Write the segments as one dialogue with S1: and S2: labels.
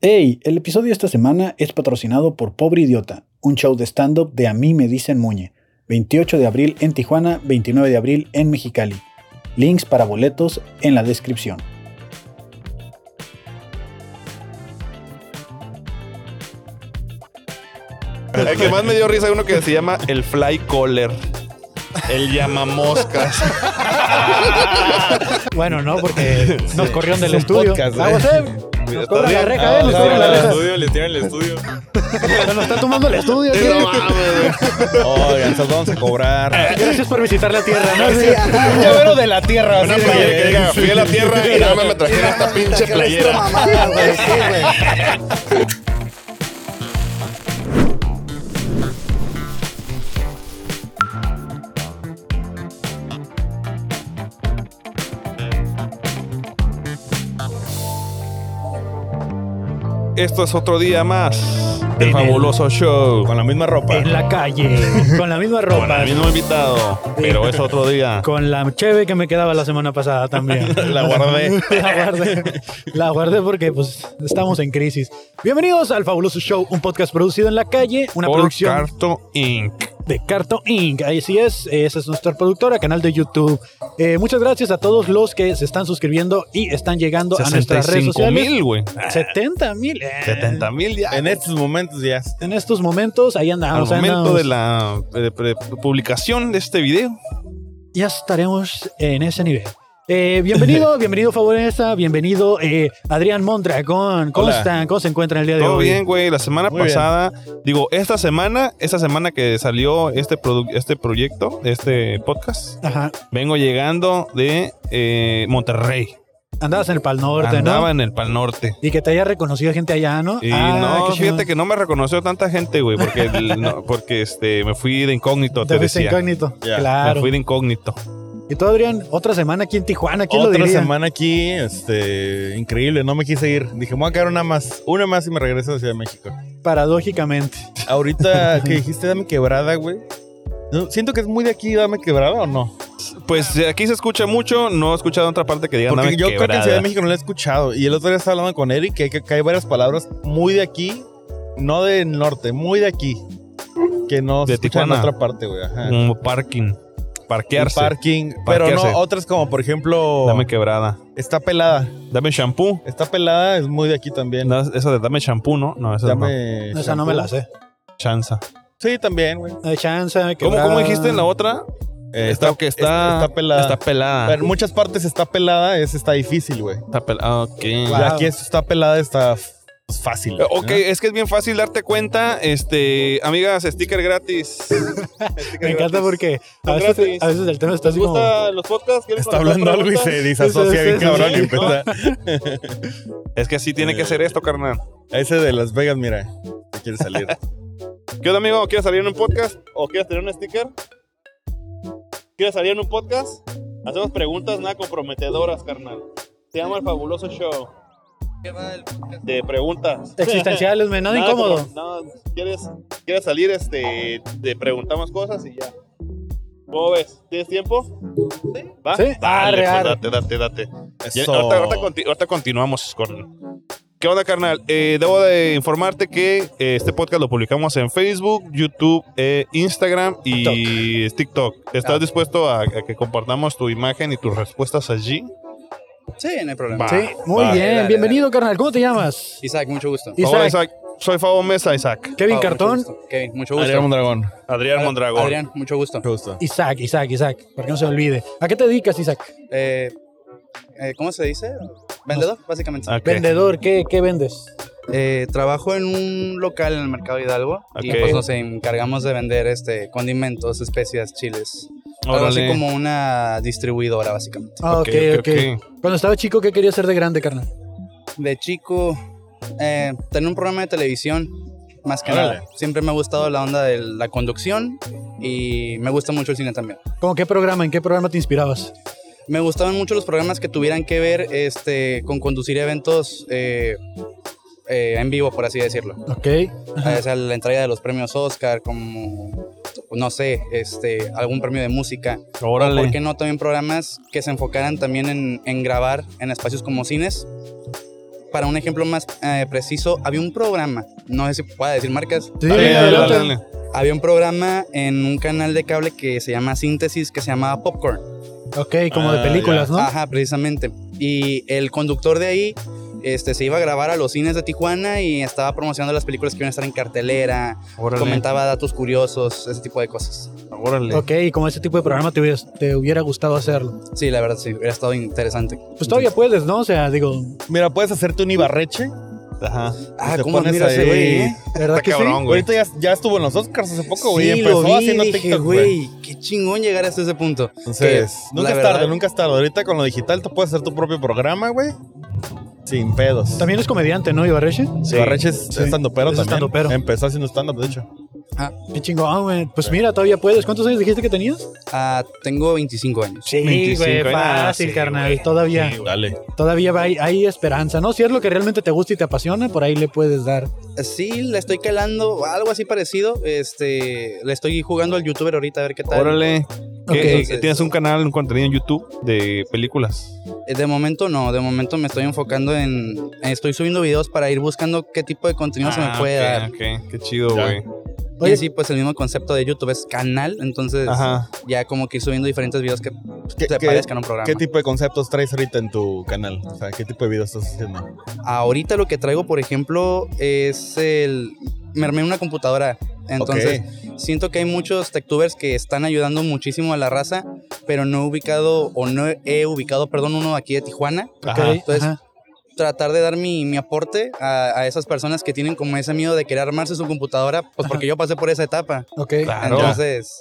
S1: Hey, el episodio de esta semana es patrocinado por Pobre Idiota, un show de stand-up de A mí me dicen Muñe, 28 de abril en Tijuana, 29 de abril en Mexicali. Links para boletos en la descripción.
S2: El que más me dio risa es uno que se llama el fly collar.
S3: El llamamoscas.
S4: Bueno, no, porque nos corrieron del
S3: un
S4: estudio.
S3: podcast,
S4: Vamos,
S3: eh.
S4: eh. Nos cobran la reja, eh, nos cobran la reja.
S3: le tiran el estudio.
S4: Se nos está tomando el estudio. tío.
S3: Oigan, nos vamos a cobrar.
S4: Gracias por visitar la tierra, ¿no? Sí.
S3: Un llavero de la tierra.
S2: Una
S3: así de-
S2: playera que diga, fui a la tierra y nada más me trajeron esta pinche playera. Esto es otro día más del
S4: En el-
S2: fabuloso show.
S3: Con la misma ropa.
S4: En la calle, con la misma
S2: Con
S4: ropa,
S2: el mismo invitado, pero es otro día.
S4: con la cheve que me quedaba la semana pasada también.
S3: La guardé.
S4: la guardé. La guardé porque pues estamos en crisis. Bienvenidos al Fabuloso Show, un podcast producido en la calle, una
S2: Por
S4: producción
S2: Carto Inc.
S4: de Carto Inc. Ahí sí es, esa es nuestra productora, canal de YouTube. Eh, muchas gracias a todos los que se están suscribiendo y están llegando a nuestras redes
S2: 65
S4: sociales.
S2: mil, güey.
S4: 70 mil.
S2: 70 mil ya.
S3: En estos momentos ya.
S4: En estos momentos, ahí andamos.
S2: Al
S4: ahí
S2: momento
S4: andamos.
S2: de la eh, pre- publicación de este video.
S4: ya estaremos en ese nivel. Eh, bienvenido, bienvenido Favoresa, bienvenido eh, Adrián Mondragón. ¿Cómo
S3: Hola.
S4: están? ¿Cómo se encuentran el día de
S2: Todo
S4: hoy?
S2: bien, güey. La semana
S3: Muy bien.
S2: pasada, digo, esta semana, esta semana que salió este, produ- este proyecto, este podcast,
S4: Ajá.
S2: vengo llegando de eh, Monterrey.
S4: Andabas en el Pal Norte,
S2: Andaba
S4: ¿no?
S2: en el Pal Norte.
S4: Y que te haya reconocido gente allá, ¿no?
S2: Y
S4: Ah,
S2: no,
S4: qué chido.
S2: fíjate que no me reconoció tanta gente, güey, porque, el- no, porque este, me fui de incógnito, te,
S4: Te fuiste
S2: decía.
S4: incógnito.
S3: Ya,
S2: Me
S4: Claro.
S2: fui de incógnito.
S4: Y tú, Adrián, otra semana aquí en Tijuana, ¿quién lo
S3: Otra
S4: diría?
S3: semana aquí, este, increíble, no me quise ir. Dije, me voy a quedar una más, una más y me regreso a Ciudad de México.
S4: Paradójicamente.
S3: Ahorita que dijiste dame quebrada, güey. no, siento que es muy de aquí, dame quebrada o no.
S2: Pues eh, aquí se escucha mucho, no he escuchado en otra parte que digan
S3: Porque
S2: dame
S3: yo creo que en
S2: quebrada".
S3: Ciudad de México no lo he escuchado. Y el otro día estaba hablando con Eric que hay, que- que hay varias palabras muy de aquí, no del norte, muy de aquí. Que no
S2: De
S3: se escuchan en
S2: Tijuana.
S3: otra parte, güey. Ajá.
S2: Como parking. Parquearse.
S3: Parking. Pero
S2: Parquearse.
S3: no, otras como, por ejemplo,
S2: Dame quebrada.
S3: está pelada.
S2: Dame shampoo.
S3: Está pelada es muy de aquí también.
S2: No, esa de dame shampoo, ¿no? No, esa no.
S3: Dame
S4: Esa no me la
S3: shampoo.
S4: sé.
S2: Chanza.
S3: Sí, también, güey.
S4: No hay chance.
S2: ¿Cómo, cómo dijiste en la otra?
S3: Eh,
S2: está, que está,
S3: está pelada.
S2: Está pelada.
S3: Pero en muchas partes está pelada, es está difícil, güey.
S2: Está pelada. Ok. Eh,
S4: Wow.
S3: Y aquí esto está pelada, está f- fácil. güey,
S2: Ok,
S3: ¿no?
S2: es que es bien fácil darte cuenta. Este, amigas, sticker gratis.
S4: Me encanta porque a
S2: Son
S4: veces,
S2: gratis.
S4: a veces el tema está
S2: ¿Les
S4: así como...
S2: gustan los podcasts? ¿Quieren
S3: Está
S2: contestar
S3: hablando algo y
S2: preguntas?
S3: se disasocia
S4: Sí,
S3: bien
S4: sí,
S3: cabrón
S4: sí.
S3: y empieza.
S2: Es que así tiene que ser esto, carnal.
S3: Ese de Las Vegas, mira, te quiere salir.
S2: ¿Qué onda, amigo? ¿Quieres salir en un podcast? ¿O quieres tener un sticker? ¿Quieres salir en un podcast? Hacemos preguntas nada comprometedoras, carnal. Se llama El Fabuloso Show. De preguntas.
S4: Existenciales, me nada incómodo.
S2: No, quieres, quieres salir, este, te preguntamos cosas y ya. ¿Cómo ves? ¿Tienes tiempo? ¿Va?
S4: Sí. Ah, Arre,
S2: Dale, pues,
S4: arre.
S2: date, date, date. Y
S3: Eso.
S2: ahorita, ahorita conti- ahorita continuamos con... ¿Qué onda, carnal? Eh, debo de informarte que eh, este podcast lo publicamos en Facebook, YouTube, eh, Instagram y TikTok.
S4: Ah.
S2: ¿Estás dispuesto a, a que compartamos tu imagen y tus respuestas allí?
S5: Sí, no hay problema.
S2: Va.
S4: Sí, muy
S2: Vale,
S4: bien.
S5: dale,
S4: Bienvenido, carnal. ¿Cómo te llamas?
S5: Isaac, mucho gusto.
S4: Isaac.
S2: Hola, Isaac. Soy Fabo Mesa, Isaac.
S5: Pablo, Ah,
S4: Kevin
S5: mucho
S4: Cartón.
S5: gusto. Kevin, mucho gusto.
S3: Adrián Mondragón.
S2: Adrián
S5: Ad-
S2: Mondragón.
S5: Adrián, mucho gusto.
S3: Mucho gusto.
S4: Isaac, Isaac, Isaac. Para que no se olvide. ¿A qué te dedicas, Isaac?
S5: Eh, eh, ¿Cómo se dice? Vendedor, básicamente.
S2: Ok.
S4: Vendedor, ¿qué, qué vendes?
S5: Eh, trabajo en un local en el mercado Hidalgo
S2: Ok.
S5: y pues nos encargamos de vender este condimentos, especias, chiles. Algo así
S2: Órale.
S5: como una distribuidora, básicamente.
S4: Ah, ok, ok.
S2: Ok, ok,
S4: Cuando estaba chico, ¿qué querías ser de grande, carnal?
S5: De chico, eh, tenía un programa de televisión, más que
S3: Órale.
S5: nada. Siempre me ha gustado la onda de la conducción y me gusta mucho el cine también.
S4: ¿Cómo qué programa? ¿En qué programa te inspirabas?
S5: Me gustaban mucho los programas que tuvieran que ver este, con conducir eventos eh, eh, en vivo, por así decirlo.
S4: Ok.
S5: Eh, O sea, la entrega de los premios Oscar, como, no sé, este, algún premio de música.
S2: Órale.
S5: ¿Por qué no también programas que se enfocaran también en, en grabar en espacios como cines? para un ejemplo más eh, preciso, había un programa, no sé si pueda decir marcas,
S4: Sí,
S2: Dale, dale,
S4: adelante.
S2: dale.
S5: había un programa en un canal de cable que se llama Síntesis, que se llamaba Popcorn.
S4: Ok, como de
S3: Ah,
S4: películas, ¿no?
S5: Ajá, precisamente. Y el conductor de ahí este, se iba a grabar a los cines de Tijuana y estaba promocionando las películas que iban a estar en cartelera,
S2: Órale.
S5: comentaba datos curiosos, ese tipo de cosas.
S2: Órale.
S4: Ok, y como ese tipo de programa te hubiera, te hubiera gustado hacerlo.
S5: Sí, la verdad, sí, hubiera estado interesante.
S4: Pues todavía puedes, ¿no? O sea, digo,
S3: Mira, puedes hacerte un Ibarreche.
S2: Ajá.
S5: Ah,
S3: Y te
S5: ¿cómo
S3: pones
S5: admiro a ese
S3: ahí.
S5: güey, eh?
S4: ¿verdad
S2: Está
S4: que sí?
S2: cabrón, güey.
S3: Ahorita ya, ya estuvo en los Oscars hace poco, güey.
S5: sí,
S3: empezó
S5: lo vi,
S3: haciendo
S5: dije,
S3: TikTok, güey.
S5: güey, qué chingón llegar hasta ese punto.
S3: Entonces,
S5: Que,
S3: nunca
S5: la
S3: es
S5: verdad-
S3: tarde, nunca es tarde. Ahorita con lo digital te puedes hacer tu propio programa, güey. Sin pedos.
S4: También es comediante, ¿no, Ibarreche?
S2: Sí.
S3: Ibarreche es estando pero
S4: es
S3: también.
S4: estandopero.
S3: Empezó haciendo stand-up, de hecho.
S4: Qué chingón, güey. Pues mira, todavía puedes. ¿Cuántos años dijiste que tenías?
S5: Ah, tengo 25 años.
S4: Sí,
S2: 25
S4: güey,
S2: años. Ah,
S4: fácil,
S2: Sí,
S4: carnal.
S2: güey.
S4: Todavía,
S2: Sí, güey.
S3: Dale.
S4: todavía hay, hay esperanza, ¿no? Si es lo que realmente te gusta y te apasiona, por ahí le puedes dar.
S5: Sí, le estoy calando algo así parecido. Este, le estoy jugando al youtuber ahorita a ver qué tal.
S2: Órale.
S4: Ok.
S2: ¿Qué- eh,
S5: Entonces-
S2: Tienes un canal, un contenido en YouTube de películas.
S5: Eh, De momento no, de momento me estoy enfocando en. Estoy subiendo videos para ir buscando qué tipo de contenido se me
S2: Ah,
S5: puede
S2: ok,
S5: dar.
S2: ok. Qué chido,
S3: Ya.
S2: güey.
S5: Y
S4: Oye,
S5: así, pues el mismo concepto de YouTube es canal, entonces
S2: Ajá.
S5: ya como que ir subiendo diferentes videos que
S3: ¿Qué,
S5: se
S3: qué-
S5: parezcan a un programa.
S3: qué tipo de conceptos traes ahorita en tu canal? O sea, ¿qué tipo de videos estás haciendo?
S5: Ahorita lo que traigo, por ejemplo, es el. Me armé una computadora. Entonces, siento que hay muchos techtubers que están ayudando muchísimo a la raza, pero no he ubicado, o no he ubicado, perdón, uno aquí de Tijuana.
S4: ok,
S2: Ajá.
S5: entonces-
S4: ajá.
S5: tratar de dar mi, mi aporte a, a esas personas que tienen como ese miedo de querer armarse su computadora, pues porque yo pasé por esa etapa.
S4: ok.
S2: Claro.
S5: Entonces,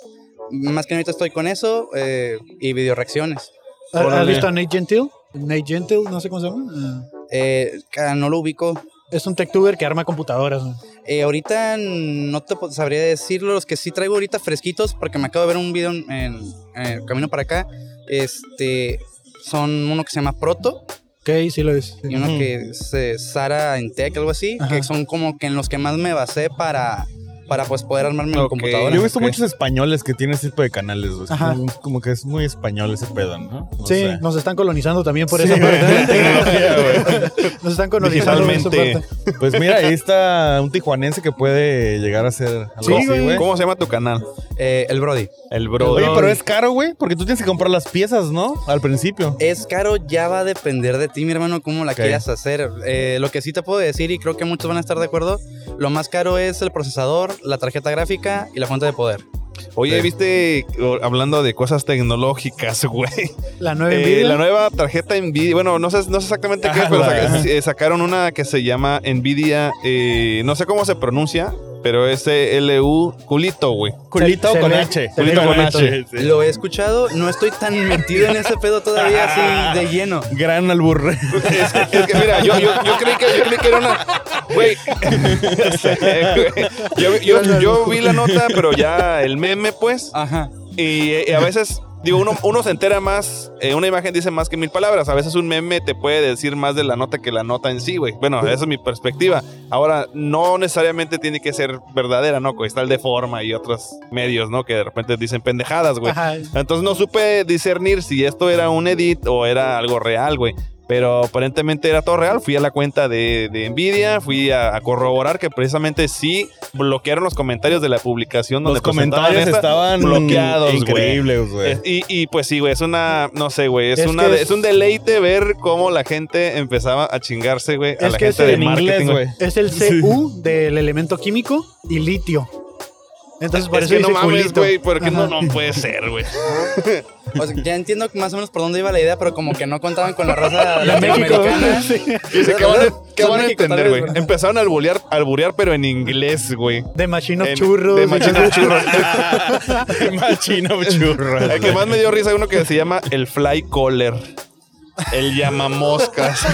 S5: más que ahorita estoy con eso eh, y video reacciones.
S4: ¿Has- ¿Has
S2: Órale.
S4: visto a Nate Gentil? Nate Gentil, no sé cómo se llama. Ah,
S5: Eh, ca- no lo ubico.
S4: Es un techtuber que arma computadoras. güey.
S5: Eh, ahorita no te po- sabría decirlo, los que sí traigo ahorita fresquitos, porque me acabo de ver un video en, en- en el camino para acá, este, son uno que se llama Proto
S4: Ok, sí lo es.
S5: y
S4: sí.
S5: uno
S3: Ujú.
S5: que es eh, Sara en Tech, algo así,
S4: Ajá.
S5: que son como que en los que más me basé para, para pues poder armarme mi
S2: Ok.
S5: computadora.
S3: Yo he visto
S2: Ok.
S3: muchos españoles que tienen ese tipo de canales, güey. Es
S4: Ajá.
S3: Como, como que es muy español ese pedo, ¿no? No
S4: Sí,
S3: sé.
S4: nos están colonizando también por esa parte. de la tecnología, güey. nos están colonizando por esa
S2: Digitalmente.
S4: parte.
S3: Pues mira, ahí está un tijuanense que puede llegar a ser algo
S4: Sí,
S3: así,
S4: güey.
S3: güey.
S2: ¿Cómo se llama tu canal?
S5: Eh, el Brody.
S2: El bro.
S3: Oye, pero es caro, güey, porque tú tienes que comprar las piezas, ¿no? Al principio.
S5: Es caro, ya va a depender de ti, mi hermano, cómo la
S3: Ok.
S5: quieras hacer. Eh, lo que sí te puedo decir, y creo que muchos van a estar de acuerdo, lo más caro es el procesador, la tarjeta gráfica y la fuente de poder.
S2: Oye, viste, o- hablando de cosas tecnológicas, güey.
S4: La nueva
S2: Eh,
S4: envidia.
S2: la nueva tarjeta Nvidia, bueno, no sé, no sé exactamente qué es,
S3: Ah,
S2: pero
S3: la-
S2: saca- eh, sacaron una que se llama Nvidia, eh, no sé cómo se pronuncia, pero es LU culito, güey.
S3: Culito
S4: Se- se
S3: con
S4: ve-
S3: H.
S4: se
S3: Culito
S4: ve
S3: con
S4: bonito.
S3: H.
S5: Lo he escuchado, no estoy tan metido en ese pedo todavía así de lleno.
S3: Gran albur.
S2: Es que, es que mira, yo, yo, yo creí que, yo creí que era una. Güey. Ya sé, güey. Yo, yo- yo vi la nota, pero ya el meme, pues.
S5: Ajá.
S2: Y, eh, a veces, digo, uno, uno se entera más. eh, una imagen dice más que mil palabras. A veces un meme te puede decir más de la nota que la nota en sí, güey. Bueno, esa es mi perspectiva. Ahora, no necesariamente tiene que ser verdadera, ¿no? güey? Está el de forma y otros medios, ¿no? Que de repente dicen pendejadas, güey.
S4: Ajá.
S2: Entonces no supe discernir si esto era un edit o era algo real, güey. Pero aparentemente era todo real. Fui a la cuenta de, de Nvidia, fui a, a corroborar que precisamente sí bloquearon los comentarios de la publicación donde
S3: Los comentarios
S2: presentaban esta,
S3: estaban
S2: bloqueados, güey.
S3: Increíbles, güey.
S2: Es- Y, y, pues sí, güey, es una, no sé, güey, es,
S4: Es
S2: una,
S4: que
S2: de-
S4: es-
S2: es un deleite ver cómo la gente empezaba a chingarse, güey, a
S4: Es
S2: la
S4: que
S2: gente
S4: es
S2: de
S3: En
S2: marketing,
S3: inglés,
S2: güey.
S3: güey.
S4: Es el
S3: Sí.
S4: CU del elemento químico y litio. Entonces por
S2: Es
S4: eso
S2: que no
S4: dice
S2: mames,
S4: culito.
S2: güey, porque no,
S4: Ajá.
S2: no puede ser, güey.
S5: O sea, ya entiendo más o menos por dónde iba la idea, pero como que no contaban con la raza
S4: La México.
S5: latinoamericana.
S4: sí.
S2: Dice, ¿Qué van a, qué
S5: Son
S2: van a
S5: mexicanos,
S2: entender, güey?
S5: ¿verdad?
S2: Empezaron a alburear, a alburear, pero en inglés, güey.
S4: De machino
S2: En-
S4: churros.
S2: De machino churros.
S3: Machino churro.
S2: El que más me dio risa es uno que se llama el fly collar. El llamamoscas.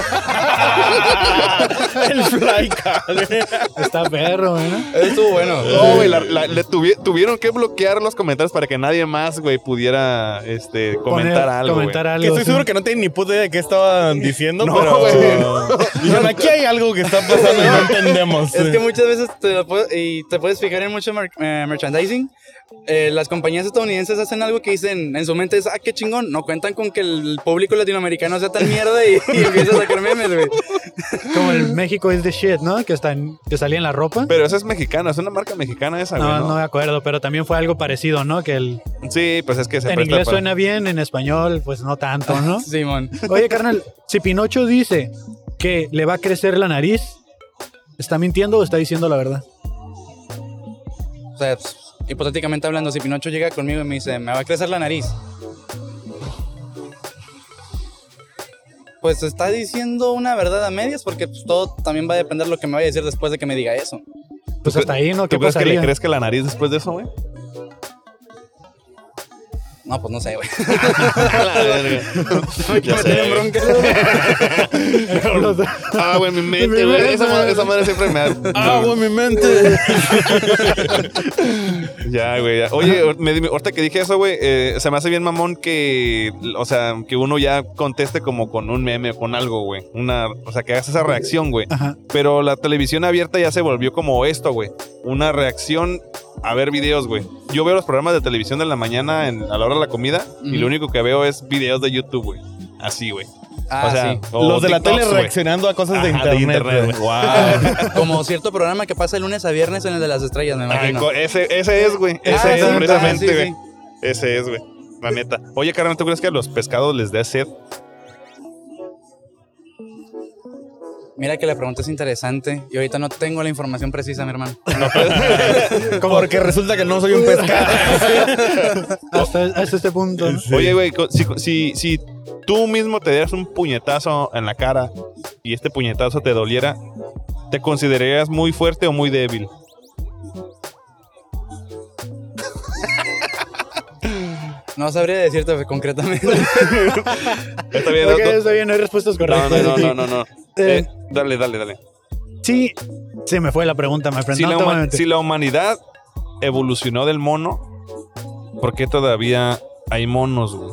S3: El fly cable.
S4: Está perro, ¿eh?
S5: Estuvo bueno.
S2: No, güey, la- la- le tuvi- tuvieron que bloquear los comentarios para que nadie más, güey, pudiera este, comentar
S4: Poner-
S2: algo. güey.
S4: Comentar
S3: Que
S4: algo.
S3: estoy
S4: sí.
S3: seguro que no tienen ni puta idea de qué estaban diciendo,
S2: No,
S3: pero.
S2: güey.
S3: Dijeron, aquí hay algo que está pasando y no entendemos.
S5: Es que muchas veces te, lo puedo- y te puedes fijar en mucho mer- eh, merchandising eh, las compañías estadounidenses hacen algo que dicen en su mente es, ah, qué chingón, no cuentan con que el público latinoamericano sea tan mierda y, y empieza a sacar memes, güey.
S4: Como el México is the shit, ¿no? Que, está en- que salía en la ropa.
S2: Pero esa es mexicana, es una marca mexicana esa, güey.
S4: no,
S2: ¿no?
S4: no me acuerdo, pero también fue algo parecido, ¿no? Que el,
S2: Sí, pues es que se
S4: en
S2: presta
S4: inglés
S2: para-
S4: suena bien, en español, pues no tanto, ¿no?
S5: Simón.
S4: Oye, carnal, si Pinocho dice que le va a crecer la nariz, ¿está mintiendo o está diciendo la verdad?
S5: O sea, pues, hipotéticamente hablando, si Pinocho llega conmigo y me dice, me va a crecer la nariz. Pues está diciendo una verdad a medias porque pues, todo también va a depender de lo que me vaya a decir después de que me diga eso.
S4: Pues hasta ahí, ¿no? ¿Qué
S2: ¿Tú crees que le
S4: pasaría?
S2: crezca la nariz después de eso, güey?
S5: No, pues no sé, güey.
S2: ya
S5: Me tienen
S2: sé.
S5: bronca, güey.
S4: Los dos.
S2: Ah, güey, mi mente, güey. Esa madre, esa madre siempre me da.
S3: Ah, güey, mi mente.
S2: Ya, güey. ya. Oye, ahor- me, dime, ahorita que dije eso, güey, eh, se me hace bien mamón que, o sea, que uno ya conteste como con un meme, con algo, güey. Una, o sea, que hagas esa reacción, güey.
S4: Ajá.
S2: Pero la televisión abierta ya se volvió como esto, güey. Una reacción a ver videos, güey. Yo veo los programas de televisión de la mañana en- a la hora de la comida y
S5: Ujú.
S2: lo único que veo es videos de YouTube, güey. Así, güey.
S5: Ah,
S2: o sea,
S5: sí.
S2: o
S3: Los de la
S2: TikToks,
S3: tele
S2: güey.
S3: reaccionando a cosas de internet.
S2: Ajá, de internet, güey.
S3: Wow.
S5: Como cierto programa que pasa de lunes a viernes en el de las estrellas, me
S2: Ay,
S5: imagino.
S2: Ah, co- ese, ese es, güey. Ese
S5: Ah,
S2: es,
S5: sí, sí,
S2: precisamente,
S5: sí.
S2: güey. Ese es, güey. La neta. Oye, carnal, ¿tú crees que a los pescados les dé sed?
S5: Mira que la pregunta es interesante y ahorita no tengo la información precisa, mi hermano.
S2: pues.
S3: Porque resulta que no soy un pescado.
S4: Hasta, hasta este punto. ¿no?
S2: Oye, güey, co- si, si, si tú mismo te dieras un puñetazo en la cara y este puñetazo te doliera, ¿te considerarías muy fuerte o muy débil?
S5: No sabría decirte güey, concretamente.
S2: Está bien,
S4: Ok,
S2: no-
S4: está bien, no hay respuestas
S2: no,
S4: correctas.
S2: no, no,
S4: aquí.
S2: no, no, no.
S4: Eh,
S2: Eh, dale, dale, dale.
S4: Sí, se me fue la pregunta, me friend.
S2: Si
S4: No, este. te
S2: la,
S4: voy a
S2: huma-
S4: mentir.
S2: si la humanidad evolucionó del mono, ¿por qué todavía hay monos, güey?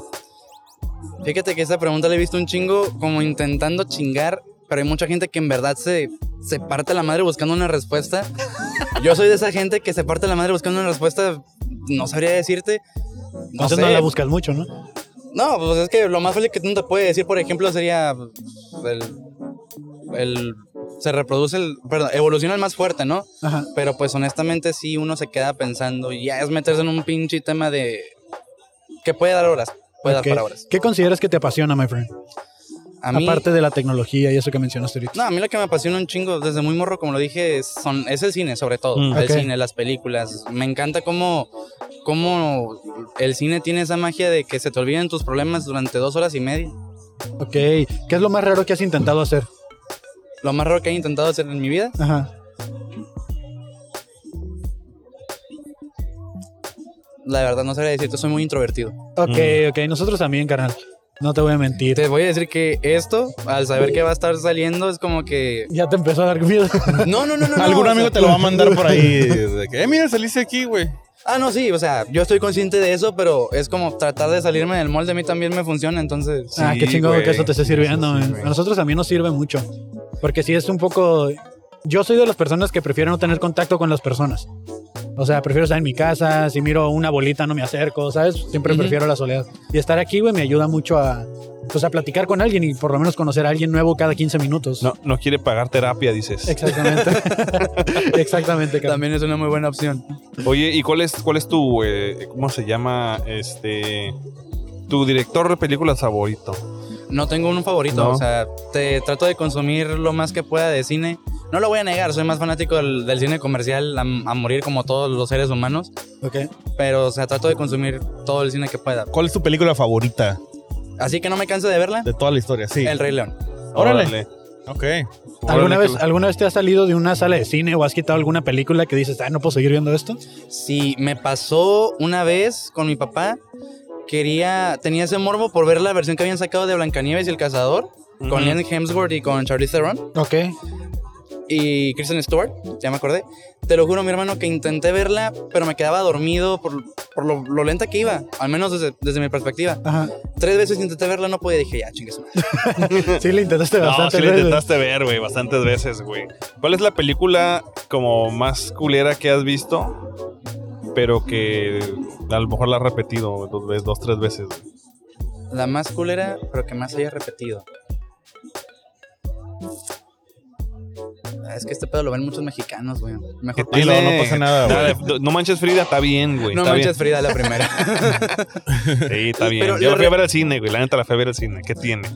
S5: Fíjate que esa pregunta la he visto un chingo como intentando chingar, pero hay mucha gente que en verdad se, se parte la madre buscando una respuesta. Yo soy de esa gente que se parte la madre buscando una respuesta, no sabría decirte. No
S4: Entonces
S5: sé.
S4: no la buscas mucho, ¿no?
S5: No, pues es que lo más fácil que tú te puede decir, por ejemplo, sería pues, el, el se reproduce el, perdón, evoluciona el más fuerte, ¿no?
S4: Ajá.
S5: Pero pues honestamente sí uno se queda pensando y ya es meterse en un pinche tema de que puede dar horas, puede
S4: Ok.
S5: dar para horas.
S4: ¿Qué consideras que te apasiona, my friend?
S5: A mí,
S4: Aparte de la tecnología y eso que mencionaste ahorita.
S5: no, a mí lo que me apasiona un chingo desde muy morro, como lo dije, es- son, es el cine, sobre todo.
S2: Mm.
S5: el
S4: Ok.
S5: cine, las películas. Me encanta cómo, cómo el cine tiene esa magia de que se te olviden tus problemas durante dos horas y media.
S4: Ok. ¿Qué es lo más raro que has intentado hacer?
S5: Lo más raro que he intentado hacer en mi vida,
S4: Ajá.
S5: la verdad no sabría decirte, soy muy introvertido. Mm.
S4: Ok, ok. Nosotros también, carnal. No te voy a mentir.
S5: Te voy a decir que esto, al saber que va a estar saliendo, es como que...
S4: Ya te empezó a dar miedo.
S5: No, no, no, no. no,
S3: Algún
S5: o
S3: amigo
S5: sea-
S3: te lo va a mandar por ahí. de que, eh, mira, saliste aquí, güey.
S5: Ah, no, sí, o sea, yo estoy consciente de eso, pero es como tratar de salirme del molde, a mí también me funciona, entonces... sí.
S4: ah, qué
S2: Sí,
S4: chingón
S2: güey.
S4: que eso te esté sirviendo.
S2: Sí, sí,
S4: eh.
S2: güey.
S4: a nosotros también nos sirve mucho. Porque sí es un poco. Yo soy de las personas que prefiero no tener contacto con las personas. O sea, prefiero estar en mi casa. Si miro una bolita, no me acerco, ¿sabes? Siempre
S5: Ujú.
S4: prefiero la soledad. Y estar aquí, güey, me ayuda mucho a. Pues a platicar con alguien y por lo menos conocer a alguien nuevo cada 15 minutos.
S2: No, no quiere pagar terapia, dices.
S4: Exactamente. Exactamente, carnal.
S5: También es una muy buena opción.
S2: Oye, ¿y cuál es, cuál es tu, eh, cómo se llama, este, tu director de películas favorito?
S5: No tengo un favorito,
S2: No.
S5: o sea, te trato de consumir lo más que pueda de cine. No lo voy a negar, soy más fanático del, del cine comercial a, a morir como todos los seres humanos,
S4: Ok.
S5: pero o sea, trato de consumir todo el cine que pueda.
S3: ¿Cuál es tu película favorita
S5: Así que no me canso de verla.
S3: de toda la historia? Sí.
S5: El Rey León.
S3: Órale. Ok.
S4: ¿Alguna
S2: Órale, pues.
S4: vez,
S2: que-
S4: ¿Alguna vez te has salido de una sala de cine o has quitado alguna película que dices, ah, no puedo seguir viendo esto?
S5: Sí, me pasó una vez con mi papá. Quería, tenía ese morbo por ver la versión que habían sacado de Blancanieves y el Cazador,
S2: Ujú.
S5: con Ian Hemsworth y con Charlize Theron.
S4: Ok.
S5: y Kristen Stewart, ya me acordé. Te lo juro, mi hermano, que intenté verla, pero me quedaba dormido por, por lo, lo lenta que iba, al menos desde, desde mi perspectiva.
S4: Ajá.
S5: Tres veces intenté verla, no podía, dije, ya, chingues.
S4: Sí, le intentaste
S2: No,
S4: bastante.
S2: sí lo
S4: veces.
S2: intentaste ver, güey, bastantes veces, güey. ¿Cuál es la película como más culera que has visto? pero que a lo mejor la has repetido dos, veces, dos tres veces. güey.
S5: La más culera, pero que más haya repetido. Ah, Es que este pedo lo ven muchos mexicanos, güey. Mejor
S3: Dilo,
S2: Tiene-
S3: no pasa nada, güey.
S2: Nada de- no manches Frida, está bien, güey.
S5: No
S2: está
S5: manches Frida la primera.
S2: bien. Sí, está bien.
S5: Pero la
S2: Yo la fui
S5: re-
S2: a ver al cine, güey. La neta la fui a ver al cine. ¿Qué tiene?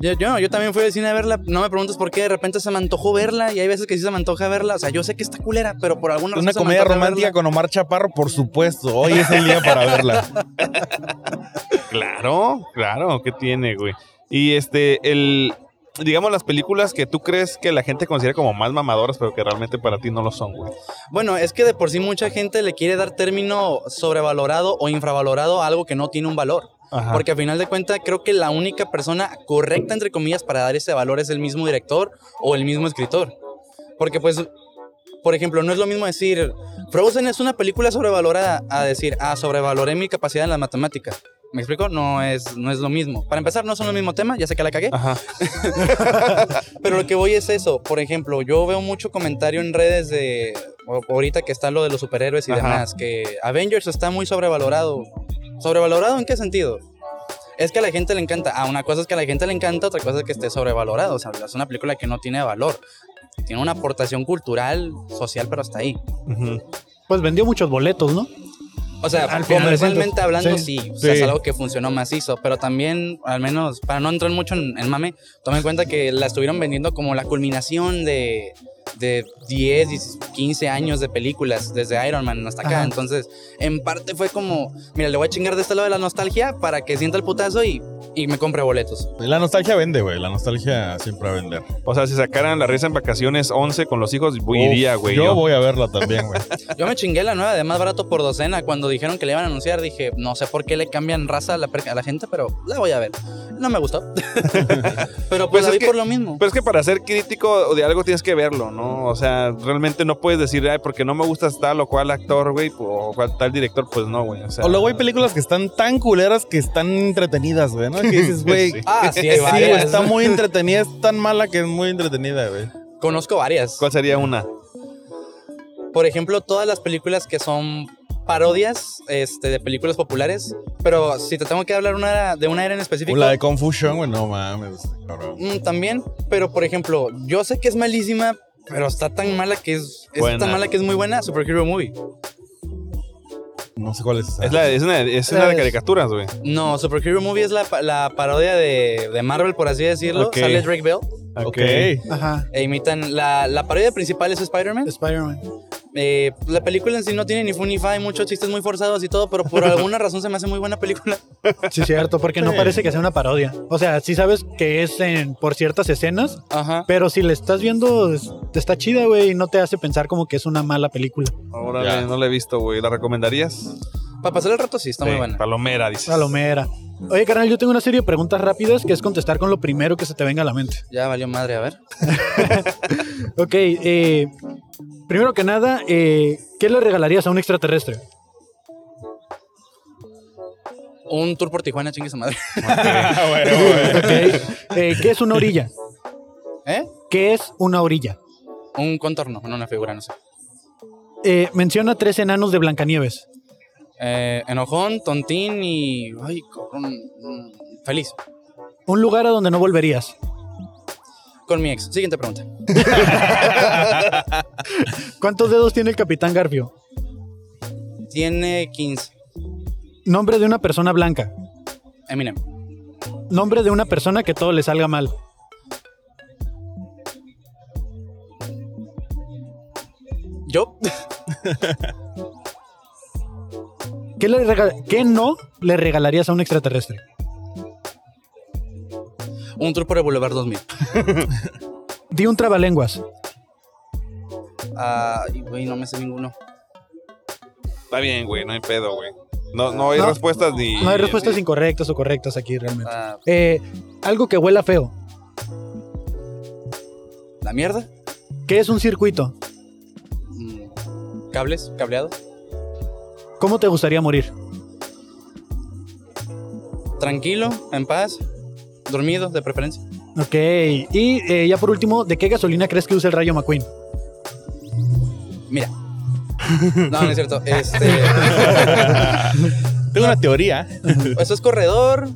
S5: yo, yo, yo también fui al cine a verla. No me preguntes por qué de repente se me antojó verla. Y hay veces que sí se me antoja verla. O sea, yo sé que está culera, pero por alguna razón.
S3: Una
S5: se me
S3: comedia
S5: antoja
S3: romántica
S5: verla.
S3: con Omar Chaparro, por supuesto. Hoy es el día para verla.
S2: Claro, claro, ¿qué tiene, güey? Y este, el. Digamos las películas que tú crees que la gente considera como más mamadoras, pero que realmente para ti no lo son, güey.
S5: Bueno, es que de por sí mucha gente le quiere dar término sobrevalorado o infravalorado a algo que no tiene un valor.
S2: Ajá.
S5: Porque a final de cuentas creo que la única persona correcta, entre comillas, para dar ese valor es el mismo director o el mismo escritor. Porque pues, por ejemplo, no es lo mismo decir, Frozen es una película sobrevalorada a decir, ah, sobrevaloré mi capacidad en las matemáticas. ¿Me explico? No es, no es lo mismo. Para empezar, no son el mismo tema, ya sé que la cagué.
S2: Ajá.
S5: Pero lo que voy es eso. Por ejemplo, yo veo mucho comentario en redes de. o- Ahorita que está lo de los superhéroes y
S2: Ajá.
S5: demás, que Avengers está muy sobrevalorado. ¿Sobrevalorado en qué sentido? Es que a la gente le encanta. Ah, una cosa es que a la gente le encanta, otra cosa es que esté sobrevalorado. O sea, es una película que no tiene valor. Tiene una aportación cultural, social, pero hasta ahí.
S2: Ujú.
S4: Pues vendió muchos boletos, ¿no?
S5: O sea,
S4: Al final de
S5: comercialmente
S4: cuentas,
S5: hablando, sí.
S4: sí.
S5: O sea,
S3: Sí.
S5: es algo que funcionó macizo. Pero también, al menos, para no entrar mucho en, en mame, tomen en cuenta que la estuvieron vendiendo como la culminación de, de 10, 10, 15 años de películas, desde Iron Man hasta acá.
S4: Ajá.
S5: Entonces, en parte fue como, mira, le voy a chingar de este lado de la nostalgia para que sienta el putazo y, y me compre boletos.
S3: La nostalgia vende, güey. La nostalgia siempre va a vender.
S2: O sea, si sacaran la risa en vacaciones 11 con los hijos, iría,
S3: Uf,
S2: güey.
S3: Yo
S2: yo.
S3: voy a verla también, güey.
S5: Yo me chingué la nueva de más barato por docena cuando dijeron que le iban a anunciar. Dije, no sé por qué le cambian raza a la, per- a la gente, pero la voy a ver. No me gustó. pero pues,
S2: Pues
S5: la
S2: es
S5: vi
S2: que-
S5: por lo mismo.
S2: Pero es que para ser crítico de algo tienes que verlo, ¿no? O sea, realmente no puedes decir, ay, porque no me gusta tal o cual actor, güey, o cual tal director, pues no, güey. O sea,
S3: O luego hay películas que están tan culeras que están entretenidas, güey, ¿no? Que dices, güey,
S2: Sí.
S5: Ah, sí, hay
S3: sí, güey,
S5: varias.
S3: está muy entretenida, es tan mala que es muy entretenida, güey.
S5: Conozco varias.
S2: ¿cuál sería una?
S5: Por ejemplo, todas las películas que son parodias este, de películas populares. Pero si te tengo que hablar una, de una era en específico,
S3: O la de Confusion, güey, no mames, cabrón.
S5: mm, también. Pero por ejemplo, yo sé que es malísima, pero está tan mala que es, es
S2: Buena.
S5: tan mala que es muy buena. Superhero Movie.
S3: No sé cuál es esa.
S2: Es, la, es una, es una de caricaturas, güey.
S5: No, Superhero Movie es la, pa- la parodia de, de Marvel, por así decirlo.
S2: Ok.
S5: Sale Drake Bell
S3: Ok.
S4: Ajá.
S5: e imitan. La, la parodia principal es Spider-Man.
S4: Spider-Man.
S5: Eh, la película en sí no tiene ni fun ni fa, hay muchos chistes muy forzados y todo, pero por alguna razón se me hace muy buena película.
S4: Sí, cierto, porque no
S3: Sí.
S4: parece que sea una parodia. O sea, sí sabes que es en, por ciertas escenas,
S5: Ajá.
S4: pero si le estás viendo, es- está chida, güey, y no te hace pensar como que es una mala película.
S2: Órale,
S3: Ya.
S2: no la he visto, güey. ¿La recomendarías?
S5: Para pasar el rato sí, está muy
S2: Sí,
S5: buena.
S2: Palomera, dices.
S4: Ah. Palomera. Oye, carnal, yo tengo una serie de preguntas rápidas que es contestar con lo primero que se te venga a la mente.
S5: Ya valió madre, a ver.
S4: Ok, eh, primero que nada, eh, ¿qué le regalarías a un extraterrestre?
S5: Un tour por Tijuana, chingue su madre.
S3: Ah, bueno, güey.
S4: Ok, eh, ¿Qué es una orilla?
S5: ¿Eh?
S4: ¿Qué es una orilla?
S5: Un contorno, no una figura, no sé.
S4: Eh, menciona tres enanos de Blancanieves.
S5: Eh, enojón, tontín y. Ay, cabrón. mm, Feliz.
S4: Un lugar a donde no volverías.
S5: Con mi ex. Siguiente pregunta.
S4: ¿Cuántos dedos tiene el Capitán Garfio?
S5: Tiene 15.
S4: Nombre de una persona blanca.
S5: Eminem.
S4: Nombre de una persona que todo le salga mal.
S5: Yo.
S4: ¿Qué, le rega- qué no le regalarías a un extraterrestre?
S5: Un tour por el Boulevard 2000.
S4: Di un trabalenguas.
S5: Ay, güey, no me sé ninguno.
S2: Está bien, güey, no hay pedo, güey. No, no hay
S4: No.
S2: respuestas ni.
S4: No hay respuestas
S2: ni-
S4: incorrectas o correctas aquí realmente.
S5: Ah,
S4: Eh, algo que huela feo.
S5: ¿La mierda?
S4: ¿Qué es un circuito?
S5: Mm, ¿Cables? ¿Cableado?
S4: ¿Cómo te gustaría morir?
S5: Tranquilo, en paz. Dormido, de preferencia.
S4: Ok. Y eh, ya por último, ¿de qué gasolina crees que usa el Rayo McQueen?
S5: Mira. No, no es cierto. Este,
S3: Tengo una teoría.
S5: eso Pues es corredor.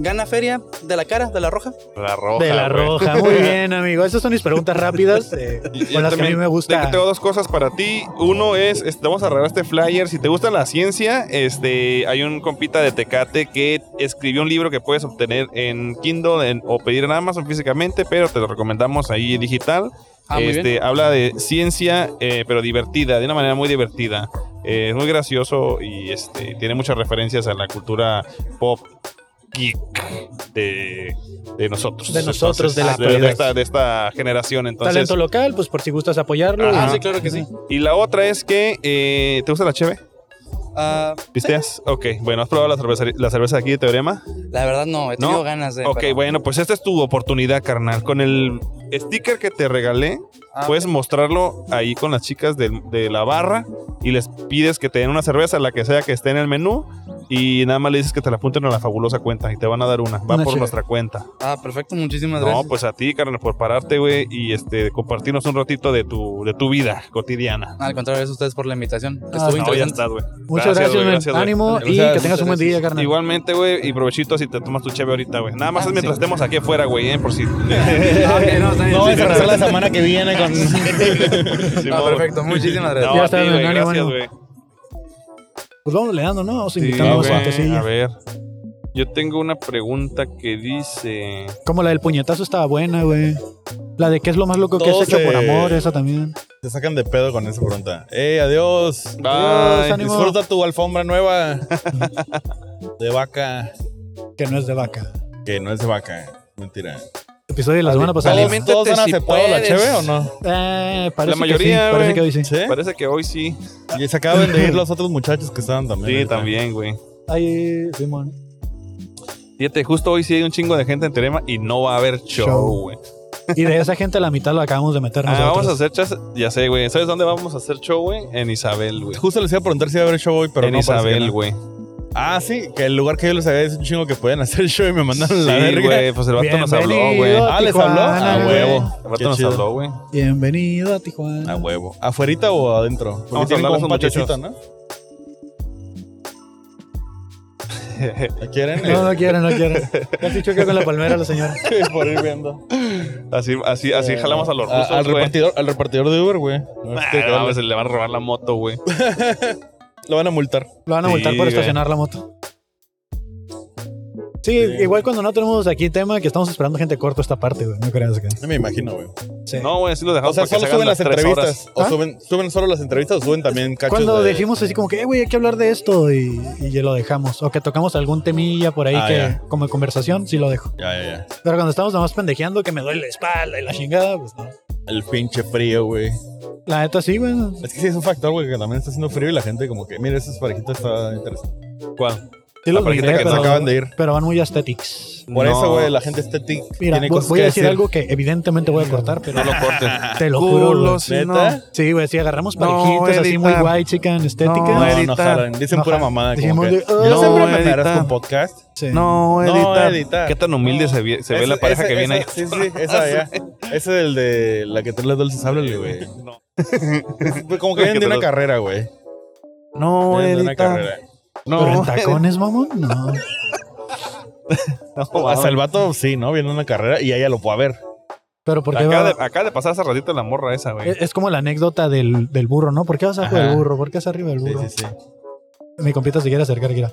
S5: Gana feria de la cara, de la roja.
S2: La roja.
S4: De la
S2: güey.
S4: roja. Muy bien, amigo. Esas son mis preguntas rápidas eh,
S2: Yo
S4: con las que a mí
S2: también
S4: me gusta.
S2: te- Tengo dos cosas para ti. Uno es, este, vamos a arreglar este flyer. Si te gusta la ciencia, este, hay un compita de Tecate que escribió un libro que puedes obtener en Kindle en- o pedir en Amazon físicamente, pero te lo recomendamos ahí en digital.
S5: Ah, muy
S2: este, habla de ciencia, eh, pero divertida, de una manera muy divertida. Eh, es muy gracioso y este, tiene muchas referencias a la cultura pop geek de, de nosotros.
S4: De nosotros, de la actualidad.
S2: esta, de esta generación. Entonces,
S4: Talento local, pues por si gustas apoyarlo.
S2: Ajá.
S5: Ah, sí, claro que sí.
S2: y la otra es que. eh, ¿Te gusta la cheve?
S5: Ah,
S2: ¿Pisteas? Ok, bueno, ¿has probado la cerveza, la cerveza de aquí de Teorema?
S5: la verdad, no, he tenido
S2: No.
S5: ganas de.
S2: ok,
S5: pero-
S2: bueno, pues esta es tu oportunidad, carnal. Con el sticker que te regalé,
S5: Ah,
S2: puedes mostrarlo ahí con las chicas del- de, la barra y les pides que te den una cerveza, la que sea que esté en el menú, y nada más le dices que te la apunten a la fabulosa cuenta y te van a dar una. Va
S4: Una
S2: por
S4: cheve.
S2: nuestra cuenta.
S5: Ah, perfecto, muchísimas
S2: No,
S5: gracias.
S2: pues a ti, carnal, por pararte, güey, y este, compartirnos un ratito de tu, de tu vida cotidiana.
S5: Al contrario, gracias a ustedes por la invitación. Estuvo
S4: Ah, no, ya
S2: No, ya
S5: interesante.
S2: estás, güey.
S4: Muchas gracias,
S2: güey,
S4: men.
S2: güey.
S4: Ánimo
S3: Gracias,
S4: y que tengas un buen
S3: gracias.
S4: día, carnal.
S2: Igualmente, güey, y provechito si te tomas tu cheve ahorita, güey. Nada más
S5: Ah,
S2: es mientras
S5: sí.
S2: estemos aquí afuera, güey, eh, por si.
S5: Ah, ok, no, está bien.
S3: No,
S5: Sí,
S3: vamos a
S5: perfecto.
S3: arrasar la semana que viene con.
S2: Sí,
S5: No,
S2: güey.
S5: perfecto, muchísimas gracias.
S2: No,
S4: Ya
S2: a
S4: está,
S2: ti,
S4: güey,
S2: güey,
S4: ánimo,
S2: gracias,
S4: ánimo.
S2: güey.
S4: Pues vamos le dando, ¿no? Vamos
S2: Sí,
S4: invitando
S2: güey,
S4: a
S2: a
S4: cosillas.
S2: ver. Yo tengo una pregunta que dice.
S4: Como la del puñetazo estaba buena, güey. La de qué es lo más loco que has
S3: Todos,
S4: hecho por
S3: eh,
S4: amor, esa también.
S3: Te sacan de pedo con esa pregunta. ¡Ey, adiós!
S4: Adiós,
S2: Bye.
S4: ánimo.
S3: Disfruta tu alfombra nueva. de vaca.
S4: Que no es de vaca.
S3: Que no es de vaca. eh, Mentira.
S4: Episodio de la semana pasada.
S3: ¿Todos,
S2: Aliméntate
S3: todos han
S2: si
S3: aceptado la
S2: puedes.
S3: cheve o no?
S4: Eh, parece
S2: La mayoría,
S4: que sí,
S2: güey.
S4: parece que hoy sí.
S3: ¿Sí?
S2: Parece que hoy sí.
S3: Y se acaban de ir los otros muchachos que estaban también.
S2: Sí,
S3: ahorita.
S2: también, güey.
S4: Ay, Simón.
S2: Fíjate, justo hoy sí hay un chingo de gente en Terema y no va a haber show,
S4: Show.
S2: güey.
S4: Y de esa gente la mitad lo acabamos de meter
S2: Ah,
S4: nosotros.
S2: vamos a hacer chas- Ya sé, güey. ¿Sabes dónde vamos a hacer show, güey? En Isabel, güey.
S3: Justo les iba a preguntar si iba a haber show hoy, pero
S2: en
S3: no. parece que
S2: Isabel,
S3: no.
S2: güey.
S3: Ah, sí, que el lugar que yo les había dicho un chingo que pueden hacer show y me mandaron a la
S2: Sí,
S3: verga.
S2: güey. Pues el vato nos habló, güey.
S4: Bienvenido.
S3: Ah, les habló.
S4: Tijuana,
S3: A
S2: güey.
S3: huevo.
S2: El
S3: Qué
S2: vato nos
S3: chido.
S2: habló, güey.
S4: Bienvenido a Tijuana.
S3: A huevo. ¿Afuerita o adentro? Porque
S2: Vamos a
S3: tienen
S2: hablarles
S3: como un
S2: a los
S3: patiocito, ¿no? ¿La quieren?
S4: No, no quiero, no quiero. Ya se choqué con la palmera la señora.
S3: Por ir viendo.
S2: Así, así, así jalamos a los
S3: Eh, A-
S2: rusos,
S3: al,
S2: güey.
S3: repartidor, al repartidor de Uber, güey. No,
S2: Ah,
S3: este,
S2: no,
S3: vale.
S2: pues, le van a robar la moto, güey.
S3: Lo van a multar.
S4: Lo van a
S2: Sí,
S4: multar por
S2: güey.
S4: estacionar la moto. Sí, igual cuando no tenemos aquí tema, que estamos esperando gente corta esta parte, güey. No creas que.
S3: No me imagino, güey.
S4: Sí.
S2: No, güey, así lo
S3: O
S2: dejamos
S3: sea, solo
S2: para que se hagan
S3: suben las
S2: tres
S3: entrevistas.
S2: horas.
S3: O
S4: ¿Ah?
S3: suben, suben solo las entrevistas o suben también cachos
S4: cuando
S3: de...
S4: dijimos así como que, eh, güey, hay que hablar de esto y, y ya lo dejamos. O que tocamos algún temilla por ahí
S3: Ah,
S4: que,
S3: ya.
S4: como conversación, sí lo dejo.
S3: Ya, ya, ya.
S4: Pero cuando estamos nomás pendejeando, que me duele la espalda y la chingada, pues no.
S3: El pinche frío, güey.
S4: La neta sí, güey.
S3: Es que sí, es un factor, güey, que también está haciendo frío y la gente como que, mira, esas parejitas está interesante.
S2: ¿Cuál?
S4: Sí
S2: La
S4: los
S2: parejita
S4: miré,
S2: que
S3: Se
S2: Pero-
S3: acaban de ir.
S4: pero van muy aesthetics.
S3: Por
S2: No.
S3: eso, güey, la gente estética
S4: Mira,
S3: tiene
S4: voy,
S3: cosas
S4: voy
S3: que
S4: a decir
S3: decir.
S4: algo que evidentemente voy a cortar, pero
S2: No lo corten.
S4: te lo juro. güey.
S2: si no.
S3: ¿Neta?
S4: Sí, güey, si agarramos
S2: No,
S4: parejitas así
S2: edita.
S4: muy guay, chican, estéticas.
S2: No,
S3: No, no,
S2: editar.
S3: jalan. Dicen
S4: No
S3: pura
S4: jalan.
S3: mamada. Como
S4: Dijimos
S3: que,
S4: de, "Ah,
S3: yo siempre
S2: no,
S3: me andarás
S2: editar".
S3: con podcast.
S4: Sí.
S2: No,
S3: editar.
S2: Qué tan humilde se ve, se ve la
S3: Ese-
S2: pareja
S3: ese-
S2: que viene ahí. Ah,
S3: esa- Sí, sí, esa de allá. Ese es el de la que trae las dulces, háblale, güey.
S2: No.
S3: Pues Como que vienen de una carrera, güey.
S2: No,
S3: Vienen de una
S2: edita.
S3: carrera.
S4: ¿Pero en
S2: No,
S4: tacones, mamón? No.
S2: no,
S3: Hasta el vato, sí, ¿no? Viene de una carrera y ella lo puede ver.
S4: Pero porque
S2: acaba,
S4: va...
S2: de, acaba de pasar hace ratito la morra esa, güey.
S4: Es es como la anécdota del, del burro, ¿no? ¿Por qué vas abajo
S3: Ajá.
S4: del burro? ¿Por qué vas arriba del
S3: Sí,
S4: burro?
S3: sí, sí.
S4: Mi compita se quiere acercar, Kira.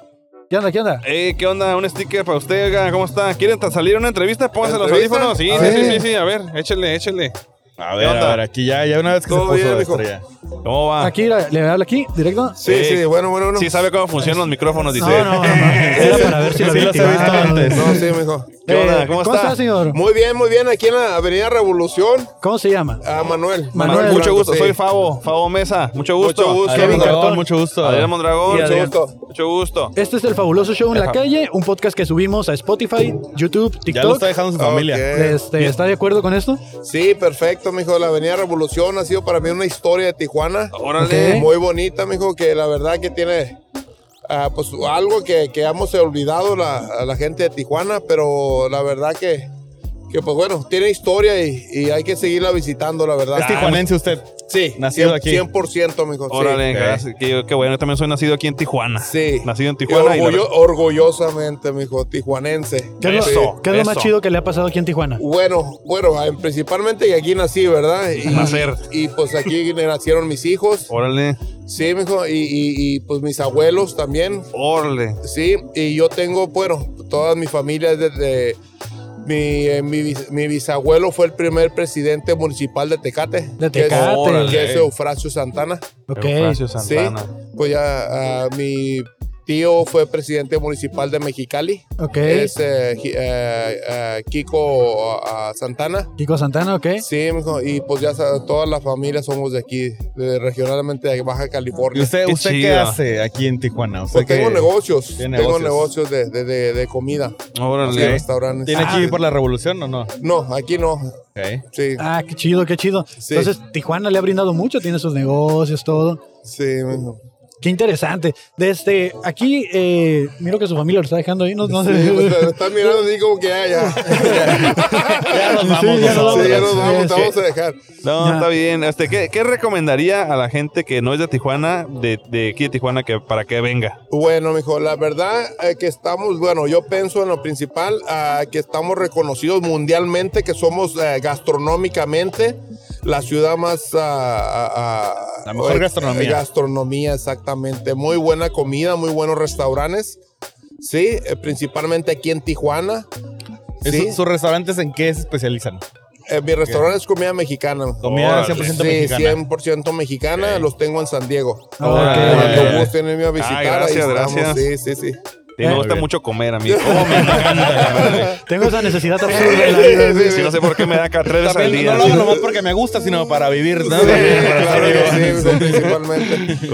S4: ¿Qué onda? ¿Qué onda?
S2: Eh, ¿qué onda? Un sticker para usted, oiga, ¿cómo está? ¿Quieren ta- salir a una entrevista? Pónganse los
S3: ¿Entrevista?
S2: audífonos. Sí,
S3: A
S2: sí,
S4: ver.
S2: sí, sí, sí, a ver, échele, échele.
S3: A ver,
S2: onda?
S3: a ver, aquí ya, ya una vez que se
S6: Todo
S3: puso
S6: bien,
S3: la
S6: mijo.
S3: estrella.
S2: ¿Cómo va?
S4: Aquí, la- le habla aquí, directo.
S6: Sí,
S2: Eh,
S6: sí, bueno, bueno, bueno.
S2: Sí sabe cómo funcionan los micrófonos, dice.
S4: No, no, no, no. Era para ver si lo
S3: Sí,
S4: había
S3: los he visto
S4: activado.
S3: antes.
S6: No, sí, mijo.
S2: ¿Qué onda?
S4: Eh,
S2: ¿Cómo
S4: ¿Cómo
S2: está?
S4: está, señor?
S6: Muy bien, muy bien. Aquí en la Avenida Revolución,
S4: ¿Cómo se llama?
S6: a Manuel.
S4: Manuel,
S6: Blanco,
S2: mucho gusto,
S6: sí.
S2: soy Favo, Favo Mesa. Mucho gusto.
S6: Mucho gusto.
S3: Adrián
S6: Kevin
S3: Mondragón,
S4: Cartón.
S3: mucho gusto.
S2: Adrián Mondragón,
S6: Y
S2: mucho
S6: Adrián.
S2: gusto. Mucho gusto.
S4: Este es el fabuloso show en la
S2: Ajá.
S4: calle, un podcast que subimos a Spotify, YouTube,
S3: Ya lo
S4: TikTok.
S3: está dejando su familia.
S6: Ok.
S4: Este, ¿Está de acuerdo con esto?
S6: Sí, perfecto, mijo. La Avenida Revolución ha sido para mí una historia de Tijuana.
S2: Órale.
S4: Ok.
S6: Muy bonita, mijo, que la verdad que tiene ah, pues algo que, que hemos olvidado la, a la gente de Tijuana, pero la verdad que, que que pues bueno, tiene historia y, y hay que seguirla visitando, la verdad.
S3: Es tijuanense usted.
S6: Sí,
S3: nacido
S6: cien-
S3: aquí.
S6: 100%, mijo. sí.
S2: Órale,
S3: ok.
S2: gracias. Que, yo- que bueno, yo también soy nacido aquí en Tijuana.
S6: Sí.
S2: Nacido en Tijuana. y la-
S6: Orgullo- Orgullosamente, mijo, tijuanense.
S4: ¿Qué es lo,
S2: Eso,
S4: qué es lo más
S2: eso.
S4: chido que le ha pasado aquí en Tijuana?
S6: Bueno, bueno, eh, principalmente y aquí nací, ¿verdad? Y,
S2: Nacer.
S6: Y pues aquí nacieron mis hijos,
S2: Órale,
S6: sí, mijo, y, y- y, pues mis abuelos también,
S2: órale.
S6: sí, y yo tengo, bueno, toda mi familia desde... Mi, eh, mi, bis- mi bisabuelo fue el primer presidente municipal de Tecate.
S4: De
S6: que es-
S4: Tecate.
S6: Que es,
S2: Órale.
S6: Eufrasio Santana.
S4: Ok.
S2: Eufrasio
S6: Sí.
S2: Santana.
S6: Pues ya ah, mi tío fue presidente municipal de Mexicali.
S4: Ok.
S6: Es eh, Gi- eh, eh, Kiko ah, ah, Santana.
S4: Kiko Santana, ok.
S6: Sí, mijo, y pues ya sabes, todas las familias somos de aquí, de- regionalmente de Baja
S3: ¿Y
S6: California.
S3: usted,
S2: Qué
S3: usted qué
S2: chido.
S3: hace aquí en Tijuana? ¿Usted
S6: Pues tengo
S3: qué-
S6: negocios,
S3: tiene
S6: tengo
S3: negocios.
S6: negocios de, de- de- de comida,
S2: Órale.
S6: de restaurantes.
S3: ¿Tiene aquí por la revolución o no?
S6: No, aquí no,
S3: Ok.
S6: sí,
S4: Ah, qué chido, qué chido.
S6: Sí.
S4: Entonces, Tijuana le ha brindado mucho, tiene sus negocios, todo.
S6: sí, mijo.
S4: Qué interesante. Desde aquí, eh, miro que su familia lo está dejando ahí. No, no
S6: Sí,
S4: sé.
S6: pues, me están mirando así como que ya, ya,
S3: Ya nos
S4: Sí,
S3: vamos
S4: ya nos
S3: nosotros.
S6: Sí, ya nos vamos,
S4: Sí,
S6: te
S4: sí.
S6: vamos a dejar.
S2: No,
S4: Ya.
S2: está bien. Este, ¿qué, qué recomendaría a la gente que no es de Tijuana, de, de aquí de Tijuana, que para que venga?
S6: Bueno, mijo, la verdad eh, que estamos, bueno, yo pienso en lo principal, ah, que estamos reconocidos mundialmente, que somos eh, gastronómicamente la ciudad más... ah, ah, ah,
S3: La mejor
S6: eh,
S3: gastronomía.
S6: eh, gastronomía, exactamente. Muy buena comida, muy buenos restaurantes. Sí, Eh, principalmente aquí en Tijuana.
S3: ¿Es-
S6: Sí,
S3: ¿Sus restaurantes en qué se especializan?
S6: Eh, mi restaurante es comida mexicana. mijo.
S3: Comida
S2: Órale.
S3: 100%
S6: Sí,
S3: mexicana.
S6: 100% mexicana,
S3: Ok.
S6: los tengo en San Diego.
S4: Ah,
S3: ok.
S6: Cuando gusten irme a visitar, ahí
S2: gracias,
S6: estamos.
S2: gracias.
S6: Sí, sí, sí.
S2: Sí, me
S4: Eh.
S2: gusta
S3: Muy bien.
S2: mucho comer a mí. Oh, me encanta comer.
S4: Tengo esa necesidad absurda. en la vida.
S6: Sí, sí,
S2: Sí, no sé por qué me da acá tres veces al
S3: También, no
S2: día.
S3: lo hago nomás porque me gusta, sino para vivir. ¿no?
S6: Sí,
S3: Para
S6: claro
S3: vivir.
S6: que sí, principalmente.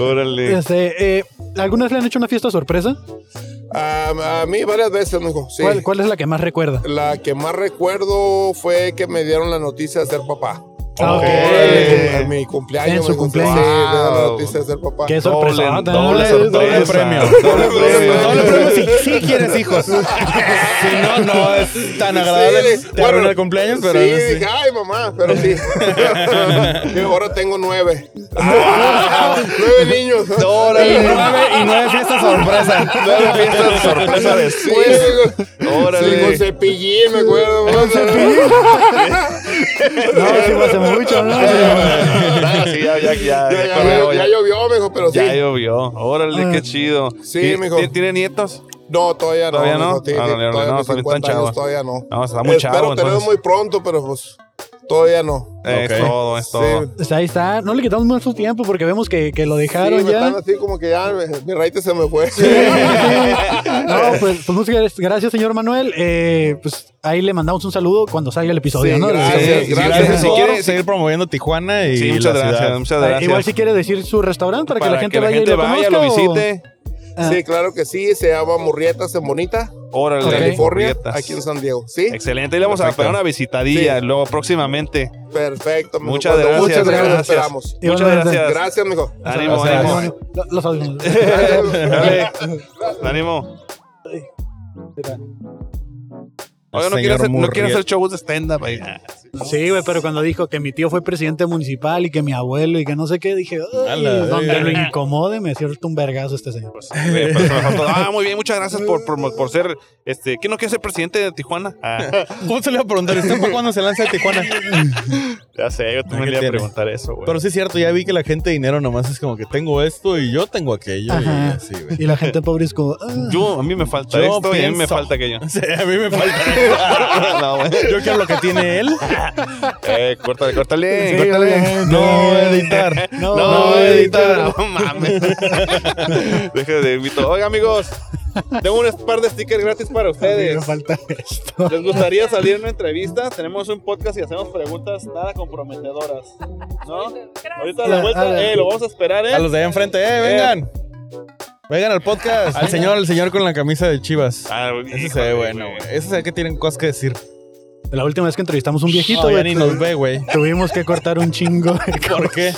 S2: Órale.
S4: Este, eh, ¿Alguna vez le han hecho una fiesta sorpresa?
S6: A, a mí varias veces, mijo. Sí.
S4: ¿Cuál, cuál es la que más recuerda?
S6: La que más recuerdo fue que me dieron la noticia de ser papá.
S4: Ah, ok.
S6: Eh, En mi cumpleaños.
S4: En su
S6: me cumplí-
S4: cumpleaños.
S6: Sí, me dieron la
S2: Wow.
S6: noticia de ser papá.
S4: Qué
S2: Doble,
S4: sorpresa.
S2: doble sorpresa.
S3: Doble premio.
S2: Doble premio.
S3: Doble premio si, si quieres hijos. si no, no es tan agradable.
S6: Sí,
S3: Te
S6: bueno,
S3: arruina el cumpleaños, pero
S6: sí,
S3: sí.
S6: dije, ay, mamá, pero sí. Y ahora tengo nueve. nueve niños.
S3: Y nueve, y nueve fiestas sorpresa.
S2: Nueve fiestas de sorpresa
S6: Sí,
S2: después.
S6: digo,
S2: Órale.
S6: sí, con cepillín, me acuerdo.
S4: No, sí, fue hace mucho, ¿no?
S2: Ah, sí, ya, ya, ya,
S6: Ya,
S2: ya
S6: ya,
S2: corrió,
S6: ya
S2: ya.
S6: llovió, mijo, pero sí. Ah.
S2: Ya llovió. Órale, qué chido.
S6: Sí,
S2: ¿Ti-
S6: mijo.
S2: ti- ¿Tiene nietos?
S6: No, todavía no.
S2: ¿Todavía no?
S6: mijo, sí,
S2: Ah,
S6: sí,
S2: no, no,
S6: todavía
S2: no,
S6: mis
S2: también están
S6: 50 años
S2: chavos.
S6: Todavía no.
S2: No, está muy
S6: Espero
S2: chavo,
S6: tenerlo
S2: entonces.
S6: muy pronto, pero pues todavía no.
S2: Eh, Es
S3: Ok.
S2: todo, es
S6: Sí.
S2: todo.
S4: Pues ahí está. No le quitamos mucho tiempo porque vemos que, que lo dejaron
S6: sí, me
S4: ya.
S6: están así como que ya me- mi raite se me fue.
S4: No, pues, pues muchas gracias- gracias, señor Manuel. Eh, pues ahí le mandamos un saludo cuando salga el episodio,
S6: Sí,
S4: ¿no?
S6: gracias,
S3: Gracias,
S2: Sí,
S3: gracias.
S2: Si
S3: por
S2: quieres-
S3: seguir promoviendo Tijuana y
S2: Sí,
S3: la
S2: muchas gracias,
S3: ciudad.
S2: muchas
S4: Eh,
S2: gracias.
S4: Igual si quiere decir su restaurante para, que la gente vaya y lo
S2: vaya,
S4: conozca. o-
S2: visite.
S4: Ah,
S6: Sí, claro que sí. Se llama Murrietas en Bonita,
S2: Órale,
S4: Ok.
S6: California,
S2: Prietas.
S6: aquí en San Diego. Sí,
S2: Excelente, y le vamos a
S3: Perfecto.
S2: pegar una visitadilla
S6: Sí.
S2: luego próximamente.
S6: perfecto. mijo.
S2: Muchas
S6: Cuando
S2: gracias,
S6: gusten, aquí los
S2: gracias.
S6: esperamos.
S2: Muchas
S4: Igualmente.
S2: gracias.
S6: Gracias, mijo.
S2: Ánimo,
S3: Gracias.
S2: ánimo.
S4: bueno, lo- los audífonos.
S2: Dale. Ánimo. Oye, no
S3: Señor
S2: quiere hacer, no quiere
S3: Murrieta.
S2: hacer shows de stand-up. ahí.
S4: Sí, güey, pero cuando dijo que mi tío fue presidente municipal y que mi abuelo y que no sé qué, dije, "Ay,
S3: A la
S4: donde
S3: verga. Pues,
S4: lo incomode me cierto un vergazo este señor.
S2: Eh, pero se me faltó. Ah, muy bien, muchas gracias por, por, por ser. Este, ¿Quién no quiere ser presidente de Tijuana? Ah,
S3: ¿Cómo se le va a preguntar? ¿Usted para cuándo se lanza a Tijuana? Ah,
S2: ya sé, yo
S3: ¿qué
S2: también le iba a
S3: tiene?
S2: preguntar eso, güey.
S3: Pero sí es cierto, ya vi que la gente de dinero nomás es como que tengo esto y yo tengo aquello. Y
S4: Ajá.
S3: así, güey.
S4: Y la gente pobre es como, "Ah".
S2: Yo, a mí me falta
S3: Yo
S2: esto y a mí me
S3: pienso.
S2: falta aquello.
S3: Sí, a mí me falta.
S2: No, güey.
S3: Yo quiero lo que tiene él.
S2: Eh, córtale, córtale.
S4: Sí,
S2: córtale. eh.
S4: obviamente.
S3: No editar.
S4: No,
S2: No, editar.
S4: editar.
S2: No mames. Deja de invito. Oiga, amigos, tengo un par de stickers gratis para
S4: Me
S2: ustedes.
S4: falta esto.
S2: ¿Les gustaría salir en una entrevista? Tenemos un podcast y hacemos preguntas nada comprometedoras. ¿No? Ahorita a la
S4: A ver.
S2: vuelta, eh, lo vamos a esperar,
S3: Ah, A
S2: eh.
S3: los de allá enfrente, eh, vengan. Vengan al podcast. Al señor, al señor con la camisa de Chivas.
S2: Ah,
S3: Ese
S2: híjole,
S3: se ve bueno,
S2: güey.
S3: güey. Ese se ve que tienen cosas que decir.
S4: La última vez que entrevistamos a un viejito,
S3: No, ya
S4: güey, pues,
S3: ni
S4: tu-
S3: nos ve, güey.
S4: tuvimos que cortar un chingo. de
S3: ¿Por qué?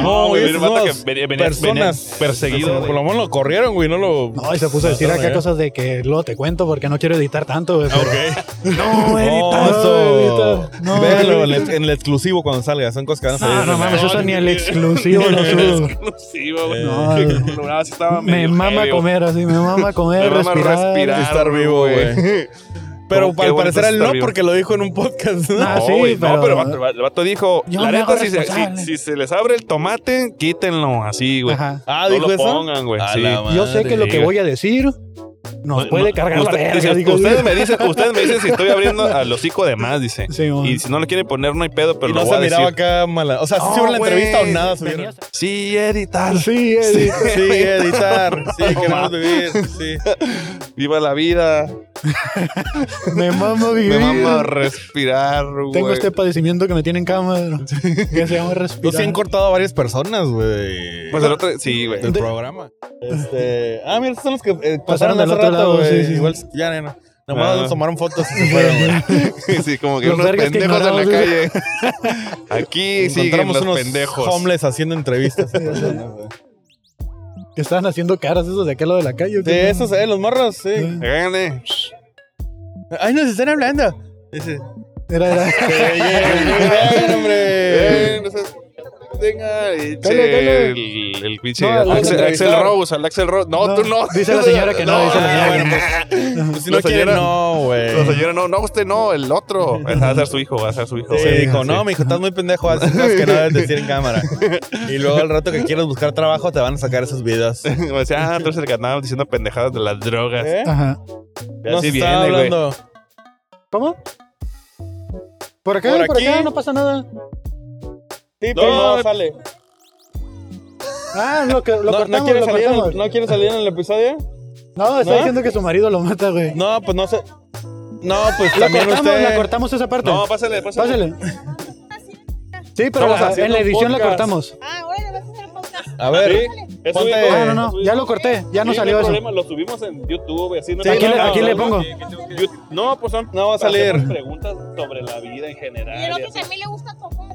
S2: No, güey,
S3: esas
S2: era un vato
S3: nuevas
S2: que venía- venía-
S3: personas
S2: venía perseguido,
S3: Por
S2: güey.
S3: lo eh. menos lo corrieron, güey, no lo...
S4: No, y se puso a decir acá cosas de que luego te cuento porque no quiero editar tanto, güey. pero-
S3: ¿Ah,
S4: No, edita,
S3: No,
S4: edita. No,
S3: Véanlo en
S4: edita.
S3: el- en el exclusivo cuando salga. Son cosas que van a
S4: No,
S3: salir.
S4: Ah, no mames, eso ni el exclusivo lo subo.
S2: exclusivo, güey.
S4: No,
S2: Qué
S4: güey.
S2: culo, nada, sí estaba
S4: Me
S2: medio
S4: mama
S2: heavy,
S4: comer, así, me mama
S2: güey.
S4: comer,
S2: Me mama
S4: respirar.
S2: respirar, Oh,
S3: estar vivo, güey. Pero
S2: Qué
S3: al
S2: bonito
S3: parecer
S2: es
S3: él
S2: estar
S3: no,
S2: vivo.
S3: porque lo dijo en un podcast. ¿no?
S4: Ah,
S2: no,
S4: sí,
S2: güey, no,
S4: pero-
S2: pero el vato- el vato dijo,
S4: Yo
S2: la
S4: me
S2: neta,
S4: hago
S2: si se, si,
S4: responsable.
S2: si se les abre el tomate, quítenlo así, güey.
S4: Ajá.
S3: Ah,
S2: no
S3: dijo
S2: lo
S3: eso.
S2: pongan, güey.
S3: A
S2: sí.
S3: la
S4: Yo sé que lo
S2: sí,
S4: que
S2: güey.
S4: voy a decir nos puede cargar la
S2: Usted-
S4: verga,
S2: dice,
S4: digo,
S2: ustedes, me dicen, ustedes me dicen si estoy abriendo al hocico de más, dice.
S4: Sí, mon.
S2: y si no le quieren poner, no hay pedo, pero
S3: y
S2: lo
S3: no
S2: voy
S3: se
S2: a
S3: miraba
S2: decir.
S3: acá mala. O sea, si
S2: No,
S3: subieron la
S2: güey.
S3: entrevista o nada subieron.
S4: Venías-
S2: Sí, editar.
S4: Sí, Eddie.
S3: Sí, editar. Sí, queremos vivir. Sí.
S2: Viva la vida.
S4: me mama vivir.
S2: Me mama respirar, güey.
S4: Tengo este padecimiento que me tiene en cama, que se llama
S3: No, sí
S4: respirar.
S3: han cortado a varias personas, güey.
S2: Pues el otro, sí, güey.
S3: del programa. Este, ah, mira, estos son los que eh, pasaron,
S4: Pasaron
S3: hace
S4: al otro
S3: rato,
S4: lado,
S3: güey.
S4: sí, sí.
S3: Igual, ya, ya, no. Nomás
S2: Ah.
S3: nos tomaron fotos y se fueron, güey.
S2: sí, como que
S4: Los
S2: unos
S4: vergas que
S2: pendejos en la
S4: ignoramos,
S2: calle. Aquí siguen
S3: Encontramos
S2: los
S3: unos
S2: pendejos.
S3: homeless haciendo entrevistas.
S4: Que estaban haciendo caras esos de aquel lado de la calle.
S3: De esos, eh, los morros, sí.
S2: Háganle.
S3: Ay, nos están hablando. Dice,
S4: Era, era.
S3: "Eh, eh, eh, hombre.
S2: Eh, no sé. Venga, eche
S4: Dale, dale.
S2: el, el pinche
S4: No, al
S2: Axel,
S3: entrevistar.
S2: Axel Rose, al Axel Rose. No,
S4: No,
S2: tú no. Ah,
S4: dice la señora que no, dice la señora que
S3: Pues si no
S2: La
S3: quiere,
S2: señora-
S3: no, güey.
S2: La señora no, no, usted no, el otro. Va a ser su hijo, va a ser su hijo.
S3: Sí,
S2: güey.
S3: dijo,
S2: Sí.
S3: no, mijo, estás muy pendejo, haz cosas que no debes decir en cámara. Y luego al rato que quieras buscar trabajo, te van a sacar esos videos.
S2: Me decía, ah, tú eres el que andaba diciendo pendejadas de las drogas.
S3: ¿Eh?
S4: Ajá.
S2: Y
S3: Nos
S2: Así
S3: estaba
S2: viene, güey.
S3: hablando.
S4: ¿Cómo? Por acá,
S3: Por
S4: por,
S3: aquí.
S4: acá, no pasa nada.
S3: Tipo,
S2: No,
S3: no sale.
S4: Ah, lo, que, lo
S3: no,
S4: cortamos,
S3: no quiere
S4: lo
S3: salir,
S4: cortamos.
S3: en- ¿No quiere salir en el episodio?
S4: No, está
S3: ¿No?
S4: diciendo que su marido lo mata, güey.
S3: No, pues no sé. No, pues
S4: La
S3: también
S4: cortamos, la
S3: usted.
S4: cortamos esa parte.
S2: No, pásale, pásale.
S4: Pásale. Sí, pero
S3: Estamos
S4: la- en
S3: haciendo
S4: la edición la
S3: podcast.
S4: cortamos.
S7: Ah, bueno, vas a hacer podcast.
S3: a ver,
S2: Es
S3: Ponte-
S2: un-
S4: Ah, no, no, ya lo corté, ya no
S2: Sí,
S4: salió
S2: hay
S4: eso.
S2: problema, Lo subimos en YouTube, así no
S3: Sí,
S2: hay
S4: aquí le-
S2: problema.
S4: aquí le pongo.
S2: Yo- No, pues son
S3: no va a salir.
S2: hacemos preguntas sobre la vida en general.
S7: Y el
S2: y
S7: otro
S2: así.
S7: también le gusta comer.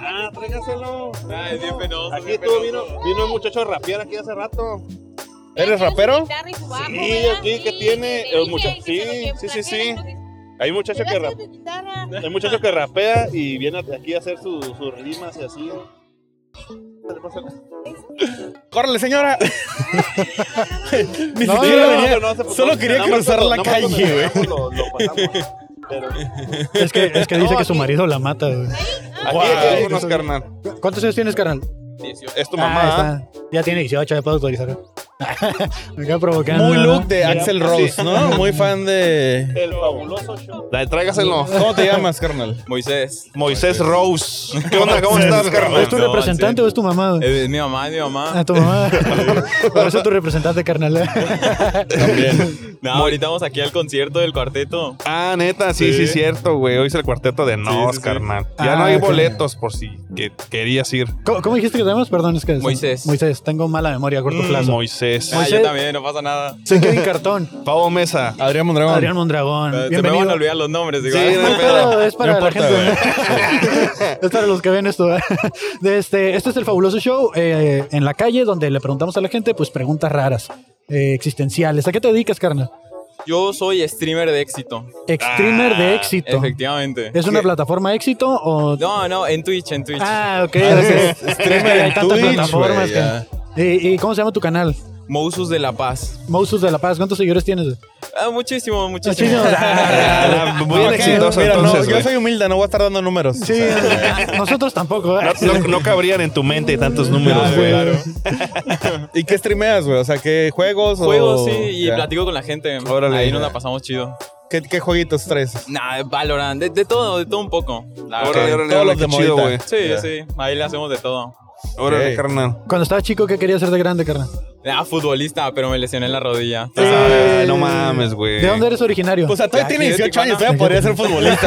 S2: Ah, tráigaselo. Ay, bien penoso. Aquí tú vino, vino el muchacho a rapear aquí hace rato.
S3: ¿Eres rapero?
S2: Sí, aquí, ¿qué tiene? El muchacho- sí, sí, sí, sí. Hay un muchacho que rapea.
S7: ah.
S2: Hay un muchacho que rapea y viene aquí a hacer su- sus rimas y así.
S3: ¡Córrele, señora! Ni
S4: No,
S3: siquiera
S4: no,
S3: venía.
S2: no, no, no,
S3: Solo
S2: no,
S3: quería
S2: nada más
S3: cruzar
S2: cuando-
S3: la
S2: nada más cuando
S3: calle, güey.
S2: llegamos Lo, lo pasamos. Pero,
S4: Es que, es que dice que su marido la mata, güey.
S2: aquí
S3: Wow.
S2: hay unos carnal.
S4: ¿Cuántos años tienes, carnal?
S2: Es tu
S4: Ah,
S2: mamá.
S4: está. Ya tiene 18, ya puedo autorizar. Me acaba provocando.
S3: Muy
S4: ¿no?
S3: look de
S2: Mira,
S3: Axel
S2: sí.
S3: Rose, ¿no? Muy fan de.
S2: El fabuloso show. Dale, tráigaselo.
S3: ¿Cómo te llamas, carnal?
S8: Moisés.
S2: Moisés Rose. ¿Qué onda? ¿Cómo estás,
S4: ¿Es tu
S2: carnal? Eh,
S8: No,
S4: representante
S8: sí.
S4: o es tu mamá? güey?
S8: Es mi mamá, es mi
S4: Ah,
S8: mamá.
S4: tu mamá. Por eso tu representante, carnal.
S8: También. No, ahorita vamos aquí al concierto del cuarteto.
S2: Ah, neta, sí, sí,
S8: Sí.
S2: cierto, güey. Hoy es el cuarteto de Nos,
S8: sí, sí.
S2: carnal. Ya
S4: Ah,
S2: no hay
S4: ok.
S2: boletos por si que querías ir.
S4: ¿Cómo, cómo dijiste que te llamas? Perdón, es que.
S8: Moisés.
S4: Moisés, tengo mala memoria a corto plazo.
S2: Mm, Moisés.
S8: Ah,
S4: Moisés.
S8: yo también, no pasa nada.
S4: Sé que en cartón.
S2: Pavo Mesa.
S3: Adrián Mondragón.
S4: Adrián Mondragón.
S8: Eh, Se me van a
S4: Bienvenido.
S8: olvidar los nombres, digo.
S2: Sí,
S8: ah,
S2: no hay
S4: No,
S2: pedo.
S4: pero es para
S3: No
S4: la
S3: importa,
S4: gente. es para los que ven esto. De este, este es el fabuloso show eh, en la calle donde le preguntamos a la gente pues preguntas raras, eh, existenciales. ¿A qué te dedicas, carnal?
S8: Yo soy streamer de éxito. Ah,
S4: Extremer de éxito.
S8: Efectivamente.
S4: ¿Es una plataforma éxito o...?
S8: No, no, en Twitch, en Twitch.
S4: Ah, ok.
S3: Ah,
S4: ok.
S3: es streamer
S4: Hay
S3: en
S4: tantas
S3: Twitch,
S4: plataformas.
S3: güey,
S4: que-
S3: ya.
S4: ¿Y, y cómo se llama tu canal?
S8: Mousus de La Paz.
S4: Mousus de la Paz. ¿Cuántos seguidores tienes?
S8: Ah, muchísimo, muchísimo.
S4: Muchísimos.
S2: Ah, Muy bien
S3: Ok,
S2: exitoso,
S3: mira, no,
S2: entonces,
S3: yo
S2: güey.
S3: soy humilde, no voy a estar dando números.
S4: Sí, nosotros tampoco. ¿eh?
S2: No, no- no cabrían en tu mente tantos números,
S8: Claro,
S2: güey.
S8: claro.
S3: ¿Y qué streameas, güey? O sea, ¿qué juegos? o-
S8: Juegos, sí, y
S3: Ya.
S8: platico con la gente.
S2: Órale.
S8: Ahí nos la pasamos chido.
S3: ¿Qué, qué jueguitos traes?
S8: Nah, Valorant, de, de todo, de todo un poco. La
S2: Órale,
S8: verdad.
S2: órale,
S3: Todo
S2: órale,
S3: lo
S2: qué
S3: de
S2: chido, güey.
S3: Morita.
S8: Sí,
S3: Ya.
S8: sí, ahí le hacemos de todo.
S2: Órale,
S3: Ok.
S2: carnal.
S4: Cuando estabas chico, ¿qué querías ser de grande, carnal?
S8: Ah, futbolista, pero me lesioné en la rodilla.
S2: Ah, no mames, güey.
S4: ¿De dónde eres originario?
S3: Pues a
S8: todavía
S3: tiene
S8: tiene
S3: 18
S8: 18
S3: años,
S8: años,
S3: todavía podría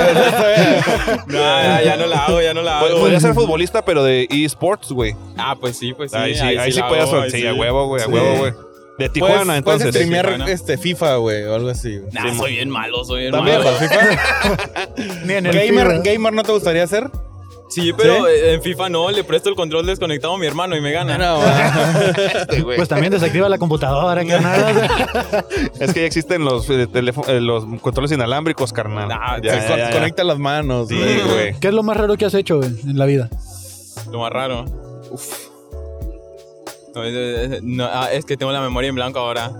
S3: ser futbolista.
S8: No, ya, ya no la hago, ya no la
S2: Pod-
S8: hago.
S2: Podría ser futbolista, pero de eSports, güey.
S8: Ah, pues sí, pues sí.
S2: ahí sí, ahí sí
S8: la
S2: puedes.
S8: hago, ahí
S2: Sí, a huevo, güey, a huevo, güey. De Tijuana,
S3: puedes,
S2: entonces.
S3: Puedes streamear,
S8: Tijuana.
S3: este, FIFA, güey, o algo así. güey.
S8: Nah, soy bien malo, soy bien
S3: ¿También
S8: malo.
S3: para FIFA?
S4: Ni en el
S3: gamer,
S4: FIFA.
S3: ¿Gamer no te gustaría hacer?
S8: Sí, pero eh, en FIFA no, le presto el control desconectado a mi hermano y me gana.
S4: Pues también desactiva la computadora, carnal.
S2: Es que ya existen los, eh, teléfo- eh, los controles inalámbricos, carnal.
S8: Nah,
S2: Ya,
S3: Se
S2: ya,
S3: con-
S2: ya, ya.
S3: conecta las manos.
S2: Sí,
S3: güey.
S2: güey.
S4: ¿Qué es lo más raro que has hecho güey, en la vida?
S8: Lo más raro. No, es, es- no, ah, es que tengo la memoria en blanco ahora.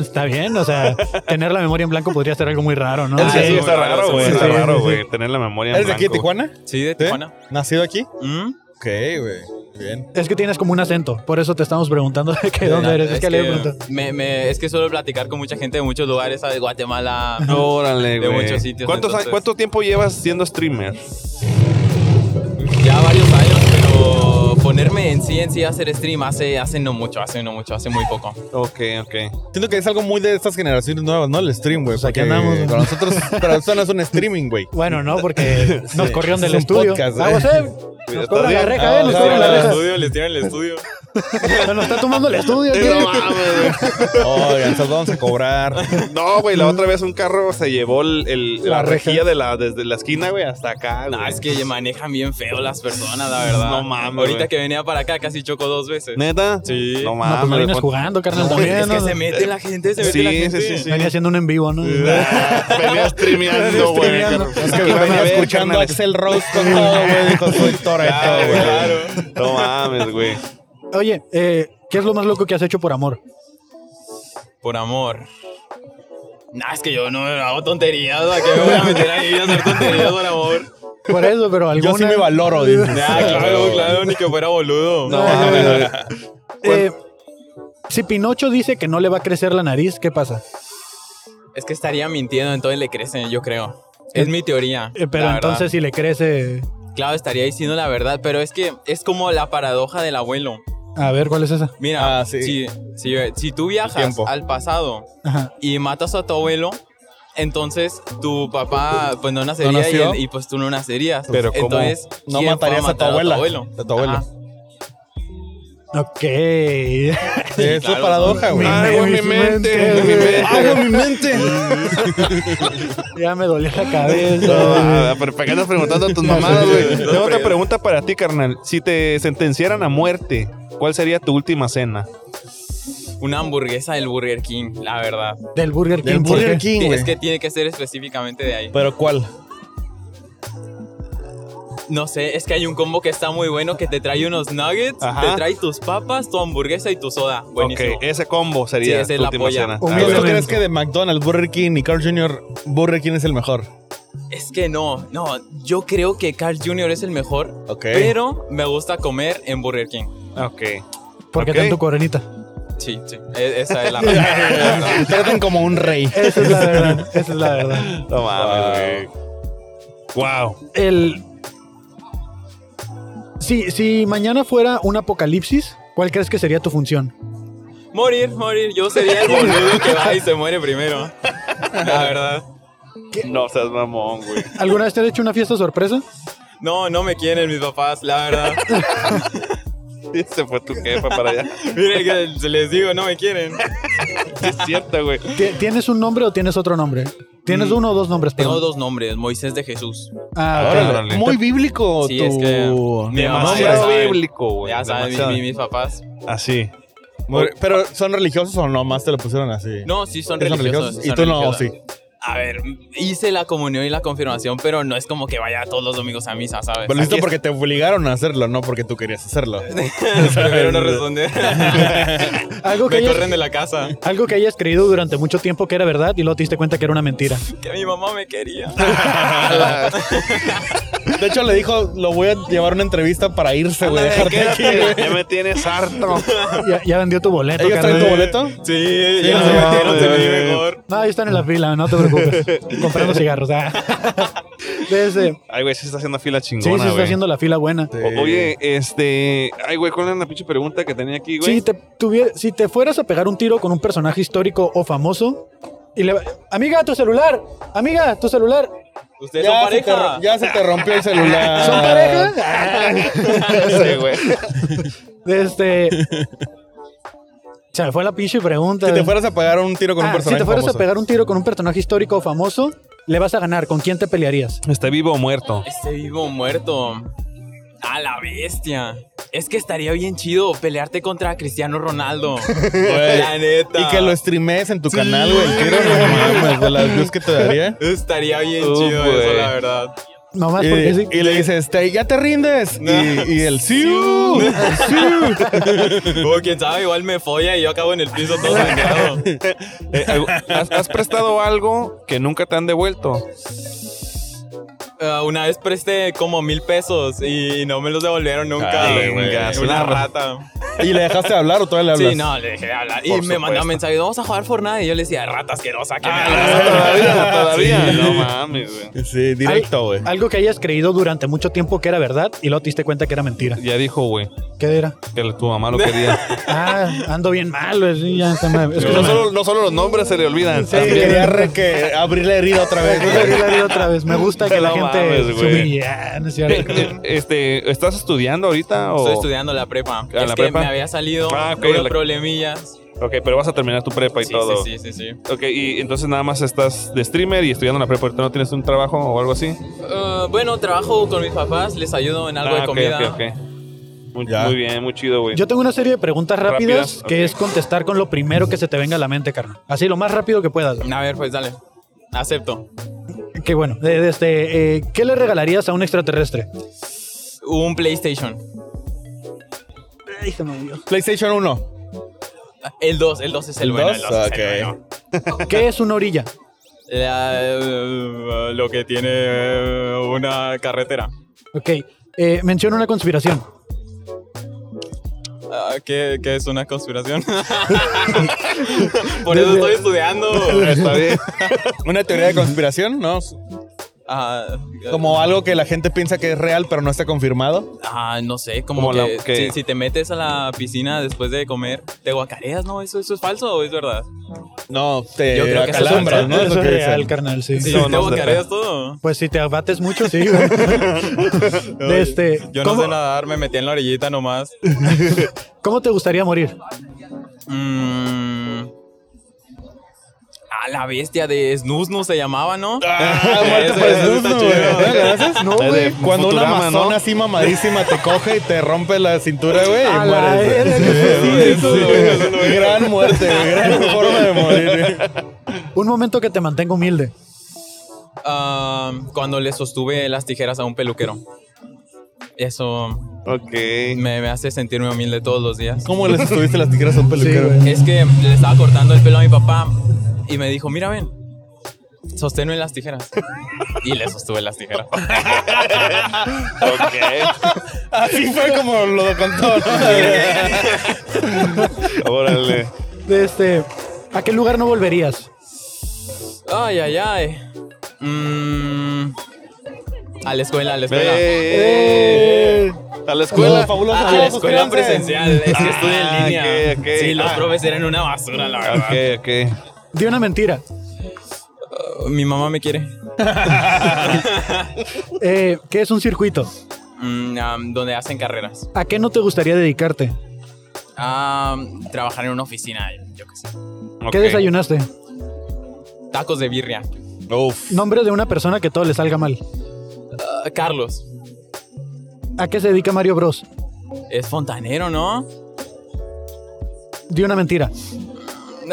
S4: Está bien, o sea, tener la memoria en blanco podría ser algo muy raro, ¿no?
S2: Ah,
S8: Ah,
S2: sí,
S8: es muy
S2: está
S8: raro,
S2: raro,
S8: sí,
S2: güey.
S8: sí,
S2: Está
S4: sí,
S2: raro,
S4: sí,
S2: güey. Tener la memoria en
S3: ¿Eres de aquí de
S2: blanco, güey.
S3: Tijuana?
S8: Sí, de
S3: ¿Sí?
S8: Tijuana.
S3: ¿Nacido aquí?
S8: Mm.
S3: Ok, güey. Bien.
S4: Es que tienes como un acento, por eso te estamos preguntando de que dónde
S8: Ah,
S4: eres. Es que le
S8: que
S4: pregunto.
S8: me, me- es que suelo platicar con mucha gente de muchos lugares, ¿sabes? Guatemala.
S2: Órale,
S8: De
S2: güey.
S8: muchos sitios,
S2: ¿Cuántos a-
S8: entonces.
S2: ¿Cuánto tiempo llevas siendo streamer?
S8: Ya varios años, pero ponerme en sí, en sí, a hacer stream hace, hace no mucho, hace no mucho, hace muy poco.
S2: Ok, ok.
S3: Siento que es algo muy de estas generaciones nuevas, ¿no? El stream, güey.
S4: Pues aquí
S3: porque
S4: andamos, güey.
S3: Para nosotros, para nosotros no es un streaming, güey.
S4: Bueno, no, porque nos
S3: Sí,
S4: corrieron del
S3: es un
S4: estudio.
S3: podcast,
S4: Aguas,
S3: ¿eh?
S4: eh. Nos cobran
S3: Ah,
S4: la reja, eh, nos
S3: no,
S4: cobran
S3: no,
S4: la
S8: el
S4: reja.
S8: estudio, les tiran el estudio.
S4: Se nos está tomando el estudio.
S2: No
S4: ¿qué?
S2: mames, güey.
S3: Oigan, se los vamos a cobrar.
S2: No, güey, la otra vez un carro se llevó el, el- la,
S4: La reja.
S2: rejilla de la, desde la esquina, güey, hasta acá,
S8: Nah,
S2: güey.
S8: es que manejan bien feo las personas, la verdad.
S2: No mames,
S8: Ahorita
S2: güey.
S8: que venía para acá casi choco dos veces.
S2: ¿Neta?
S8: Sí.
S4: No, pues
S2: No
S8: No,
S4: no
S2: mames.
S4: vienes
S2: güey.
S4: jugando, carnal, también.
S8: es que
S4: ¿no?
S8: se mete la gente, se mete
S2: Sí,
S8: la gente.
S2: sí, sí, sí.
S4: Venía haciendo un en vivo, ¿no?
S2: Ah, Venía streameando, güey.
S4: streameando.
S2: Es
S3: que venía escuchando a Axel Rose con todo, güey. Dijo, soy Toreto,
S2: Claro,
S3: güey.
S2: güey. No mames, güey.
S4: Oye, eh, ¿qué es lo más loco que has hecho por amor?
S8: Por amor. Nah, es que yo no hago tonterías, ¿a qué me voy a meter ahí a hacer tonterías por amor?
S4: Por eso, pero alguna...
S3: Yo sí me valoro, dice.
S8: Nah, Ah, claro, claro, ni que fuera boludo.
S2: No mames, güey.
S4: Eh, si Pinocho dice que no le va a crecer la nariz, ¿qué pasa?
S8: Es que estaría mintiendo, entonces le crecen, yo creo. Es mi teoría.
S4: Eh, pero
S8: la verdad.
S4: entonces si le crece...
S8: Claro, estaría diciendo la verdad, pero es que es como la paradoja del abuelo.
S4: A ver, ¿cuál es esa?
S8: Mira,
S3: Ah, sí.
S8: si, si, eh, si tú viajas
S3: tiempo.
S8: al pasado
S4: Ajá.
S8: y matas a tu abuelo, entonces tu papá pues no
S3: ¿No
S8: nacería y-
S3: nació?
S8: y, pues tú no nacerías.
S2: Pero ¿cómo?
S8: entonces,
S3: No
S8: ¿quién fue
S3: matarías a tu
S8: matar
S3: abuela.
S8: abuelo?
S3: A tu abuelo.
S8: Ajá.
S4: Ok.
S3: Sí, es
S8: claro,
S3: la paradoja, güey.
S2: Ay, güey, mi mente,
S4: güey.
S2: mi mente.
S3: Hago mi mente.
S4: ya me dolió la
S2: No,
S4: cabeza.
S2: ah, pero ¿para qué andas preguntando a tus mamadas, güey? Tengo otra pregunta para ti, carnal. Si te sentenciaran a muerte, ¿cuál sería tu última cena?
S8: Una hamburguesa del Burger King, la verdad.
S4: Del Burger King.
S3: Del
S4: ¿por qué?
S3: Burger King, güey.
S8: es que tiene que ser específicamente de ahí.
S3: Pero ¿cuál?
S8: No sé, es que hay un combo que está muy bueno que te trae unos nuggets,
S2: Ajá.
S8: te trae tus papas, tu hamburguesa y tu soda. Buenísimo.
S2: Ok, ese combo sería
S8: Sí, esa es
S2: tu
S8: la
S2: última
S8: polla.
S2: cena.
S4: Un
S2: A
S4: beso.
S2: ver.
S3: ¿Tú crees que de McDonald's, Burger King y Carl Jr., Burger King es el mejor?
S8: Es que no, no, yo creo que Carl Jr. es el mejor,
S3: Ok.
S8: pero me gusta comer en Burger King.
S2: Ok.
S4: Porque
S2: Ok.
S4: te dan tu coronita.
S8: Sí, sí, e- esa es la verdad.
S3: Te Tratan como un rey.
S4: Esa es la verdad. Esa es la verdad.
S2: No mames, güey. Wow.
S4: El... Si, si mañana fuera un apocalipsis, ¿cuál crees que sería tu función?
S8: Morir, morir, yo sería el boludo que va y se muere primero. La verdad.
S2: No seas mamón, güey.
S4: ¿Alguna vez te han hecho una fiesta sorpresa?
S8: No, no me quieren mis papás, la verdad.
S2: Se fue tu jefa para allá.
S8: Miren que se les digo, no me quieren.
S2: Sí, es cierto, güey. Mm.
S4: ¿Ti- ¿Tienes un nombre o tienes otro nombre? ¿Tienes uno o dos nombres?
S8: Tengo
S4: perdón?
S8: dos nombres, Moisés de Jesús.
S4: Ah, ok.
S3: Órale.
S2: Órale.
S3: Muy bíblico
S8: Sí,
S3: tu...
S8: es que- Mi mamá ya
S2: Demasiado
S8: sabe.
S2: bíblico, güey.
S8: ya saben mi-
S2: Demasiado.
S8: mi- mis papás.
S2: Así.
S3: Muy- Pero ¿son religiosos o no? Más te lo pusieron así.
S8: No, sí
S3: ¿Son
S8: son religiosos.
S3: religiosos?
S8: sí
S3: Y
S8: son
S3: tú no,
S8: religiosos.
S3: sí.
S8: A ver, hice la comunión y la confirmación, pero no es como que vaya todos los domingos a misa, ¿sabes?
S3: Pero lo hiciste
S8: Aquí
S3: porque te obligaron a hacerlo, no porque tú querías hacerlo.
S8: es- Prefiero no responder.
S4: Algo que
S8: Me
S4: hayas-
S8: corren de la casa.
S4: Algo que hayas creído durante mucho tiempo que era verdad y luego te diste cuenta que era una mentira.
S8: Que mi mamá me quería.
S3: De hecho, le dijo, lo voy a llevar a una entrevista para irse, güey. Dejarte aquí, güey.
S2: Ya me tienes harto.
S4: Ya, ya vendió tu boleto.
S3: ¿Ellos traen
S4: carnal.
S3: tu boleto?
S8: Sí, ya
S2: no,
S8: se metieron, se me
S2: güey.
S8: dio mejor.
S4: No, ahí están en la fila, no te preocupes. Comprando cigarros. ah. Desde-
S2: Ay, güey, sí está haciendo fila
S4: sí, sí,
S2: chingona,
S4: está
S2: güey.
S4: haciendo la fila buena.
S2: O- Oye, este. Ay, güey, ¿cuál era la pinche pregunta que tenía aquí, güey?
S4: Si te, tuvie- si te fueras a pegar un tiro con un personaje histórico o famoso y le... Amiga, tu celular. Amiga, tu celular.
S8: Ustedes son
S3: se te,
S8: pareja.
S3: ro- ya se te rompió el celular.
S4: ¿Son pareja?
S2: Sí, güey.
S4: Este... Se me fue la pinche pregunta.
S3: Si te fueras a pagar un tiro con
S4: Ah,
S3: un
S4: si
S3: personaje
S4: te fueras a
S3: famoso.
S4: pegar un tiro con un personaje histórico o famoso, le vas a ganar. ¿Con quién te pelearías?
S2: ¿Está vivo o muerto?
S8: Este vivo o muerto. A la bestia. Es que estaría bien chido pelearte contra Cristiano Ronaldo. la neta.
S3: Y que lo streamees en tu
S8: Sí.
S3: canal, güey. El tiro, no mames, de las views que te daría.
S8: Estaría bien
S2: Uf,
S8: chido eso,
S2: güey.
S8: la verdad.
S4: Nomás
S3: Y,
S4: porque sí.
S3: y le dices, "Te- ya te rindes. Y, y el sí.
S8: O quien sabe, igual me folla y yo acabo en el piso todo sangrado.
S2: Eh, algo- ¿has, has prestado algo que nunca te han devuelto?
S8: Ah, una vez presté como mil pesos y no me los devolvieron nunca.
S2: Ay, güey.
S8: Chingas, una rata.
S3: ¿Y le dejaste hablar o todavía le hablas?
S8: Sí, no, le dejé de hablar. Y
S2: Por
S8: me mandaba
S2: supuesto. Ah,
S8: mensaje, vamos a jugar Fortnite. Y yo le decía, rata asquerosa, que me hablas?".
S2: Todavía, todavía. No mames, güey.
S3: Sí, directo, güey.
S4: Algo que hayas creído durante mucho tiempo que era verdad y luego te diste cuenta que era mentira.
S2: Ya dijo, güey,
S4: ¿Qué era?
S2: que la- tu mamá lo quería.
S4: Ah, ando bien mal, güey. sí, ya está mal. Es que se
S2: no,
S4: me-
S2: solo, no solo los nombres se le olvidan.
S4: Sí.
S2: también.
S3: Quería re- que abrir la herida otra vez.
S4: Yo le di la vida otra vez. Me gusta que la
S2: No
S4: gente
S2: mames,
S4: se
S2: güey.
S4: humille. Ah, no es cierto.
S2: Eh, eh, Este, ¿estás estudiando ahorita Ah, o...?
S8: Estoy estudiando la prepa.
S2: ¿A
S8: es
S2: la
S8: que
S2: prepa?
S8: me había salido
S2: Ah, ok,
S8: unos
S2: la-
S8: problemillas.
S2: Ok, pero vas a terminar tu prepa y
S8: sí,
S2: todo.
S8: sí, sí, sí, sí.
S2: Ok, y entonces nada más estás de streamer y estudiando la prepa. ¿Ahorita no tienes un trabajo o algo así?
S8: Ah, bueno, trabajo con mis papás, les ayudo en algo
S2: Ah,
S8: de
S2: ok,
S8: comida.
S2: ok, ok. Muy,
S3: Ya.
S2: muy bien, muy chido, güey.
S4: Yo tengo una serie de preguntas rápidas,
S2: Rápidas,
S4: que
S2: ok.
S4: es contestar con lo primero que se te venga a la mente, carnal. Así, lo más rápido que puedas.
S8: A ver, pues dale. Acepto.
S4: Qué bueno. Eh, de este, eh, ¿Qué le regalarías a un extraterrestre?
S8: Un PlayStation.
S3: PlayStation 1.
S8: El 2, el 2 es el,
S3: ¿El
S8: bueno. El
S3: dos?
S8: 2 es el
S3: Ok.
S8: bueno.
S4: ¿Qué es una orilla?
S8: La, eh, lo que tiene eh, una carretera.
S4: Ok. Eh, menciona una conspiración.
S8: Ah, ¿Qué, qué es una conspiración? Por eso estoy estudiando.
S2: Está bien.
S3: Una teoría de conspiración, ¿no?
S8: Ah,
S3: Como algo que la gente piensa que es real, pero no está confirmado.
S8: Ah, no sé, como,
S2: Como la-
S8: que,
S2: que-
S8: Si, si te metes a la piscina después de comer, te guacareas, ¿no? ¿Eso, eso es falso o es verdad?
S3: No, te
S8: Yo creo que eso es
S3: acalambras, ¿no?
S4: Eso
S3: Eso
S4: es
S3: que
S4: real,
S3: dicen.
S4: carnal, sí.
S8: Sí,
S2: No,
S8: te
S2: no es de
S8: guacareas todo.
S4: Pues si te abates mucho, sí. güey. De este,
S8: Yo no
S4: ¿cómo,
S8: sé nadar, me metí en la orillita nomás.
S4: cómo te gustaría morir?
S8: Mm. A Ah, la bestia de Snusnu se llamaba, ¿no?
S3: Ah, muerte
S8: Ese-
S3: por
S8: ese
S3: snus,
S8: pues, está
S3: no,
S8: chido.
S3: güey. Gracias. No,
S2: Es de
S3: güey. Cuando una
S2: Futurama, ¿no?
S3: amazona así mamadísima te coge y te rompe la cintura, güey,
S4: A
S3: y
S4: la
S3: mueres.
S4: verga,
S3: Sí,
S4: qué
S3: güey, sí, güey. Gran muerte, güey. Gran forma de morir, güey.
S4: Un momento que te mantenga humilde.
S8: Ah, cuando le sostuve las tijeras a un peluquero. Eso
S2: ok.
S8: me, me hace sentirme humilde todos los días.
S3: ¿Cómo les estuviste las tijeras a un peluquero?
S4: güey.
S8: Es que le estaba cortando el pelo a mi papá y me dijo, mira, ven, sosténme las tijeras. Y le sostuve las tijeras.
S2: Ok.
S3: Así fue como lo contó.
S2: Órale.
S4: De este, ¿A qué lugar no volverías?
S8: Ay, ay, ay. Mm, a la escuela, a la escuela.
S2: Eh, A la escuela.
S8: Ah,
S3: fabulosa.
S8: a la escuela presencial, es que estudié en
S2: Ah,
S8: línea.
S2: ok, ok.
S8: Sí, los
S2: Ah.
S8: profes eran una basura, la verdad.
S2: Ok, Eh, ok.
S4: Di una mentira.
S8: Uh, Mi mamá me quiere.
S4: Eh, ¿Qué es un circuito?
S8: Mm, am, donde hacen carreras.
S4: ¿A qué no te gustaría dedicarte?
S8: Am, trabajar en una oficina, yo qué sé.
S4: ¿Qué
S2: Ok.
S4: desayunaste?
S8: Tacos de birria.
S3: Uf.
S4: Nombre de una persona que todo le salga mal.
S8: Ah, Carlos,
S4: ¿A qué se dedica Mario Bros?
S8: es fontanero, ¿no?
S4: Di una mentira.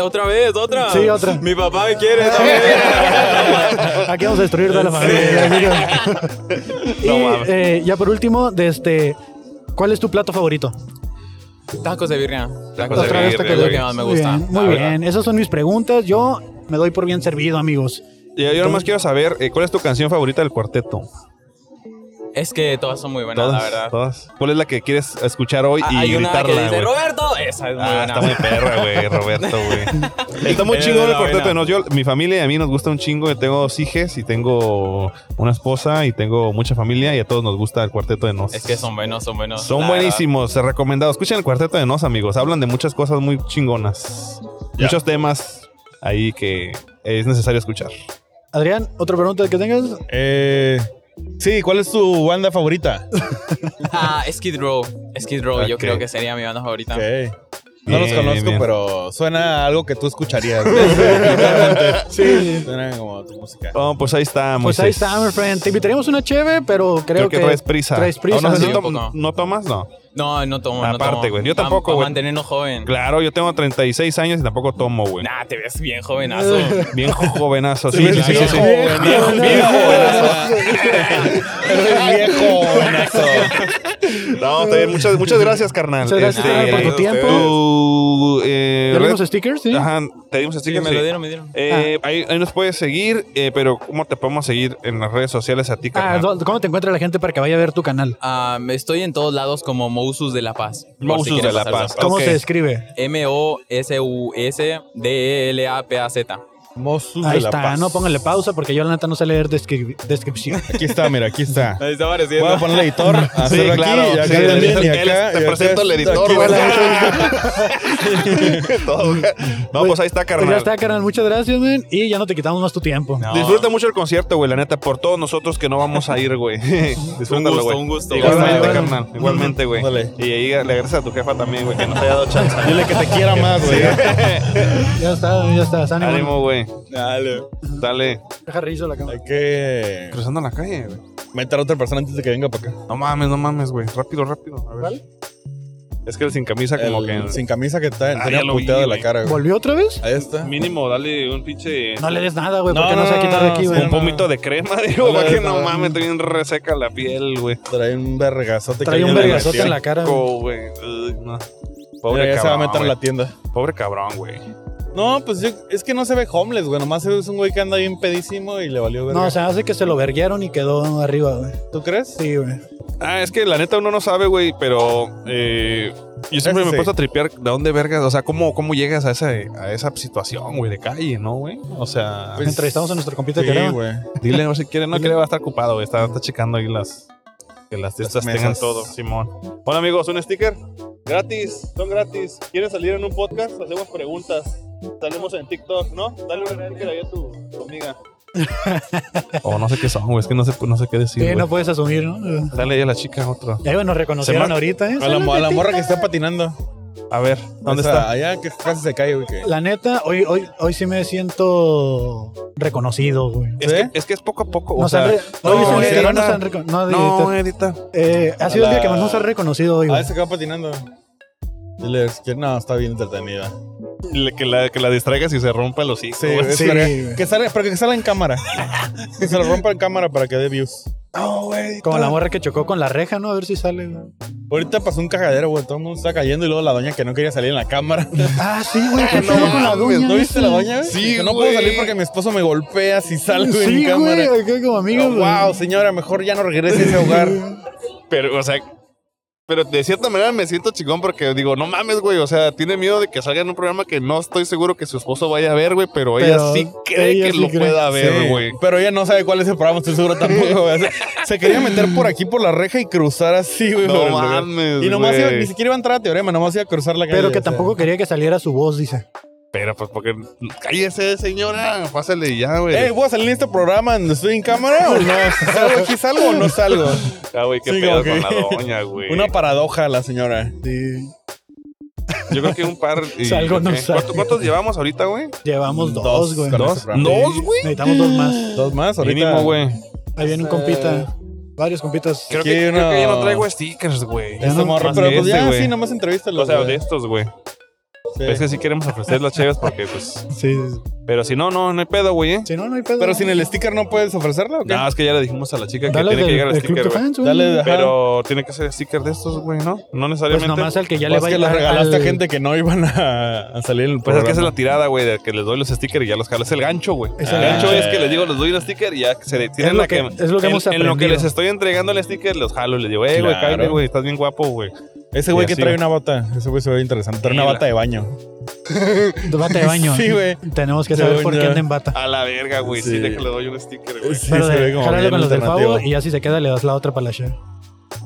S8: Otra vez, otra.
S4: Sí, otra.
S8: Mi papá me quiere también.
S4: Aquí vamos a destruir toda la familia. Y, eh, ya por último, de este, ¿cuál es tu plato favorito?
S8: tacos de birria. Tacos
S2: de
S8: de
S4: Otra vez
S8: birria.
S2: birria,
S4: te
S8: es lo
S4: quedó.
S8: que más me
S4: Muy
S8: gusta.
S4: bien,
S8: la
S4: muy
S8: verdad.
S4: bien. Esas son mis preguntas. Yo me doy por bien servido, amigos.
S2: Yo, yo nomás quiero saber eh, cuál es tu canción favorita del cuarteto.
S8: Es que todas son muy buenas,
S2: todas,
S8: la verdad.
S2: todas. ¿Cuál es la que quieres escuchar hoy
S8: Ah,
S2: y
S8: Hay una
S2: gritarla,
S8: que dice,
S2: güey?
S8: Roberto, esa es muy
S2: Ah,
S8: buena.
S2: está muy perra, güey, Roberto, güey. Está muy
S8: Eres
S2: chingón
S8: de
S2: el
S8: la
S2: cuarteto de
S8: buena.
S2: nos. Yo, mi familia y a mí nos gusta un chingo. Yo tengo dos hijes y tengo una esposa y tengo mucha familia y a todos nos gusta el cuarteto de nos.
S8: Es que son buenos, son buenos.
S2: Son
S8: la
S2: buenísimos, recomendados. Escuchen el cuarteto de nos, amigos. Hablan de muchas cosas muy chingonas.
S3: Ya.
S2: Muchos temas ahí que es necesario escuchar.
S4: Adrián, ¿otra pregunta que tengas?
S3: Eh, sí, ¿cuál es tu banda favorita?
S8: verdad. Ah, Skid Row. Skid Row, yo
S2: Ok.
S8: creo que sería mi banda favorita.
S3: Ok. No los
S2: Bien,
S3: conozco,
S2: bien.
S3: pero suena a algo que tú escucharías. sí. Suena como tu música.
S2: Oh, pues ahí está,
S4: Pues ahí
S2: Moisés.
S4: está, my friend. Te invitaríamos una cheve, pero creo,
S2: Creo que, traes prisa.
S4: traes prisa,
S2: Oh, no, sé si
S4: ¿no?
S2: tom-
S8: Tampoco.
S2: ¿no tomas, no.
S8: No, no tomo. no
S2: Aparte,
S8: tomo.
S2: güey, yo
S8: Pa-
S2: tampoco,
S8: pa
S2: güey.
S8: mantenernos joven.
S2: Claro, yo tengo 36 años y tampoco tomo, güey.
S8: Nah, te ves bien jovenazo.
S2: Bien jo- jovenazo. Sí, sí, sí, sí, sí.
S8: Viejo,
S3: viejo,
S2: No, está bien. Muchas, muchas gracias, carnal.
S4: Muchas gracias,
S2: Este,
S4: carnal, por tu
S2: eh,
S4: tiempo.
S2: tu, eh,
S4: ¿Ya vimos
S2: red-
S4: stickers? Sí. Ah.
S2: Ajá, te dimos
S8: Sí,
S2: stickers,
S8: me lo
S2: sí.
S8: dieron, me dieron.
S2: Eh, ahí, ahí nos puedes seguir, eh, pero ¿cómo te podemos seguir en las redes sociales a ti,
S4: Ah,
S2: carnal?
S4: ¿dó- ¿Cómo te encuentra la gente para que vaya a ver tu canal?
S8: Ah, estoy en todos lados como Mousus de La Paz. por si
S2: Mousus
S8: quieren
S2: de La Paz.
S8: pasarse
S4: ¿Cómo
S2: Ok.
S4: se describe?
S8: E
S3: Mosus
S4: Ahí
S3: de la
S4: está,
S3: Paz.
S4: no póngale pausa porque yo la neta no sé leer descri- descripción.
S3: Aquí está, mira, aquí está.
S8: Ahí está apareciendo.
S3: Voy a poner el editor.
S2: Sí,
S3: hacerlo aquí,
S2: claro.
S3: y acá
S2: Sí, el
S3: también,
S2: editor-
S3: y
S2: él
S3: acá,
S2: es- te
S3: y acá
S2: presento al
S3: está-
S2: editor,
S3: aquí
S2: güey.
S3: está.
S2: Todo, güey. no, pues ahí está,
S4: Pues ya
S2: carnal.
S4: está, carnal. Muchas gracias, man. Y ya no te quitamos más tu tiempo.
S8: No.
S2: Disfruta mucho el concierto, güey, la neta, por todos nosotros que no vamos a ir, güey. Disfrútalo,
S8: gusto,
S2: güey.
S8: un gusto.
S2: Igualmente,
S3: Órale, órale.
S2: carnal. Igualmente, güey.
S3: Órale.
S2: Y ahí le agradeces a tu jefa también, güey, que nos haya dado chance.
S3: Dile que te quiera más, güey.
S4: Ya está, ya está. Ánimo.
S2: Ánimo, güey.
S3: Dale.
S2: Dale.
S4: Deja rizo la cámara.
S3: Hay que
S2: Cruzando la calle, güey.
S3: meter a otra persona antes de que venga para acá.
S2: No mames, no mames, güey. Rápido, rápido. A ver. Es que el sin camisa como
S3: El
S2: que...
S3: Sin camisa que está,
S2: Ah,
S3: tenía
S2: ya lo
S3: puteado
S2: vi,
S3: de la
S2: güey.
S3: cara, güey.
S4: ¿Volvió otra vez?
S3: Ahí está.
S2: Mínimo, dale un pinche...
S4: No le des nada, güey,
S3: No,
S4: porque no,
S3: no,
S4: se va a quitar de aquí,
S3: no,
S4: güey.
S2: un
S3: no.
S2: pomito de crema, digo,
S3: No,
S2: para que no
S3: no.
S2: mames, estoy bien reseca la piel, güey.
S3: Trae un vergazote.
S4: Trae
S3: que
S4: un
S3: alguien le
S4: vergazote
S3: metió.
S4: en la cara. güey.
S2: Co, güey. Uy, no.
S3: Mira,
S2: Pobre
S3: ya se va a
S2: cabrón,
S3: meter a
S2: güey.
S3: la tienda.
S2: Pobre cabrón, güey.
S3: No, pues yo, es que no se ve homeless, güey. Nomás es un güey que anda bien pedísimo y le valió verga.
S4: No, se hace que se lo verguieron y quedó arriba, güey.
S3: ¿Tú crees?
S4: Sí, güey.
S2: Ah, es que la neta uno no sabe, güey, pero eh, yo siempre
S3: Eso
S2: me he
S3: sí.
S2: puesto a tripear de dónde vergas, o sea, cómo, cómo llegas a esa, a esa situación, güey, de calle, ¿no, güey? O sea,
S3: Pues,
S4: Entrevistamos a nuestro compita
S3: Sí,
S4: que era.
S3: güey.
S2: dile, no si quiere, no quiere, va a estar ocupado, güey, está, está checando ahí las, que las de estas
S3: mesas.
S2: tengan todo, Simón. Bueno, amigos, un sticker gratis, son gratis. ¿Quieren salir en un podcast? Hacemos preguntas. Salimos en TikTok, ¿no? Dale un sticker ahí a tu, tu amiga. oh, no sé qué son, güey, es que no sé, no sé qué
S4: Sí,
S2: decir, güey.
S4: no puedes asumir, ¿no?
S2: Dale ahí a la chica otro.
S4: Ya, güey, nos reconocieron
S2: Se ma-
S4: ahorita, ¿eh?
S3: A la, a la morra que está patinando.
S2: A ver, ¿dónde
S3: Esa,
S2: está?
S3: Allá que casi se cae, güey. que-
S4: La neta, hoy, hoy, hoy sí me siento reconocido, güey.
S2: Es,
S3: ¿Sí?
S2: que, es que es poco a poco.
S4: Nos
S2: o sea,
S4: han re-
S2: no,
S4: hoy es el día que
S2: edita.
S4: más nos han reconocido. No,
S2: no,
S4: edita.
S2: edita.
S4: Eh, ha sido el día que más nos han reconocido hoy,
S3: Ah,
S4: güey.
S3: ese que va patinando. Dile, es que no, está bien entretenida.
S2: Le- que, la, que la distraigas y se rompa los hijos.
S3: Sí, es
S4: sí,
S3: verga.
S4: güey.
S3: Que salga, pero que salga en cámara. que se lo rompa en cámara para que dé views.
S4: Como la morra que chocó con la reja, ¿no? A ver si sale, güey.
S3: Ahorita pasó un cagadero, güey. Todo el mundo está cayendo y luego la doña que no quería salir en la cámara.
S4: Ah, sí, güey. ¿qué
S2: No
S4: pedo con la
S2: mames,
S4: doña?
S3: ¿No viste la doña? güey?
S2: Sí,
S3: Dijo, No
S2: güey.
S3: puedo salir porque mi esposo me golpea si salgo en
S4: Sí, güey,
S3: cámara.
S4: acá como amigos,
S3: Digo,
S4: güey.
S3: wow, señora, mejor ya no regrese a ese hogar.
S2: Pero, o sea, pero de cierta manera me siento chingón porque digo, no mames, güey. O sea, tiene miedo de que salga en un programa que no estoy seguro que su esposo vaya a ver, güey. Pero, ella
S4: Pero
S2: sí cree
S4: ella
S2: que
S4: sí
S2: lo
S4: cree.
S2: pueda
S3: Sí,
S2: ver, güey.
S3: pero ella no sabe cuál es el programa, estoy seguro tampoco. güey. O sea, se quería meter por aquí por la reja y cruzar así, güey. por
S2: No
S3: el lugar.
S2: mames,
S3: Y nomás iba,
S2: güey.
S3: ni siquiera iba a entrar a Teorema, nomás iba a cruzar la calle.
S4: Pero que
S3: o sea.
S4: tampoco quería que saliera su voz, dice.
S2: Pero, pues, porque. Cállese, señora. Pásale y ya, güey.
S3: Ey, ¿voy a salir en este programa donde estoy en cámara o no? ¿Salgo aquí, salgo o no salgo?
S2: Ah, güey, qué
S3: sí, como
S2: pedo
S3: que-
S2: con la doña, güey.
S3: Una paradoja la señora.
S4: Sí.
S2: Yo creo que un par. y-
S4: Salgo, no
S2: ¿qué?
S4: salgo.
S2: ¿Cuánto- ¿Cuántos llevamos ahorita, güey?
S4: Llevamos dos, güey.
S3: con
S2: ¿Dos?
S3: ese programa.
S2: ¿Dos, güey?
S4: Necesitamos dos más.
S3: ¿Dos más? Ahorita.
S2: Mínimo, güey.
S4: Ahí viene un compita. Varios compitas.
S2: Creo
S3: Aquí
S2: que, creo que ya no
S3: no.
S2: traigo stickers, güey.
S4: Ya
S3: Este
S4: no,
S3: morro,
S4: más
S3: pero
S2: de
S3: pues
S2: ese,
S3: ya,
S2: güey.
S3: sí, nomás entrevístalo.
S2: O sea, de
S3: güey.
S2: estos, güey.
S3: Sí.
S2: Es que sí queremos ofrecer las cheves porque, pues.
S4: Sí. sí, sí.
S2: Pero si no, no, no hay pedo, güey, ¿eh?
S4: Si no, no hay pedo.
S3: Pero sin el sticker no puedes ofrecerlo, ¿o qué?
S2: No, es que ya le dijimos a la chica que
S4: Dale
S2: tiene
S4: del-
S2: que llegar el
S4: del Club
S2: sticker,
S4: de
S2: güey.
S4: Fans, güey.
S3: Dale, ajá.
S2: Pero tiene que ser sticker de estos, güey, ¿no? No
S4: Pues
S2: necesariamente.
S4: nomás
S2: Pues,
S4: al que ya
S3: Pues
S4: le va
S3: que
S4: a
S3: los
S4: llegar
S3: regalaste
S4: al-
S3: a gente que no iban a, a salir en el
S2: Pues es que esa es
S3: programa.
S2: la tirada, güey, de que les doy los stickers y ya los jalo. Es el gancho, güey. El
S4: Es el
S2: gancho
S3: gancho.
S2: es que les digo, les doy los stickers y ya se detienen
S4: Es lo
S2: a que,
S4: que- es lo que
S2: en,
S4: hemos
S2: En lo que
S4: aprendido.
S2: les estoy entregando el sticker, los jalo. Les digo, eh, güey,
S3: Claro.
S2: cállate, güey, estás bien guapo, güey.
S3: Ese güey
S2: Sí,
S3: que
S2: así,
S3: trae
S2: güey.
S3: una bata, ese güey se ve interesante. Trae una
S2: Sí, la-
S3: bata de baño.
S4: Bata de baño.
S3: Sí, güey.
S4: Tenemos que
S3: Sí,
S4: saber
S3: güey,
S4: por qué
S3: ya.
S4: anda en bata.
S2: A la verga, güey. Sí,
S3: Sí. Eh,
S2: de que le doy un sticker, güey.
S3: Sí,
S4: Pero
S3: se
S4: de,
S3: ve como
S4: jálale
S3: bien
S4: con los del
S3: alternativo.
S4: pavo y ya si se queda le das la otra para la chef.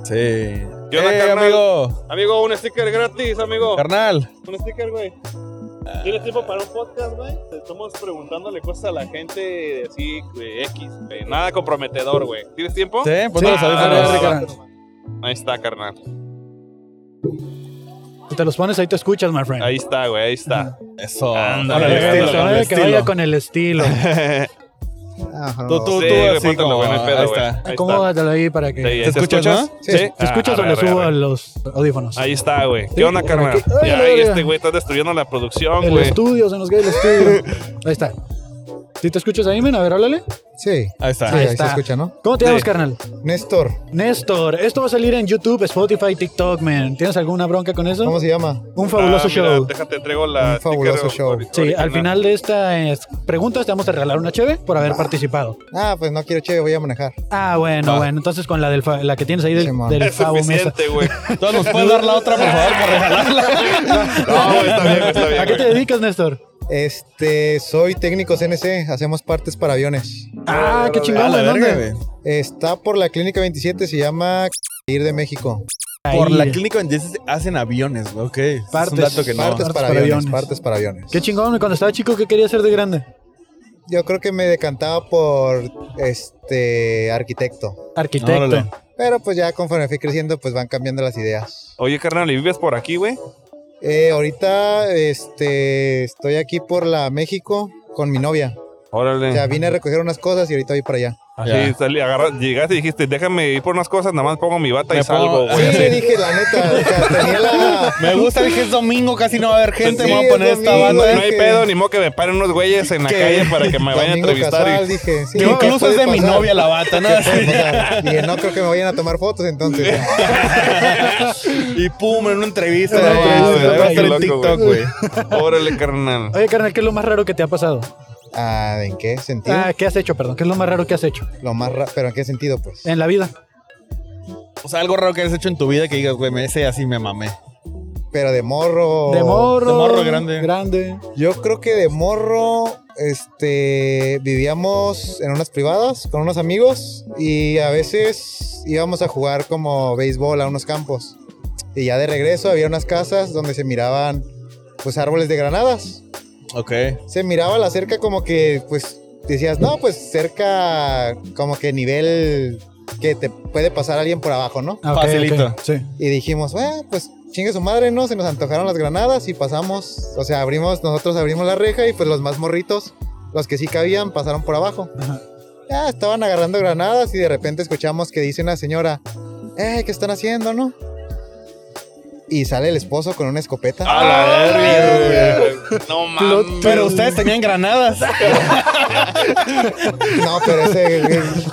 S3: Sí.
S2: ¿Qué onda,
S3: Eh,
S2: carnal?
S3: amigo?
S2: Amigo, un sticker gratis, amigo.
S3: Carnal.
S2: Un sticker, güey. ¿Tienes tiempo para un podcast, güey? Estamos preguntándole cosas a la gente así, güey, X. güey. Nada comprometedor, güey. ¿Tienes tiempo?
S3: Sí, ponte los
S2: Ah,
S3: audífonos.
S2: Ahí está, carnal.
S3: ¿Tú
S4: te los pones, ahí te escuchas, my friend.
S2: Ahí está, güey, ahí está.
S3: Eso.
S2: Ándale,
S3: Con el
S4: Pero
S3: estilo,
S4: se
S3: con el
S4: vale que vaya
S3: estilo.
S4: con el estilo.
S9: Ah,
S3: Tú, tú, tú,
S2: Sí, güey,
S3: así
S2: póntelo,
S3: como-
S2: güey, no hay pedo,
S3: ahí
S2: güey.
S3: está.
S2: Ahí está.
S4: Acomódatelo ahí para
S2: Sí, ahí
S4: que.
S2: ¿Te
S3: escuchas, no?
S2: Sí.
S4: ¿Te escuchas
S2: Ah,
S4: o le
S2: arre, arre,
S4: subo a
S2: arre.
S4: los audífonos?
S2: Ahí está, güey.
S4: Sí,
S2: ¿Qué onda,
S4: por
S2: carnal?
S4: aquí. Ay,
S2: Ya,
S4: la
S2: y
S4: verga.
S2: este güey está destruyendo la producción,
S4: El
S2: güey.
S4: estudio, se nos cae el estudio. Ahí está. ¿Sí te escuchas ahí, men? A ver, háblale.
S9: Sí.
S3: Ahí está.
S9: Sí, ahí
S4: está.
S9: se escucha, ¿no?
S4: ¿Cómo te llamas, carnal?
S9: Néstor,
S4: Néstor, esto va a salir en YouTube, Spotify, TikTok, man. ¿Tienes alguna bronca con eso?
S9: ¿cómo se llama?
S4: Un fabuloso
S2: Ah, mira,
S4: show.
S2: Déjate, entrego la.
S9: Un fabuloso
S2: sticker
S9: show.
S2: original.
S4: Sí, al final de esta eh, pregunta te vamos a regalar una cheve por haber participado.
S9: Ah, pues no quiero che, voy a manejar.
S4: Ah, bueno, bueno. Entonces con la del fa- la que tienes ahí del,
S9: Simón.
S4: del
S2: Es
S4: Fabo Mesa.
S2: suficiente, güey.
S3: Entonces, ¿nos puedes dar la otra, por favor, para regalarla?
S2: No, güey, está bien, güey, está bien.
S4: ¿A qué te
S2: güey.
S4: dedicas, Néstor?
S9: Este, soy técnico CNC, hacemos partes para aviones.
S4: Ah, qué
S3: A
S4: chingón,
S3: la
S4: ¿en
S3: verga,
S4: dónde?
S3: güey.
S9: Está por la Clínica 27, se llama Ir de México.
S3: Por
S4: Ahí,
S3: la
S4: eh.
S3: clínica donde se hacen aviones, güey, ok. Es
S4: Partes,
S3: un dato que
S9: Partes
S3: no.
S4: Partes para
S9: para aviones,
S4: aviones.
S9: partes para aviones.
S4: Qué chingón, cuando estaba chico, ¿qué quería ser de grande?
S9: Yo creo que me decantaba por este arquitecto.
S4: Arquitecto.
S3: Órale.
S9: Pero pues ya conforme fui creciendo, pues van cambiando las ideas.
S2: Oye, carnal, ¿y vives por aquí, güey?
S9: Eh, ahorita este, estoy aquí por la México con mi novia.
S2: Órale.
S9: O sea, vine a recoger unas cosas y ahorita voy para allá.
S2: Sí, salí, agarra- llegaste y dijiste, déjame ir por unas cosas, nada más pongo mi bata y
S3: Me
S2: salgo,
S3: pongo-
S4: Ah,
S9: Sí,
S2: güey. así.
S9: dije, la neta, o sea, tenía la...
S3: Me gusta, dije, es domingo, casi no va a haber gente,
S9: Sí,
S3: me voy a
S9: es
S3: poner esta
S9: domingo,
S2: No,
S3: banda.
S9: güey.
S2: no hay
S9: que-
S2: pedo, ni modo que me paren unos güeyes en la
S3: que-
S2: calle para que me vayan a
S9: domingo
S2: entrevistar.
S9: casual,
S2: y-
S9: dije, sí,
S3: Que
S9: ¿qué
S3: incluso
S9: puede
S3: es de mi
S9: pasar?
S3: novia la bata, ¿no?
S9: ¿Qué puede pasar? Dije, no creo que me vayan a tomar fotos entonces.
S3: y pum, en una entrevista.
S2: No,
S3: güey,
S2: güey,
S3: va a estar
S2: loco,
S3: en TikTok,
S2: güey.
S3: güey.
S2: Órale, carnal.
S4: Oye, carnal, ¿qué es lo más raro que te ha pasado?
S9: Ah, ¿en qué sentido?
S4: Ah, ¿qué has hecho, perdón? ¿Qué es lo más raro que has hecho
S9: Lo más ra- pero ¿en qué sentido, pues?
S4: en la vida?
S3: O sea, algo raro que hayas hecho en tu vida que digas, güey, me ese así me mamé.
S9: Pero de morro...
S4: de morro.
S3: de morro grande.
S4: Grande.
S9: Yo creo que de morro, este, vivíamos en unas privadas con unos amigos y a veces íbamos a jugar como béisbol a unos campos. Y ya de regreso había unas casas donde se miraban, pues, árboles de granadas.
S3: Ok.
S9: Se miraba la cerca como que, pues, decías, no, pues, cerca como que nivel que te puede pasar alguien por abajo, ¿no?
S4: Ah, ok,
S3: Facilito.
S4: ok, Sí.
S9: Y dijimos, "Ah, pues chingue su madre, ¿no? Se nos antojaron las granadas y pasamos, o sea, abrimos, nosotros abrimos la reja y pues los más morritos, los que sí cabían, pasaron por abajo.
S4: Ajá.
S9: Ya estaban agarrando granadas y de repente escuchamos que dice una señora, eh, ¿qué están haciendo, no? Y sale el esposo con una escopeta. Ah,
S2: A la verga, güey. No mames.
S3: Pero ustedes tenían granadas.
S9: No, pero ese...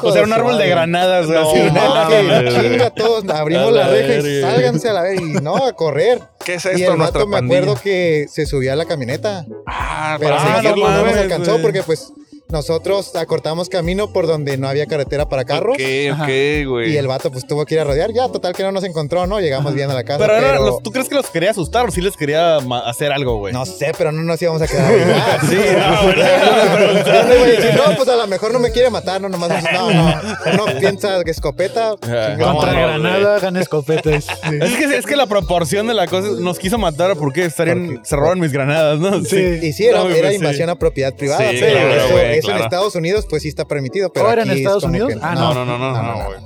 S3: O sea, un árbol de granadas, güey.
S2: No,
S3: así,
S9: No,
S2: mames.
S9: que
S2: mames.
S9: chinga todos,
S3: A
S9: abrimos
S3: la
S9: la reja y
S3: verga.
S9: sálganse a la vez y no, a correr.
S2: ¿Qué es
S9: Y
S2: esto,
S9: el
S2: nuestra
S9: vato me
S2: pandilla?
S9: acuerdo que se subió a la camioneta.
S2: Ah,
S9: Pero
S2: para
S9: sí, no,
S2: seguirlo,
S9: no
S2: güey.
S9: nos
S3: mames,
S9: alcanzó
S3: güey.
S9: porque pues nosotros acortamos camino por donde no había carretera para carros.
S2: Ok, ok, güey.
S9: Y el vato pues tuvo que ir a rodear. Ya, total que no nos encontró, ¿no? Llegamos bien a la casa.
S3: Pero,
S9: Pero,
S3: era- los- ¿tú crees que los quería asustar o sí les quería ma- hacer algo, güey?
S9: No sé, pero no nos íbamos a quedar ahí. Ah,
S3: Sí, no, güey.
S9: Yo le iba a decir, no, pues a lo mejor no me quiere matar, no, nomás nos- no, no. Uno piensa que escopeta.
S3: Ah,
S9: chingada
S4: Contra
S9: madre.
S4: granada, gana escopetas. Sí.
S3: Es que, es que la proporción de la cosa es- nos quiso matar ¿o porque estarían,
S9: Porque-
S3: se robaron mis granadas, ¿no?
S4: Sí.
S9: Y sí, era,
S3: No,
S9: era
S3: pues, sí.
S9: invasión a propiedad privada.
S2: Sí,
S9: pero
S2: claro,
S9: eso,
S2: güey,
S9: eso
S2: claro.
S9: en Estados Unidos pues sí está permitido. Pero
S4: ¿Oh, era en
S9: aquí es
S4: Estados
S9: como
S4: Unidos?
S9: que-
S4: Ah,
S2: No, no, no, no,
S9: no,
S2: no,
S9: no,
S2: güey.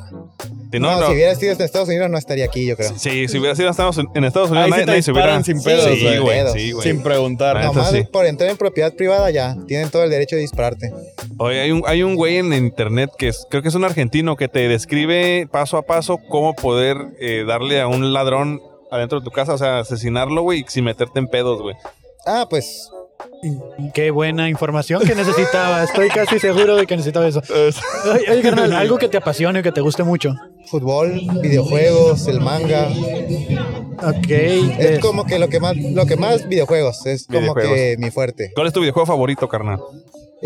S2: Si
S9: No,
S2: no,
S9: si
S2: no.
S9: hubiera sido en Estados Unidos no estaría aquí, yo creo.
S2: Sí, si hubiera sido en Estados Unidos, en Estados Unidos
S3: Ahí sí
S2: nadie,
S3: te
S2: nadie se hubiera.
S3: disparan sin pedos,
S2: sí,
S3: güey.
S2: güey.
S9: Pedos.
S2: Sí, güey.
S3: Sin preguntar.
S2: Ah,
S9: Nomás
S2: entonces sí.
S9: por entrar en propiedad privada ya tienen todo el derecho de dispararte.
S2: Oye, hay un, hay un güey en internet que es, creo que es un argentino que te describe paso a paso cómo poder eh, darle a un ladrón adentro de tu casa, o sea, asesinarlo, güey, sin meterte en pedos, güey.
S9: Ah, pues
S4: Qué buena información que necesitaba. Estoy casi seguro de que necesitaba eso. Oye, oye, carnal, algo que te apasione o que te guste mucho.
S9: fútbol, videojuegos, el manga,
S4: Ok. pues.
S9: es
S4: es-
S9: como que lo que más lo que más videojuegos es como que
S2: Videojuegos.
S9: mi fuerte.
S2: ¿Cuál es tu videojuego favorito, carnal?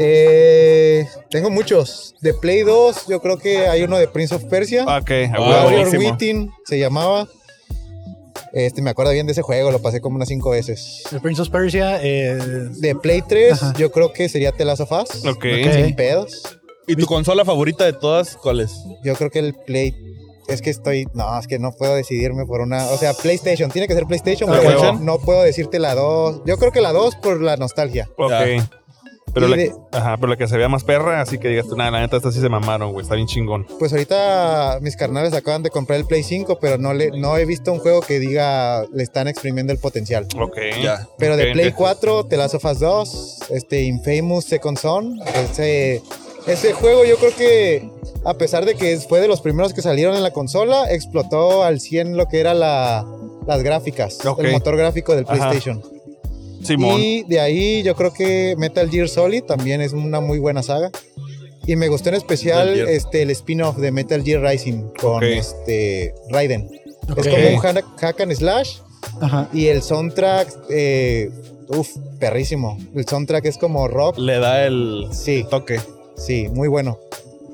S9: Eh, tengo muchos de Play 2, yo creo que hay uno de Prince of Persia,
S2: Ok, a
S3: Ah,
S2: huevo.
S9: Warrior
S3: buenísimo.
S9: Within se llamaba. Este me acuerdo bien de ese juego, lo pasé como unas cinco veces.
S4: El Prince of Persia. eh,
S9: De Play 3,
S4: Ajá.
S9: yo creo que sería The Last of Us.
S2: Ok.
S9: Sin pedos.
S3: ¿Y tu consola favorita de todas cuál es?
S9: Yo creo que el Play. Es que estoy. No, es que no puedo decidirme por una. O sea, PlayStation. Tiene que ser PlayStation.
S2: Ah,
S9: porque
S2: huevo.
S3: Ah.
S9: no, no puedo decirte la 2. Yo creo que la 2 por la nostalgia.
S2: Ok.
S3: Ya.
S2: Pero
S9: Y
S2: la,
S9: de-
S2: ajá, pero la que se vea más perra, así que digas tú, nada, la neta, esta sí se mamaron, güey. Está bien chingón.
S9: Pues ahorita mis carnales acaban de comprar el Play 5, pero no, le, no he visto un juego que diga le están exprimiendo el potencial.
S2: Ok.
S6: Ya.
S9: Pero de
S2: Ok, este,
S9: Play
S2: entiendo.
S9: 4, The Last of Us 2, este Infamous Second Son, ese, ese juego yo creo que a pesar de que es- fue de los primeros que salieron en la consola, explotó al 100 lo que era la, las gráficas,
S2: Ok.
S9: el motor gráfico del
S2: Ajá.
S9: PlayStation.
S2: Simón.
S9: Y de ahí yo creo que Metal Gear Solid también es una muy buena saga. Y me gustó en especial
S3: Metal Gear.
S9: este, el spin-off de Metal Gear Rising con
S2: Ok.
S9: este, Raiden.
S4: Ok.
S9: Es como un hack hack and slash
S4: Ajá.
S9: y el soundtrack, eh, uff, perrísimo. El soundtrack es como rock.
S3: Le da el
S9: Sí,
S3: toque.
S9: sí, muy bueno.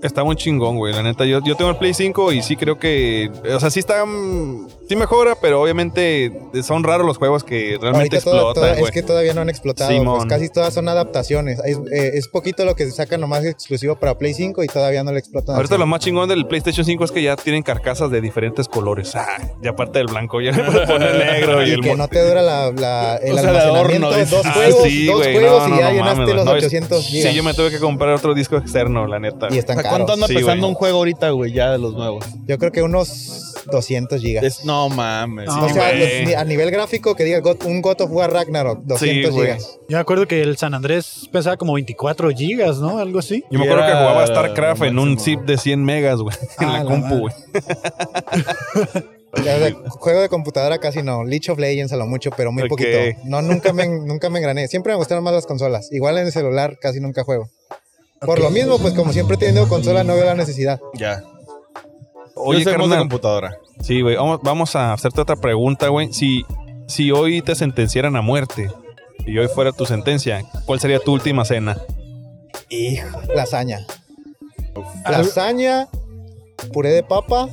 S2: Está muy chingón, güey. La neta, yo, yo tengo el Play 5 y sí creo que. O sea, sí está. mm, Sí mejora, pero obviamente son raros los juegos que realmente
S9: Ahorita toda- toda-
S2: explotan, güey.
S9: es que todavía no han explotado, pues
S2: Simón.
S9: casi todas son adaptaciones. Es, eh, es poquito lo que se saca nomás exclusivo para Play 5 y todavía no lo explotan.
S2: Ahorita
S9: así.
S2: lo más chingón del PlayStation 5 es que ya tienen carcasas de diferentes colores. Ah, ya aparte del blanco, ya le puedes poner negro y,
S9: y
S2: el
S9: que
S2: mo-
S9: no te dura la, la- el
S3: O sea, de
S9: almacenamiento.
S3: adorno, dices.
S9: dos
S2: Ah,
S9: juegos,
S2: sí,
S9: dos
S2: güey,
S9: juegos
S2: no,
S9: y ya
S2: no
S9: llenaste
S2: mames,
S9: los
S2: no, es-
S9: 800
S2: Sí,
S9: gigas.
S2: yo me tuve que comprar otro disco externo, la
S9: Y
S2: neta. güey.
S9: están
S3: ¿A
S9: caros.
S3: cuánto anda
S2: Sí,
S3: pesando
S2: güey.
S3: un juego ahorita, güey? Ya de los nuevos.
S9: Yo creo que unos 200 gigas.
S3: Es- no mames.
S4: No,
S3: Sí,
S9: o sea,
S2: güey.
S9: los- a nivel gráfico que diga God- un God of War Ragnarok, 200
S2: güey.
S9: gigas.
S4: Yo me acuerdo que el San Andrés pesaba como 24 gigas, ¿no? Algo así.
S2: Yo me
S3: Y
S2: acuerdo que
S3: era
S2: jugaba StarCraft en un
S3: máximo.
S2: zip de 100 megas, güey. En
S4: Ah,
S2: la
S4: la
S2: compu,
S4: madre.
S2: güey.
S9: Ya, de juego de computadora casi no. League of Legends a lo mucho, pero muy
S2: Ok.
S9: poquito. No, nunca me, nunca me engrané. Siempre me gustaron más las consolas. Igual en el celular casi nunca juego. Por lo mismo, pues como siempre he tenido consola, no veo la necesidad.
S3: Ya.
S2: Oye,
S3: Yo soy más de
S2: carnal.
S3: computadora.
S2: Sí, güey. Vamos, vamos a hacerte otra pregunta, güey. Si, si hoy te sentenciaran a muerte y hoy fuera tu sentencia, ¿cuál sería tu última cena?
S9: Hijo, lasaña. Lasaña, puré de papa,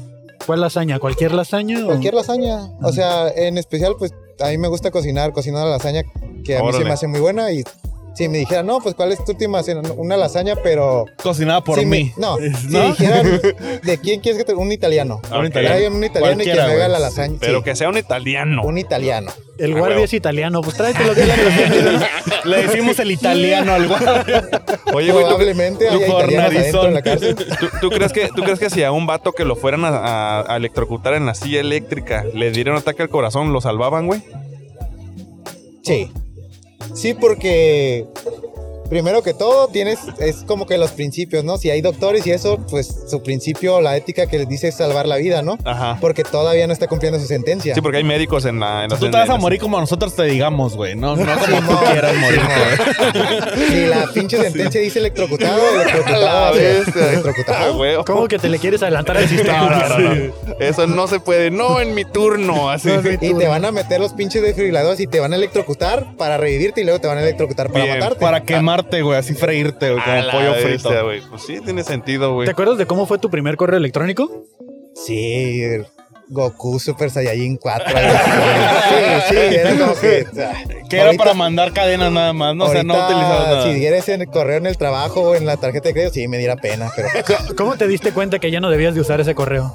S4: ¿Cuál lasaña? ¿Cualquier lasaña? o-
S9: cualquier lasaña. O sea, en especial, pues a mí me gusta cocinar, cocinar la lasaña que a mí se
S2: Órale.
S9: me hace muy buena. Y si me dijera, no, pues cuál es tu última cena? una lasaña, pero.
S3: Cocinada por
S9: si me-
S3: mí.
S9: no, si
S3: ¿No?
S9: dijeran, ¿de quién quieres que te.? Un italiano.
S2: Ah, Ok.
S9: Traigan un italiano y que me
S3: Cualquiera,
S9: haga
S3: güey.
S9: la lasaña.
S2: Pero
S9: sí,
S2: que sea un italiano.
S9: Un italiano.
S4: El
S2: Ah,
S4: guardia
S2: huevo.
S4: es italiano, pues tráete lo que la
S3: Le decimos el italiano al guardia.
S2: Oye, güey, ¿tú,
S9: Probablemente
S3: tu
S9: haya italianos adentro
S3: jornalizón.
S9: en la cárcel.
S2: tú- tú crees que, ¿tú crees que si a un vato que lo fueran a, a- a electrocutar en la silla eléctrica le dieron ataque al corazón, lo salvaban, güey?
S9: Sí. Sí, porque primero que todo tienes, es como que los principios, ¿no? Si hay doctores y eso, pues su principio, la ética que les dice es salvar la vida, ¿no?
S2: Ajá.
S9: Porque todavía no está cumpliendo su sentencia.
S2: Sí, porque hay médicos en la... En la
S3: Tú te vas a morir como nosotros te digamos, güey. No, no como tú quieras morir.
S9: Si la pinche sentencia dice electrocutado, electrocutado,
S2: bestia. Ah,
S9: electrocutado.
S2: güey.
S4: ¿Cómo que te le quieres adelantar al
S2: No,
S4: sistema?
S2: no, no, no. Eso no se puede. No en mi turno. Así.
S9: Y te van a meter los pinches desfibriladores y te van a electrocutar para revivirte y luego te van a electrocutar para
S2: Bien,
S9: matarte.
S3: Para quemarte, güey. Así freírte, güey.
S2: A
S3: Como
S2: la
S3: pollo frito.
S2: bestia, güey. Pues sí, tiene sentido, güey.
S4: ¿Te acuerdas de cómo fue tu primer correo electrónico?
S9: Sí, el Goku Super Saiyajin 4. algo así. Sí, sí, era como que. ah,
S3: Que era
S9: ahorita-
S3: para mandar cadenas nada más, ¿no? O sea, no
S9: ahorita,
S3: utilizabas nada.
S9: Si dieras en el correo en el trabajo o en la tarjeta de crédito, sí, me diera pena. Pero
S4: ¿Cómo te diste cuenta que ya no debías de usar ese correo?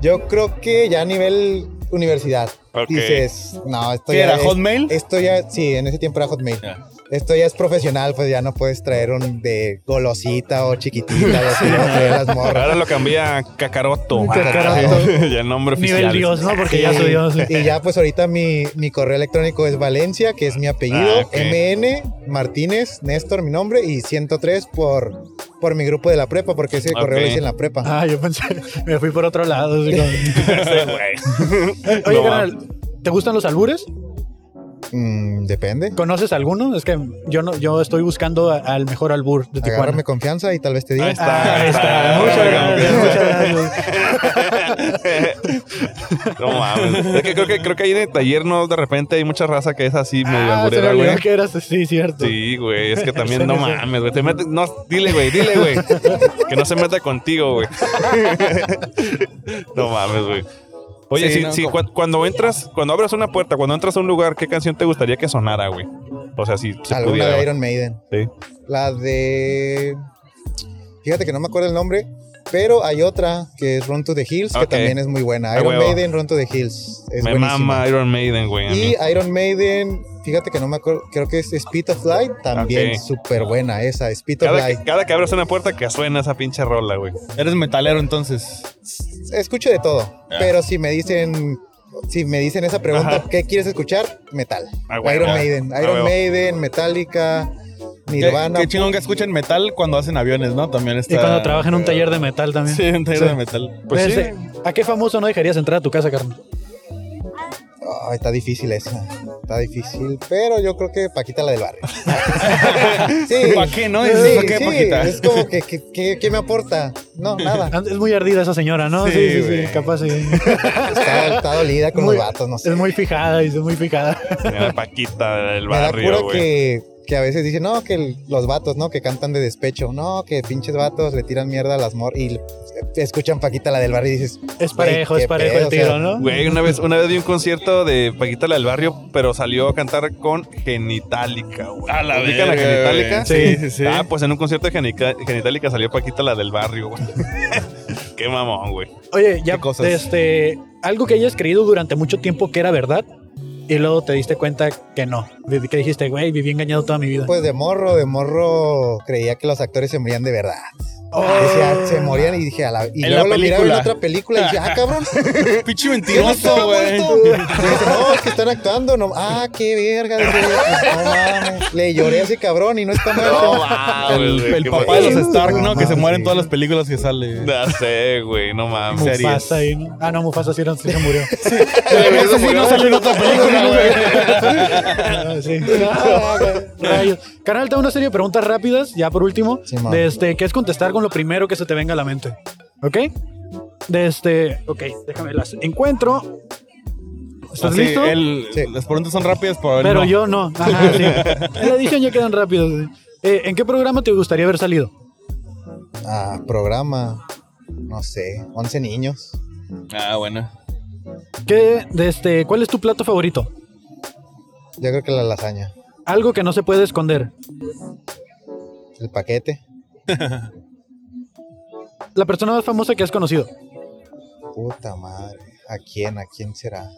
S9: yo creo que ya a nivel universidad
S2: Ok.
S9: dices, no, esto
S3: ¿Qué
S9: ya.
S3: era,
S9: es-
S3: Hotmail?
S9: Esto ya, sí, en ese tiempo era Hotmail.
S3: Ya.
S9: Esto ya es profesional, pues ya no puedes traer un de golosita o chiquitita, lo que luego traen las morras.
S2: Ahora lo cambié a Cacaroto.
S9: Kakaroto.
S2: ya el nombre oficial.
S4: Nivel Dios, ¿no? Porque
S9: Sí,
S4: ya subió. sí.
S9: Y ya, pues ahorita mi, mi correo electrónico es Valencia, que es mi apellido,
S2: Ah, ok.
S9: MN Martínez, Néstor, mi nombre, y 103 por, por mi grupo de la prepa, porque ese correo
S2: Ok.
S9: lo hice en la prepa.
S4: Ah, yo pensé, me fui por otro lado. así como-
S2: Ese, güey.
S4: Oye,
S2: No,
S4: carnal, ¿te gustan los albures?
S9: Mm, depende.
S4: ¿Conoces alguno? Es que yo no, yo estoy buscando a- al mejor albur de Tijuana.
S9: Agárrame confianza y tal vez te diga.
S2: Ahí está.
S4: Ah, ahí está. Muchas gracias, muchas gracias.
S2: No mames. Es que creo que, creo que ahí en el taller, ¿no? De repente hay mucha raza que es así, medio
S4: Ah, se me
S2: alburera,
S4: olvidó
S2: güey.
S4: que eras sí, cierto.
S2: Sí, güey, es que también
S4: Sí,
S2: no
S4: sí.
S2: mames, güey. Te metes, no, dile, güey, dile, güey. Que no se meta contigo, güey. No mames, güey. Oye,
S3: Sí,
S2: si,
S3: no,
S2: si
S3: como-
S2: cua- cuando entras, cuando abres una puerta, cuando entras a un lugar, ¿qué canción te gustaría que sonara, güey? O sea, si se
S9: Alguna
S2: pudiera.
S9: de
S2: güey.
S9: Iron Maiden.
S2: Sí.
S9: La de. Fíjate que no me acuerdo el nombre, pero hay otra que es Run to the Hills,
S2: Ok.
S9: que también es muy buena.
S2: A
S9: Iron
S2: huevo.
S9: Maiden, Run to the Hills. Es
S2: Me
S9: buenísima.
S2: mama Iron Maiden, güey. a mí.
S9: Y Iron Maiden, fíjate que no me acuerdo, creo que es Speed of Light, también
S2: Ok.
S9: súper buena esa, Speed of
S2: Cada
S9: Light.
S2: que, cada que abres una puerta que suena esa pinche rola, güey.
S3: Eres metalero entonces.
S9: Escucho de todo, pero si me dicen si me dicen esa pregunta,
S2: Ah. Ajá.
S9: ¿qué quieres escuchar? Metal.
S2: Ah, güey,
S9: Iron
S2: ah,
S9: Maiden,
S2: ah,
S9: Iron
S2: huevo.
S9: Maiden, Metallica,
S3: Qué,
S9: Nirvana.
S3: qué chingón que escuchen metal cuando hacen aviones, ¿no? También está.
S4: Y cuando trabaja en un taller de metal también.
S3: Sí, un taller
S4: Sí.
S3: de metal.
S2: Pues sí.
S4: Desde- ¿A qué famoso no dejarías entrar a tu casa, carnal?
S9: Ay, está difícil esa. Está difícil, pero yo creo que Paquita la del barrio. sí.
S3: ¿Para qué, no?
S9: Sí,
S3: Dices, ¿pa' qué,
S9: sí,
S3: Paquita?
S9: Es como que, que, que- ¿qué me aporta? No, nada.
S4: Es muy ardida esa señora, ¿no?
S3: Sí,
S4: Sí, sí, sí,
S3: güey.
S4: capaz sí.
S9: Está, está dolida con
S4: Muy-
S9: los vatos, no sé.
S4: Es muy fijada, dice, muy fijada.
S2: La Paquita del
S9: me da
S2: barrio,
S9: cura
S2: güey.
S9: que, que a veces dicen, no, que el- los vatos, ¿no? Que cantan de despecho. No, que pinches vatos le tiran mierda a las mor... Y l- escuchan Paquita la del barrio y dices...
S4: Es parejo,
S9: "Güey,
S4: es
S9: qué
S4: parejo
S9: pedo,
S4: el tiro,
S9: o sea,
S4: ¿no?
S2: Güey, una vez, una vez vi un concierto de Paquita la del barrio, pero salió a cantar con Genitalica, güey.
S3: A la
S2: ¿Ubican
S3: verga,
S2: Genitalica?
S3: güey. Sí, sí, sí.
S2: Ah, pues en un concierto de Genica- Genitalica salió Paquita la del barrio, güey. Qué mamón, güey.
S4: Oye, ya,
S3: ¿Qué cosas?
S4: este, algo que hayas creído durante mucho tiempo que era verdad y luego te diste cuenta que no. Que dijiste, güey, viví engañado toda mi vida.
S9: Pues de morro, de morro creía que los actores se morían de verdad. Ah,
S4: Oh.
S9: Decía, se morían y dije, a la, y
S3: En
S9: luego
S3: la
S9: lo miraba en
S3: película.
S9: otra película y dije, ah, cabrón,
S3: Pinche
S9: ¿qué no estaba
S3: mentiroso, güey.
S9: muerto? Y dije, no, es que están actuando, no, ah, qué verga, de verdad, no mames. Le lloré a ese cabrón y no está muerto.
S2: No mames,
S3: El,
S2: güey,
S3: el
S2: qué
S3: papá
S2: mal-
S3: de los Stark, ¿no? Que se
S9: Ah,
S3: muere en
S9: sí.
S3: todas las películas que sale.
S2: Ya sé, güey, no mames.
S3: series.
S4: Ah, Mufasa ahí, ¿no? Ah, no, Mufasa sí, no, sí se murió.
S3: Eso sí no sale en otra película,
S4: Ah, sí. Ah, Rayos. Carnal, te hago una serie de preguntas rápidas, ya por último.
S9: Sí, man.
S4: de este, que es contestar con lo primero que se te venga a la mente. ¿Ok? De este, ok, déjame las encuentro. ¿Estás
S3: Así,
S4: listo?
S3: el-
S9: Sí.
S3: Las preguntas son rápidas, pero,
S4: Pero
S3: no.
S4: yo no. Ajá, sí. En la edición ya quedan rápidos. Eh, ¿En qué programa te gustaría haber salido?
S9: Ah, programa, no sé, 11 niños.
S3: Ah, bueno.
S4: ¿Qué, de este, ¿Cuál es tu plato favorito?
S9: Yo creo que la lasaña,
S4: Algo que no se puede esconder.
S9: el paquete.
S4: La persona más famosa que has conocido.
S9: Puta madre. ¿A quién? ¿A quién será?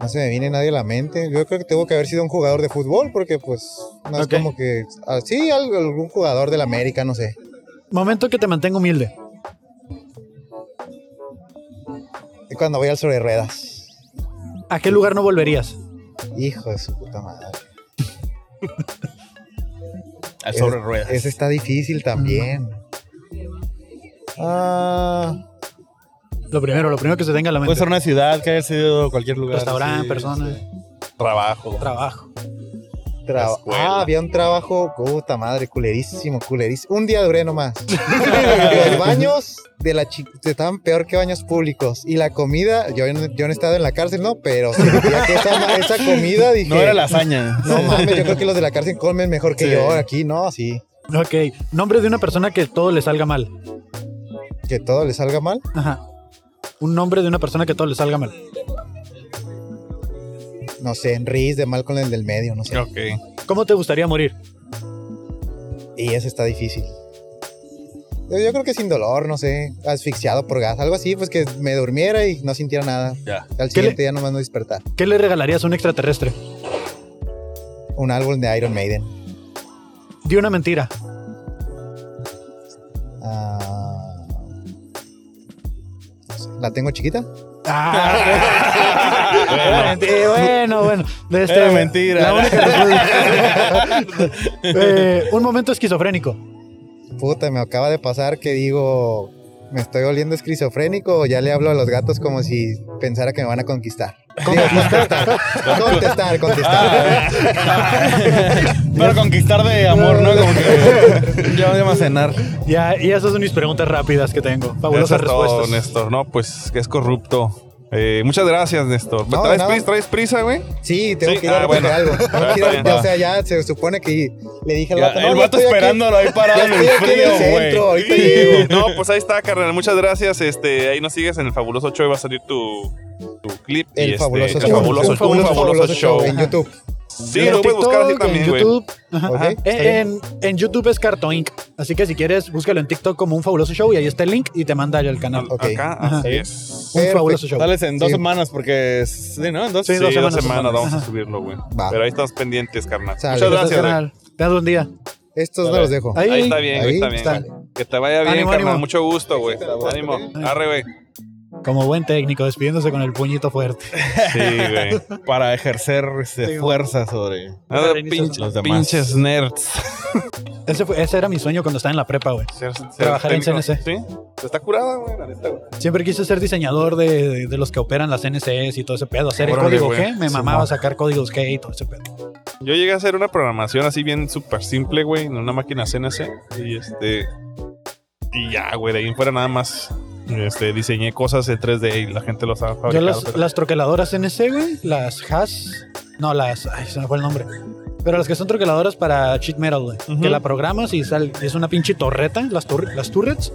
S9: No se me viene nadie a la mente. Yo creo que tuvo que haber sido un jugador de fútbol, porque pues no
S4: Ok.
S9: es como que. ah, sí, algo- algún jugador del América, no sé.
S4: Momento que te mantengo humilde.
S9: Cuando voy al sobre ruedas.
S4: ¿A qué lugar no volverías?
S9: Hijo de su puta madre.
S3: Al sobre
S9: Es-
S3: ruedas.
S9: Ese está difícil también. Ah,
S4: Lo primero, lo primero que se tenga a la
S3: Puede
S4: mente.
S3: ser una ciudad, que haya sido cualquier lugar.
S4: Restaurante,
S3: sí,
S4: persona,
S3: sí.
S2: Trabajo.
S4: trabajo.
S9: tra-
S2: escuela.
S9: ah, había un trabajo. Puta madre, culerísimo, culerísimo. Un día duré nomás. Los baños de la chica estaban peor que baños públicos. Y la comida, yo, no- yo no he estado en la cárcel, no, pero sentía que esa, ma- esa comida dije.
S3: No era lasaña.
S9: "No mames, yo creo que los de la cárcel comen mejor que
S3: Sí.
S9: yo aquí, ¿no? Sí.
S4: Ok. Nombre de una persona que todo le salga mal.
S9: Que todo le salga mal.
S4: Ajá. Un nombre de una persona que todo le salga mal.
S9: No sé, Riz de mal con el del medio, no sé.
S2: Ok.
S4: ¿Cómo te gustaría morir?
S9: Y eso está difícil. Yo, yo creo que sin dolor, no sé, asfixiado por gas, algo así, pues que me durmiera y no sintiera nada.
S3: Ya.
S9: Al
S4: ¿Qué le-
S9: siguiente día nomás no despertar.
S4: ¿Qué le regalarías a un extraterrestre?
S9: Un álbum de Iron Maiden.
S4: Di una mentira.
S9: Ah, no sé, ¿La tengo chiquita?
S4: Ah, bueno, bueno, bueno. De este-
S3: Era mentira.
S4: La única Eh, un momento esquizofrénico.
S9: Puta, me acaba de pasar que digo, me estoy oliendo esquizofrénico o ya le hablo a los gatos como si pensara que me van a conquistar. Digo, contestar, contestar, contestar.
S3: Pero conquistar de amor, ¿no? Como que. Ya vamos a cenar.
S4: Ya, y esas son mis preguntas rápidas que tengo.
S2: Eso
S4: Fabulosas
S2: es todo,
S4: respuestas.
S2: Néstor. No, pues que es corrupto. Eh, muchas gracias, Néstor.
S9: No, de
S2: ¿Traes,
S9: nada.
S2: prisa, ¿Traes prisa, güey?
S9: Sí, tengo
S2: Sí,
S9: que ir a
S2: ah, bueno.
S9: recoger algo. Tengo que ir a-
S2: Está bien,
S9: o sea, ya se supone que le dije al
S3: Ya,
S9: vato. "No,
S3: el
S9: ya
S3: vato
S9: estoy aquí".
S3: esperándolo ahí parado en
S9: Ya
S3: el
S9: estoy aquí en
S3: frío,
S9: el centro,
S3: güey.
S9: ahorita llego.
S2: No, pues ahí está, carnal. Muchas gracias. Este, ahí nos sigues en el fabuloso show. Va a salir tu, tu clip. y
S9: El
S2: este,
S9: fabuloso
S2: el
S9: show.
S2: fabuloso,
S9: Un
S2: un fabuloso show.
S9: En YouTube.
S2: Sí, lo puedes buscar así también,
S4: en
S2: güey.
S4: YouTube. Ajá.
S9: Ok,
S4: Ajá.
S9: está
S4: Eh, En, en YouTube es Carto Inc. Así que si quieres, búscalo en TikTok como un fabuloso show y ahí está el link y te manda al canal.
S9: Ok.
S2: Acá,
S4: Ajá.
S2: así es.
S4: Un
S9: Perfecto.
S4: fabuloso show.
S3: ah, Sales en dos
S9: Sí.
S3: semanas porque. es- Sí, ¿no? En dos.
S4: Sí,
S2: Sí, dos semanas,
S4: dos semanas.
S2: vamos a
S4: Ajá.
S2: subirlo, güey.
S9: Va.
S2: Pero ahí estás pendientes, carnal.
S9: Sale.
S2: Muchas
S4: Gracias,
S2: gracias, güey.
S4: carnal. Te das un día.
S9: Estos me los dejo.
S4: Ahí,
S2: Ahí está bien,
S9: Ahí
S2: güey, está bien.
S4: está.
S2: güey. Que te vaya bien,
S4: Ánimo,
S2: carnal.
S4: ánimo.
S2: Mucho gusto, güey. Ánimo. Arre, güey.
S4: Como buen técnico, despidiéndose con el puñito fuerte.
S2: Sí, güey.
S3: Para ejercer este,
S4: Sí,
S3: fuerza sobre.
S2: Nada,
S4: Los
S2: pinche-
S3: demás.
S2: pinches nerds.
S4: Ese, fue- ese era mi sueño cuando estaba en la prepa, güey.
S2: Ser- ser
S4: Trabajar en
S2: técnico.
S4: CNC.
S2: Sí. Está curada, güey, la neta, güey.
S4: Siempre quise ser diseñador de, de- de los que operan las NCS y todo ese pedo. Hacer
S2: Órale,
S4: el código
S2: güey.
S4: G. Me mamaba sacar códigos G y todo ese pedo.
S2: Yo llegué a hacer una programación así bien súper simple, güey, en una máquina CNC. Y este. Y ya, güey, de ahí en fuera nada más. Este, diseñé cosas en 3D y la gente lo sabe
S4: Yo
S2: fabricar.
S4: las,
S2: pero-
S4: las troqueladoras NC, güey, las Has, no, las, ay, se me fue el nombre. Pero las que son troqueladoras para cheat metal, güey, que la programas y sal, es una pinche torreta, las, tur- las turrets,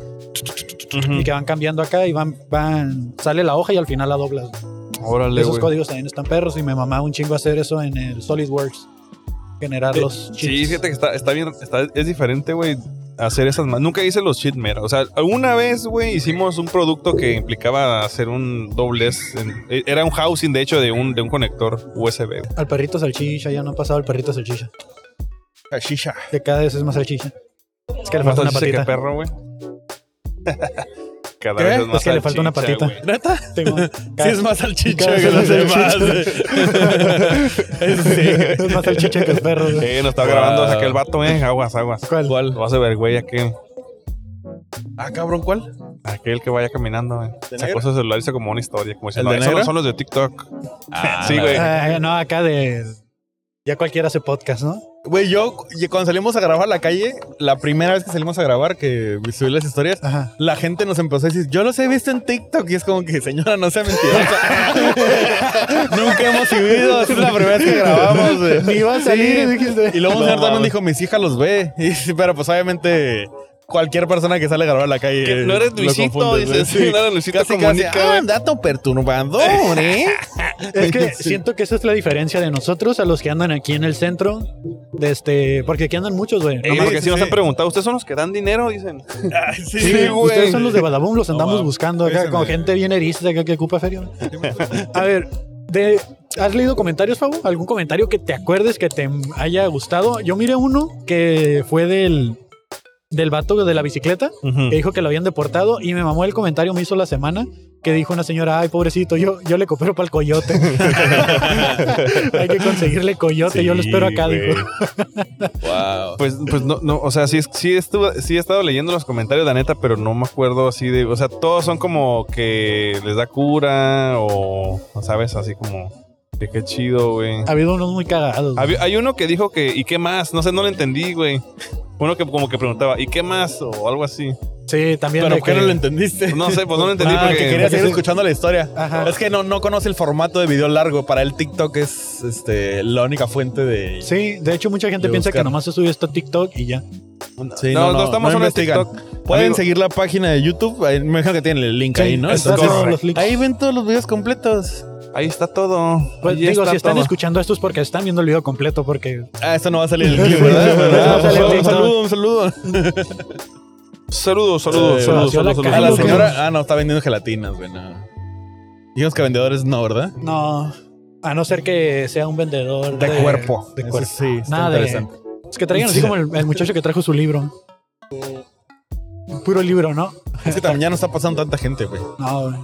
S4: y que van cambiando acá y van, van, sale la hoja y al final la doblas. güey.
S2: Órale,
S4: Esos
S2: güey.
S4: códigos también están perros y me mamaba un chingo hacer eso en el SolidWorks,
S2: Eh,
S4: generar los
S2: Sí,
S4: cheats.
S2: fíjate que está, está bien, está- es diferente, güey, hacer esas más. Nunca hice los cheat meter. O sea, alguna vez, güey, hicimos un producto que implicaba hacer un doblez. en- eh, era un housing, de hecho, de un, de un conector USB.
S4: Al perrito salchicha, ya no ha pasado el perrito salchicha,
S3: Shisha.
S4: que cada vez es más salchicha. Es que le
S2: Más
S4: falta una
S2: salchicha
S4: patita.
S2: que perro, güey. Cada
S4: ¿Qué?
S2: vez es
S4: Es,
S2: más
S4: que le falta una
S2: salchicha,
S4: patita.
S2: güey.
S4: ¿Neta?
S3: Sí, es más salchicha
S4: Cada
S3: que
S4: vez
S3: los
S4: es más
S3: demás. Sí.
S4: Es más salchicha que el perro. güey.
S2: Eh, nos está
S3: Wow.
S2: grabando hasta aquel vato, eh. Aguas, aguas.
S4: ¿Cuál?
S2: Lo hace ver, güey, aquel.
S3: Ah, cabrón, ¿cuál?
S2: Aquel que vaya caminando, eh.
S3: ¿De
S2: Sacó
S3: negro?
S2: su celular y hizo como una historia. Como
S3: ¿El
S2: diciendo,
S3: de
S2: "Ah, esos
S3: negro?
S2: no son los de TikTok.
S3: Ah,
S2: sí,
S3: la
S2: güey.
S4: Ah, no, acá de. Ya cualquiera hace podcast, ¿no?
S3: Güey, yo y cuando salimos a grabar a la calle, la primera vez que salimos a grabar, que subí las historias,
S4: Ajá.
S3: la gente nos empezó a decir, yo los he visto en TikTok. Y es como que, señora, no sea mentirosa. Nunca hemos subido. Esta es la primera vez que grabamos. güey.
S4: Ni iba a salir, dijiste.
S3: Y luego un
S2: No,
S3: señor también
S2: mames.
S3: dijo, mis hijas los ve. Y sí, pero pues obviamente cualquier persona que sale a grabar a la calle.
S2: Que no eres
S3: lo
S2: Luisito,
S3: confunde, güey.
S2: dices, sí, no eres Luisito
S3: Casi, casi,
S2: Comunica, güey.
S3: ah, dato perturbador, ¿eh?
S4: Es que
S3: Sí.
S4: siento que esa es la diferencia de nosotros a los que andan aquí en el centro. De este, porque aquí andan muchos, güey.
S2: No,
S4: No
S2: porque
S4: mames.
S2: si nos han preguntado, ¿ustedes son los que dan dinero? Dicen.
S3: Ay, Ah, sí,
S4: Sí, Ustedes son los de Badabum, los andamos
S3: mames.
S4: buscando acá
S3: Pésame.
S4: con gente bien eriza acá que ocupa feria. A ver, de- ¿has leído comentarios, Fabo? ¿Algún comentario que te acuerdes que te haya gustado? Yo miré uno que fue del, del vato de la bicicleta. que dijo que lo habían deportado y me mamó el comentario, me hizo la semana, que dijo una señora, ay, pobrecito, yo, yo le coopero para el coyote. Hay que conseguirle coyote, yo lo espero acá,
S2: Sí,
S4: dijo.
S3: Wow.
S2: Pues, pues no, no, o sea, sí, es- sí, estuve, sí he estado leyendo los comentarios, la neta, pero no me acuerdo así de. O sea, todos son como que les da cura o, ¿sabes? Así como, de qué chido, güey.
S4: Ha habido unos muy cagados. güey.
S2: Había- Hay uno que dijo que, ¿y qué más? No sé, no lo entendí, güey. Uno que como que preguntaba, ¿y qué más? O algo así.
S4: Sí, también
S3: Pero
S4: de
S3: ¿por qué
S4: que-
S3: no lo entendiste?
S2: No sé, pues no lo entendí
S3: Ah,
S2: porque.
S3: que quería seguir
S4: Sí.
S3: escuchando la historia.
S4: Ajá.
S3: Es que no, no conoce el formato de video largo. Para el TikTok es este, la única fuente de.
S4: Sí, de hecho mucha gente
S3: De
S4: piensa
S3: buscar.
S4: que nomás se subió esto a TikTok y ya.
S3: Sí,
S2: no, no, estamos en
S3: investigan.
S2: TikTok.
S3: Pueden
S2: Amigo,
S3: seguir la página de YouTube. ahí- Me imagino que tienen el link
S4: Sí,
S3: ahí, ¿no?
S4: está
S3: Entonces,
S4: todos los links.
S3: ahí ven todos los videos completos.
S2: Ahí está todo.
S4: Pues,
S2: Ahí
S4: digo,
S2: está
S4: si están
S2: todo.
S4: escuchando esto es porque están viendo el video completo, porque
S3: Ah, esto no va a salir en el clip, ¿verdad?
S4: No va a
S3: Ah,
S4: salir en
S3: un
S4: TikTok.
S3: saludo, un saludo.
S2: Saludos, saludos,
S3: Eh,
S2: saludos,
S4: nació la
S2: saludos,
S4: cara,
S3: A la
S4: Saludos.
S2: saludos.
S3: señora. Ah, no, está vendiendo gelatinas, güey. No. Dijimos que vendedores no, ¿verdad?
S4: no, a no ser que sea un vendedor
S3: De, cuerpo.
S4: De
S3: Eso
S4: cuerpo.
S3: Sí, está
S4: Nada de-
S3: interesante.
S4: Es que traigan así como el, el muchacho que trajo su libro. Puro libro, ¿no?
S3: Es que también ya no está pasando tanta gente, güey.
S4: No, güey.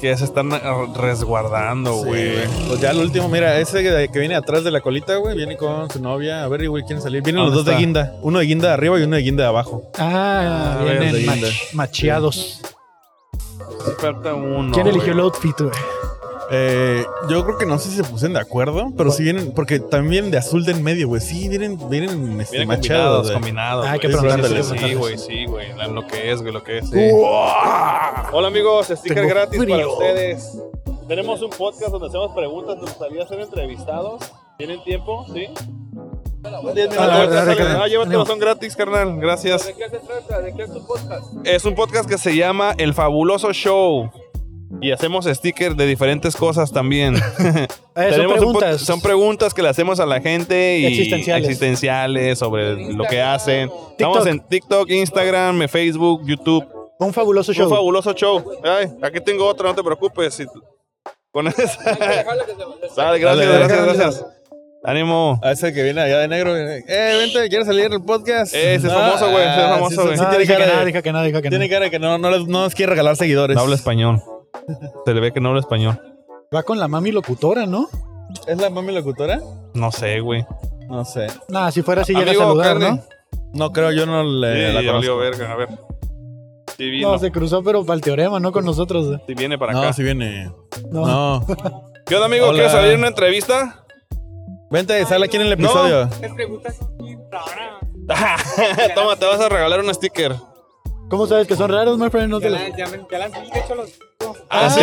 S2: Que se están eh, resguardando, güey.
S3: Pues ya el último, mira, ese que que viene atrás de la colita, güey, viene con su novia. A ver, güey, quieren salir. Vienen los
S2: ¿Dónde
S3: dos de
S2: está?
S3: guinda. Uno de guinda de arriba y uno de guinda de abajo.
S4: Ah,
S3: Ah,
S4: vienen
S3: verde,
S4: mach-
S3: verde.
S4: macheados.
S2: Sí falta uno.
S4: ¿Quién eligió el
S2: güey.
S4: outfit, güey?
S3: Eh, yo creo que no sé si se pusieron de acuerdo, pero sí vienen, porque también vienen de azul de en medio, güey. Sí, vienen, vienen, este,
S2: Vienen
S3: machados,
S2: combinados,
S3: güey.
S2: combinados.
S4: Ah, hay que
S2: güey.
S4: preguntarles,
S2: Sí,
S4: hay que
S2: Sí, güey,
S4: preguntarles.
S2: sí, güey. La- Lo que es, güey, lo que es. sí. Hola, amigos. Sticker
S4: Tengo
S2: gratis para
S4: frío.
S2: ustedes. Tenemos un podcast donde hacemos preguntas. ¿Nos gustaría ser entrevistados? ¿Tienen tiempo? ¿Sí?
S4: A la verdad, carnal.
S2: Ah, llévatelo,
S4: Ánimo.
S2: son gratis, carnal. Gracias. ¿De qué se trata? ¿De qué es tu podcast? Es un podcast que se llama El Fabuloso Show. Y hacemos stickers de diferentes cosas también.
S4: Eh, son
S2: Tenemos un pod-
S4: preguntas.
S2: son preguntas que le hacemos a la gente y
S4: Existenciales.
S2: existenciales sobre lo que hacen.
S4: TikTok.
S2: Estamos en TikTok, Instagram, en Facebook, YouTube.
S4: Un fabuloso show.
S2: Un fabuloso show. Ay, aquí tengo otra, no te preocupes. si- Con esa. Sale, gracias,
S3: Dale,
S2: gracias,
S3: dale.
S2: gracias. Ánimo.
S3: A ese que viene allá de negro. viene, Eh, vente, ¿quieres salir en el podcast?
S2: Eh, Ese es famoso, güey, ese es
S3: ah,
S2: famoso,
S3: sí, sí,
S2: güey.
S3: sí,
S4: No,
S3: tiene
S4: deja que
S3: cara
S4: nada,
S3: de-
S4: deja que nada, deja que
S3: Tiene
S4: nada.
S3: cara de que no, no, les- no nos quiere regalar seguidores.
S2: No habla español. Se le ve que no habla español.
S4: Va con la mami locutora, ¿no?
S3: ¿Es la mami locutora?
S2: No sé, güey.
S3: No sé.
S4: Nah, si fuera así llega a
S2: Amigo,
S4: saludar,
S2: carne.
S4: ¿no?
S3: No creo, yo no le
S2: Sí,
S3: Eh, la
S2: valió
S3: conozco.
S2: verga, a ver. Sí vino.
S4: No, se cruzó, pero para el teorema, no con nosotros.
S2: Sí viene para
S3: No,
S2: acá.
S3: si viene.
S4: No.
S3: No.
S2: ¿Qué onda, amigo?
S3: Hola.
S2: ¿Quieres salir en una entrevista?
S3: Vente, sale aquí en el
S2: No.
S3: episodio.
S2: Toma, te vas a regalar un sticker.
S4: ¿Cómo sabes que son raros, my friend? No te las-
S2: Ah,
S3: ¿sí?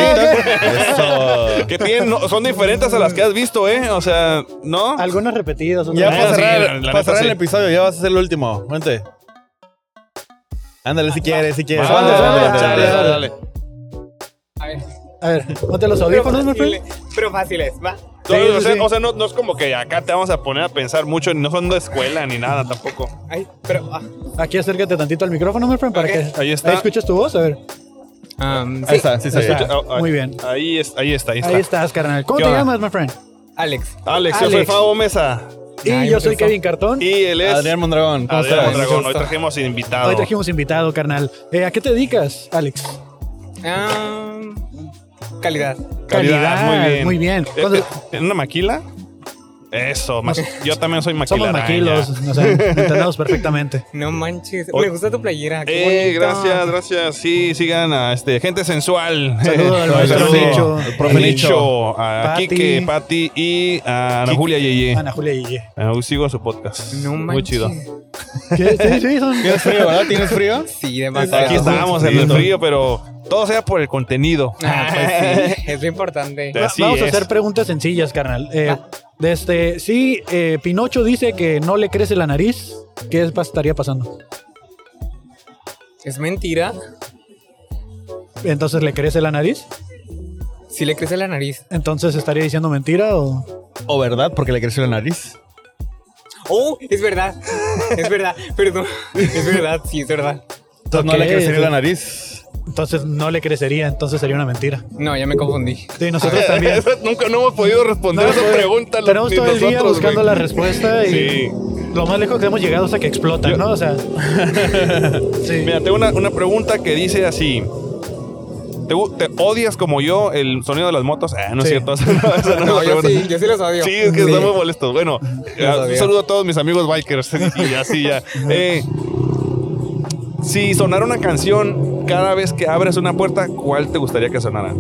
S3: Eso.
S2: Que tienen, no, son diferentes a las que has visto, ¿eh? O sea, ¿no?
S4: Algunas repetidas. otras-
S3: Ya
S2: Ah,
S3: para
S2: sí,
S3: cerrar,
S2: la- la
S3: para
S2: neta,
S3: cerrar
S2: sí.
S3: el episodio, ya vas a ser el último. Vente. Ándale si quieres, si quieres.
S4: Vale,
S3: Ándale,
S4: vale,
S3: ándale,
S4: dale,
S3: ándale,
S4: dale,
S3: ándale.
S8: A ver,
S4: A ver, ponte los audífonos, my friend.
S8: pero fáciles, va.
S2: No,
S4: Sí,
S2: o
S4: sí,
S2: sea,
S4: sí.
S2: o sea, no, no es como que acá te vamos a poner a pensar mucho, no son de escuela ni nada tampoco.
S8: Ay, pero. ah.
S4: Aquí acércate tantito al micrófono, my friend, para
S8: Ok.
S4: que
S2: Ahí está.
S4: ahí escuches tu voz. A ver,
S8: Am,
S3: Ahí
S8: sí,
S3: está, sí se
S2: Um, Escucha-
S3: escucha.
S2: ah, ah,
S4: muy bien.
S2: Ahí, es, ahí está, ahí está.
S4: Ahí estás, carnal. ¿Cómo
S2: ¿Qué
S4: te
S2: onda?
S4: llamas, my friend?
S8: Alex.
S2: Alex, yo soy
S4: Alex.
S2: Fabo Mesa.
S4: Y
S8: Ay,
S4: yo
S8: me
S4: soy
S8: cruzó.
S4: Kevin Cartón.
S2: Y él es
S3: Adrián Mondragón, ¿cómo
S2: Adrián
S3: estás?
S2: Mondragón. Hoy trajimos invitado.
S4: Hoy trajimos invitado, carnal. Eh, ¿A qué te dedicas, Alex?
S8: Am, calidad.
S2: Calidad, muy bien.
S4: Muy bien.
S2: Eh,
S4: Cuando-
S2: eh, ¿en ¿Una maquila? Eso, mas- yo también soy
S4: Somos
S2: maquilaraña.
S4: maquilos, o sea, entendemos perfectamente.
S8: No manches.
S2: Hoy-
S8: Me gusta tu playera. qué
S2: Eh,
S8: bonito.
S2: gracias, gracias. Sí, sigan a este, gente sensual.
S4: Saludo al maestro Nicho.
S2: al profe
S4: Al
S2: Nicho, a
S4: Pati.
S2: Kike, Pati y a Ana
S4: Kike.
S2: Julia Yeye.
S4: Ana Julia Guille.
S2: Hoy sigo su podcast.
S8: No manches.
S2: Muy chido.
S4: Sí, sí, sí, son-
S3: ¿Tienes frío, verdad? ¿Tienes frío?
S8: Sí, demasiado.
S2: Aquí estábamos en el frío, pero todo sea por el contenido.
S8: Ah, pues sí, es lo importante.
S4: Va-
S2: Así
S4: Vamos a
S2: es.
S4: hacer preguntas sencillas, carnal. Eh, de este, sí, eh, Pinocho dice que no le crece la nariz. ¿Qué es- estaría pasando?
S8: Es mentira.
S4: Entonces le crece la nariz.
S8: Si le crece la nariz.
S4: Entonces estaría diciendo mentira o.
S3: ¿O verdad? Porque le creció la nariz.
S8: Oh, es verdad. Es verdad. Perdón. Es verdad. Sí, es verdad.
S3: Entonces no
S4: Ok,
S3: le crecería
S4: sí.
S3: la nariz.
S4: Entonces no le crecería, entonces sería una mentira.
S8: No, ya me confundí.
S4: Sí, nosotros también.
S2: Esa- Nunca no hemos podido responder
S4: No,
S2: esa
S4: pues,
S2: pregunta. los-
S4: Tenemos
S2: ni
S4: todo el día
S2: nosotros,
S4: buscando
S2: güey.
S4: la respuesta y
S2: Sí.
S4: lo más lejos que hemos llegado es a que explota, ¿no? O sea. sí.
S2: Mira, tengo una, una pregunta que dice así. ¿Te, gu- te odias como yo el sonido de las motos? Ah, no
S4: Sí.
S2: es cierto. esa no- esa no es
S8: No,
S2: la
S8: yo
S2: pregunta.
S8: sí, yo sí los odio.
S2: Sí, es que están muy molestos. Bueno, eh,
S8: Los
S2: un
S8: odio.
S2: saludo a todos mis amigos bikers. Y así ya. Eh, si sonara una canción cada vez que abres una puerta, ¿cuál te gustaría que sonara?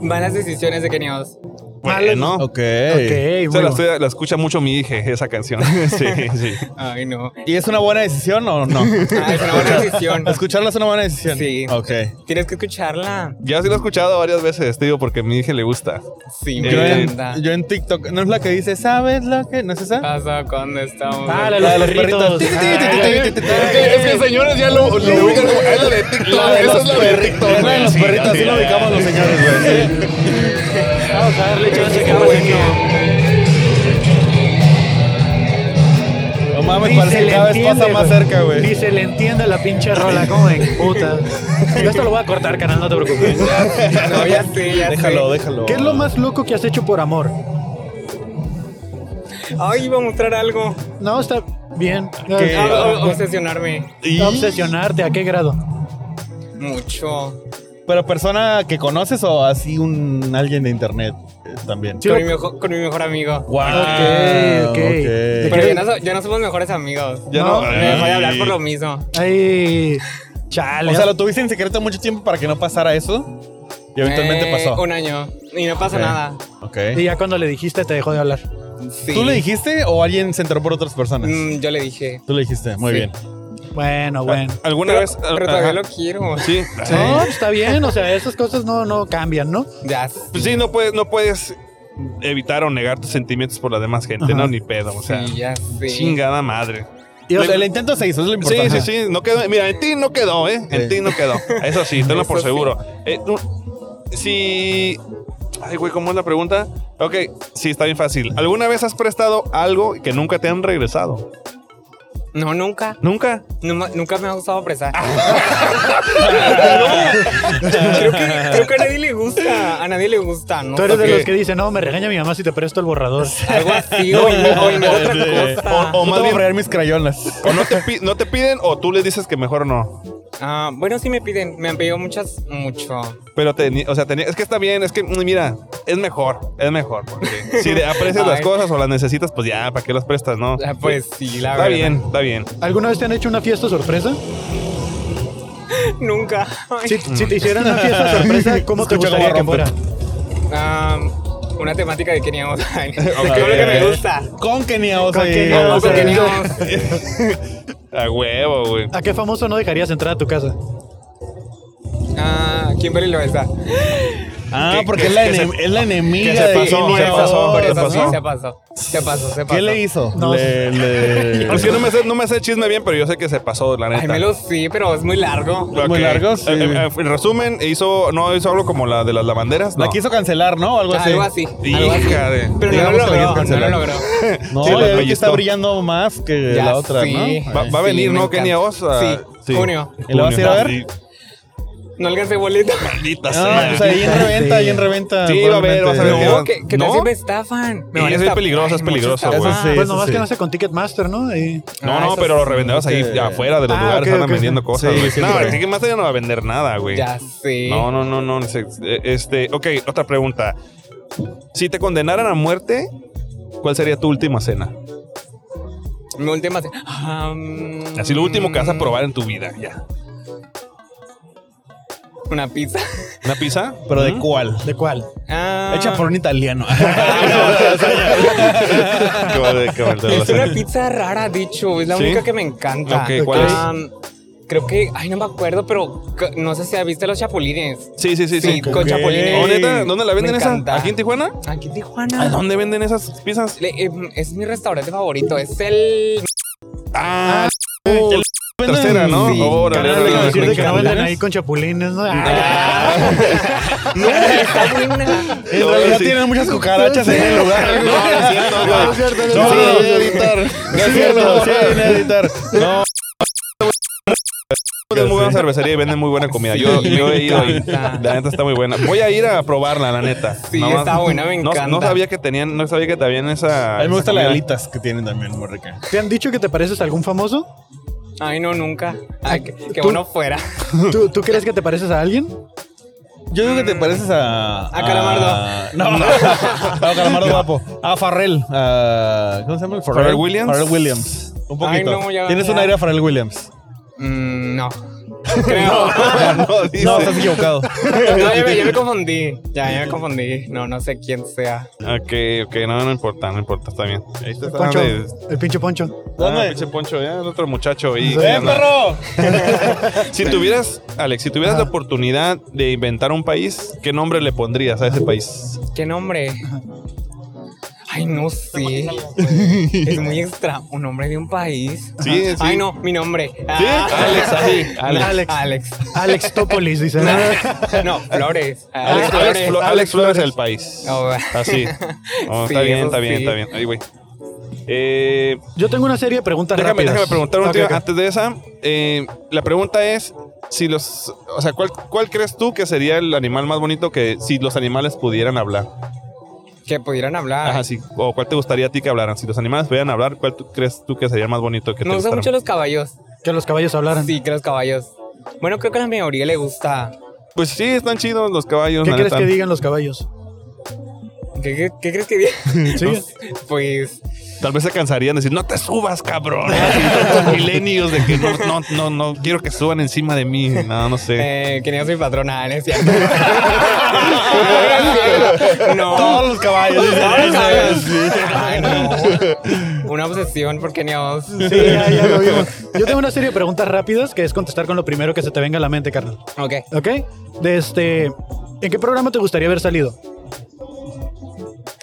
S8: Malas decisiones de Kenios.
S2: Bueno,
S3: Ok.
S4: Ok,
S2: se
S4: muy
S2: la,
S4: bueno.
S2: estoy- la escucha mucho mi hija, esa canción. sí, sí.
S8: Ay, no.
S3: ¿Y es una buena decisión o no?
S8: Ah, es una buena decisión.
S3: Escucharla es una buena decisión.
S8: Sí.
S3: Ok.
S8: Tienes que escucharla.
S2: Ya sí la he escuchado varias veces, te digo, porque a mi hija le gusta. Eh,
S8: Sí, me
S3: Yo en,
S8: encanta.
S3: yo en TikTok, ¿no es la que dice, ¿sabes lo que? ¿No es esa?
S8: Pasa cuando estamos.
S4: Ah, la de
S3: La de
S4: los
S3: los
S4: perritos.
S3: perritos.
S4: Ay,
S6: Es que, es que señores ya lo, lo ubican como, "Ah, la de TikTok, esa es la de TikTok.
S3: Es la de los
S2: Sí,
S3: perritos,
S2: sí,
S3: así lo
S2: sí.
S3: ubicamos los señores, güey. Sí.
S4: Vamos a darle chance que
S8: Qué
S4: pase
S8: bueno.
S4: que-
S3: No mames,
S4: Ni se
S3: parece que
S4: le
S3: cada vez
S4: entiende,
S3: pasa más
S4: güey.
S3: cerca,
S4: Ni
S3: güey.
S4: se le entiende la pinche rola, como de puta. Yo esto lo voy a cortar, canal, no te preocupes.
S8: No, ya sé, ya
S3: Déjalo,
S8: sé.
S3: déjalo.
S4: ¿Qué es lo más loco que has hecho por amor?
S8: Ay, iba a mostrar algo.
S4: No, está bien.
S3: ¿Qué?
S4: Ah,
S8: Ah, o- obsesionarme
S4: Obsesionarte, ¿a qué grado?
S8: mucho.
S3: ¿Pero persona que conoces o así un alguien de internet eh, también?
S4: Sí,
S8: con,
S4: lo-
S8: mi mejo- con mi mejor amigo.
S3: Wow.
S4: ok, ok.
S3: ok.
S8: Pero ya no, so- ya no somos mejores amigos.
S2: Ya
S4: No,
S2: no.
S8: Me dejó de hablar por lo mismo.
S4: Ay, chale.
S3: O sea, lo tuviste en secreto mucho tiempo para que no pasara eso. Y eventualmente
S8: Eh,
S3: pasó.
S8: Un año. Y no pasa
S3: Ok.
S8: nada.
S3: Ok.
S4: Y ya cuando le dijiste te dejó de hablar.
S8: Sí.
S3: ¿Tú le dijiste o alguien se enteró por otras personas?
S8: Mm, yo le dije.
S3: Tú le dijiste, muy
S8: Sí.
S3: bien.
S4: Bueno, bueno.
S2: ¿Alguna
S8: Pero,
S2: vez?
S8: pero todavía
S2: Ajá.
S8: lo quiero.
S2: Sí.
S4: No, pues, está bien, o sea, esas cosas no, no cambian, ¿no?
S8: Ya.
S2: Pues sí, no puedes, no puedes evitar o negar tus sentimientos por la demás gente,
S4: Ajá.
S2: ¿no? Ni pedo, o sea,
S8: sí, ya sé.
S2: chingada madre.
S3: Y, o sea,
S2: Le-
S3: el intento se hizo, es lo
S2: Sí,
S3: importante.
S2: sí, sí, no quedó, mira, en ti no quedó, ¿eh? En
S3: Sí.
S2: ti no quedó. Eso sí, tenlo por
S8: Eso sí.
S2: seguro. Eh, un- si. Ay, güey, ¿cómo es la pregunta? Ok, sí, está bien fácil. ¿Alguna vez has prestado algo que nunca te han regresado?
S7: No, nunca.
S2: ¿Nunca?
S7: Numa- nunca me ha gustado presar. creo, que, creo que a nadie le gusta. A nadie le gusta, ¿no?
S4: Tú eres
S2: Ok.
S4: de los que dicen, no, me regaña mi mamá si te presto el borrador.
S7: Algo así, o o invento otra cosa.
S3: No
S2: O
S3: te
S2: más
S3: voy a
S2: bien,
S3: fregar mis crayolas.
S2: o no te, pi- no te piden o tú les dices que mejor no.
S7: Ah, bueno, sí me piden. Me han pedido muchas, mucho.
S2: Pero, teni- o sea, teni- es que está bien, es que, mm, mira, es mejor, es mejor. Porque si de- aprecias las
S7: Ay.
S2: cosas o las necesitas, pues ya, ¿para qué las prestas, no?
S7: Ah, Pues sí, la
S2: Está
S7: verdad.
S2: bien, está bien.
S4: ¿Alguna vez te han hecho una fiesta sorpresa?
S7: Nunca. Ay.
S4: Si, si te hicieran una fiesta sorpresa, ¿cómo te gustaría que fuera?
S7: Ah, una temática que queríamos. Todo lo que me gusta.
S3: Con Keniaos ahí.
S7: Algo que queríamos.
S2: A huevo, güey.
S4: ¿A qué famoso no dejarías entrar a tu casa?
S7: Ah, Kimberly lo está.
S3: Ah,
S2: Que-
S3: porque
S2: que-
S3: es la,
S2: que se-
S3: enem- es la enemiga.
S2: que se
S3: de
S2: pasó,
S3: Kenia
S2: se pasó,
S3: Os.
S7: Por
S2: ¿Qué
S7: eso
S2: pasó?
S7: sí, se pasó. Se pasó, se pasó.
S3: ¿Qué le hizo?
S4: No.
S3: Le- le-
S2: Es que no me, sé, no me sé el chisme bien, pero yo sé que se pasó, la neta.
S7: Ay, me lo sí, pero es muy largo.
S2: Ok.
S3: Muy largo, sí.
S2: Eh, eh, En resumen, hizo, no hizo algo como la de las lavanderas.
S3: La
S2: no.
S3: quiso cancelar, ¿no? Algo así.
S7: Algo así. Algo así.
S2: Hija de.
S7: Pero no
S3: Digamos que
S7: lo
S3: la
S7: logró,
S3: quieres
S7: no lo
S3: cancelar.
S7: logró.
S3: No,
S2: Sí,
S3: ya
S2: la
S3: ves que
S2: pellizcó.
S3: está brillando más que
S7: Ya,
S3: la otra,
S7: sí.
S3: ¿no?
S2: Va, va a
S7: Sí,
S2: venir,
S7: me
S2: ¿no?
S7: encanta.
S2: Kenia Oz. a-
S7: Sí, junio.
S3: ¿Y la vas a ir a ver?
S7: No alcancé boleto.
S2: Maldita
S3: Ah,
S2: sea.
S3: pues ahí en reventa, ahí en reventa.
S2: Sí, va a ver, vas a ver.
S3: probablemente.
S7: No, que, que
S2: ¿No?
S7: tal si me
S2: Y
S7: estafan. Me van a
S2: es bien
S7: estafar.
S2: peligroso, es
S7: Ay, mucho
S2: peligroso,
S7: estafa.
S3: güey. Eso sí.
S4: Pues nomás que no sé con Ticketmaster, ¿no? Ahí.
S2: No,
S7: Ah,
S2: no,
S7: eso
S2: pero
S7: sí.
S2: los revendedores ahí
S3: Ok.
S2: afuera de los
S4: Ah,
S2: lugares
S4: ok,
S2: andan
S4: ok.
S2: vendiendo cosas.
S3: Sí,
S2: güey.
S3: sí,
S2: no,
S3: sí.
S2: el Ticketmaster ya no va a vender nada, güey.
S7: Ya sé.
S2: No, no, no, no. se- eh, Este, ok, otra pregunta. Si te condenaran a muerte, ¿cuál sería tu última cena?
S7: Mi última. se- Ah, mm,
S2: Así lo último que vas a probar en tu vida, ya.
S7: Una pizza.
S2: ¿Una pizza?
S3: ¿Pero de
S2: Ujú.
S3: cuál?
S4: ¿De cuál?
S7: Ah,
S3: Hecha por un italiano.
S2: Ah, Como de- como el de
S7: Es
S2: los-
S7: una pizza rara, dicho. Es la
S2: ¿Sí?
S7: única que me encanta.
S2: Ok, ¿cuál es?
S7: Ah, creo que. Ay, no me acuerdo, pero c- no sé si has visto los chapulines.
S2: Sí, sí, sí, sí.
S7: Sí, con chapulines.
S2: Oh, neta, ¿Dónde la venden
S7: Me
S2: esa?
S7: encanta.
S2: ¿Aquí en Tijuana?
S7: Aquí en
S2: ¿A
S7: Tijuana.
S2: dónde venden esas pizzas?
S7: Le- em, es mi restaurante favorito. Es el.
S2: Ah, el- tercera, ¿no?
S7: Sí.
S2: Órale,
S4: Ganas de
S2: órale, órale.
S4: decir de que no
S7: Mexicanas.
S4: venden ahí con chapulines, ¿no? Ah,
S7: No, está buena.
S3: En realidad tienen muchas cucarachas en el lugar. No,
S2: No, es cierto, no, no, no, no,
S3: No es cierto, sí, viene a editar. No,
S2: Tienen muy buena cervecería y venden muy buena comida. Yo, yo he ido y la neta está muy buena. Voy a ir a probarla, la neta.
S7: Sí,
S2: Nada más-
S7: está buena, me
S2: no,
S7: encanta.
S2: No sabía que tenían, no sabía que tenían esa.
S3: a mí me gustan las
S2: esa comida.
S3: alitas que tienen también, muy rica.
S4: ¿Te han dicho que te pareces a algún famoso?
S7: Ay, no, nunca. Ay, que, que
S4: ¿Tú?
S7: bueno fuera.
S4: ¿Tú, tú crees que te pareces a alguien?
S3: Yo digo que te pareces a.
S7: A Calamardo.
S3: No, no. A Calamardo guapo. A Farrell. a- ¿Cómo se llama el Farrell?
S2: Pharrell Williams.
S3: Farrell Williams. Un poquito.
S7: Ay, no, ya-
S3: Tienes
S7: ya.
S3: un aire a Farrell Williams.
S7: Mm, no. Creo.
S2: No, dice.
S3: No, estás equivocado.
S7: No, ya me, ya me confundí. Ya, ya me confundí. No, no sé quién sea.
S2: Ok, ok, no, no importa, no importa, está bien. Ahí está, está
S4: Poncho.
S2: de-
S4: El pinche Poncho.
S2: Ah,
S3: ¿Dónde?
S2: pinche Poncho, ya, el otro muchacho ahí. que
S3: ¡Eh,
S2: anda-
S3: perro!
S2: Si tuvieras, Alex, si tuvieras la oportunidad de inventar un país, ¿qué nombre le pondrías a ese país?
S7: ¿Qué nombre? Ay, no sé. Es muy extra. ¿Un nombre de un país?
S2: Sí, sí.
S7: Ay, no, mi nombre.
S2: ¿Sí?
S7: Ah.
S2: Alex, así. Alex.
S4: Alex.
S7: Alex.
S4: Alex Topolis, dice.
S7: No, Flores. Ah,
S2: Alex, Alex, Flo-
S7: Flores.
S2: Alex Flores del país.
S7: Oh,
S2: Así. Oh,
S7: Sí,
S2: está bien,
S7: eso
S2: está bien,
S7: sí.
S2: está bien. Ahí, güey. Eh,
S4: Yo tengo una serie de preguntas
S2: déjame,
S4: rápidas.
S2: déjame preguntar un
S4: Ok, ok.
S2: antes de esa. eh, la pregunta es si los, o sea, ¿cuál, ¿cuál crees tú que sería el animal más bonito que si los animales pudieran hablar?
S7: que pudieran hablar.
S2: Ajá, sí. O cuál te gustaría a ti que hablaran? Si los animales pudieran hablar, ¿cuál tú crees tú que sería el más bonito que te
S7: Me gustan
S2: gustara?
S7: mucho los caballos.
S4: Que los caballos hablaran.
S7: Sí, que los caballos. Bueno, creo que a la mayoría le gusta.
S2: Pues sí, están chidos los caballos.
S4: ¿Qué
S2: la
S4: crees
S2: neta.
S4: que digan los caballos?
S7: ¿Qué, qué- qué crees que diga?
S4: Sí.
S7: Pues
S2: Tal vez se cansarían de decir, no te subas, cabrón. Así, tantos milenios de que no, no, no, no quiero que suban encima de mí. No, no sé.
S7: eh, que ni soy patrona, no es cierto.
S2: Ah,
S7: no.
S3: Todos los caballos.
S7: Ay, Ay, no. Una obsesión por Kenia Oz.
S4: Sí, ya, ya lo vimos. Yo tengo una serie de preguntas rápidas que es contestar con lo primero que se te venga a la mente, carnal.
S7: Ok.
S4: ¿Ok? De este, ¿En qué programa te gustaría haber salido?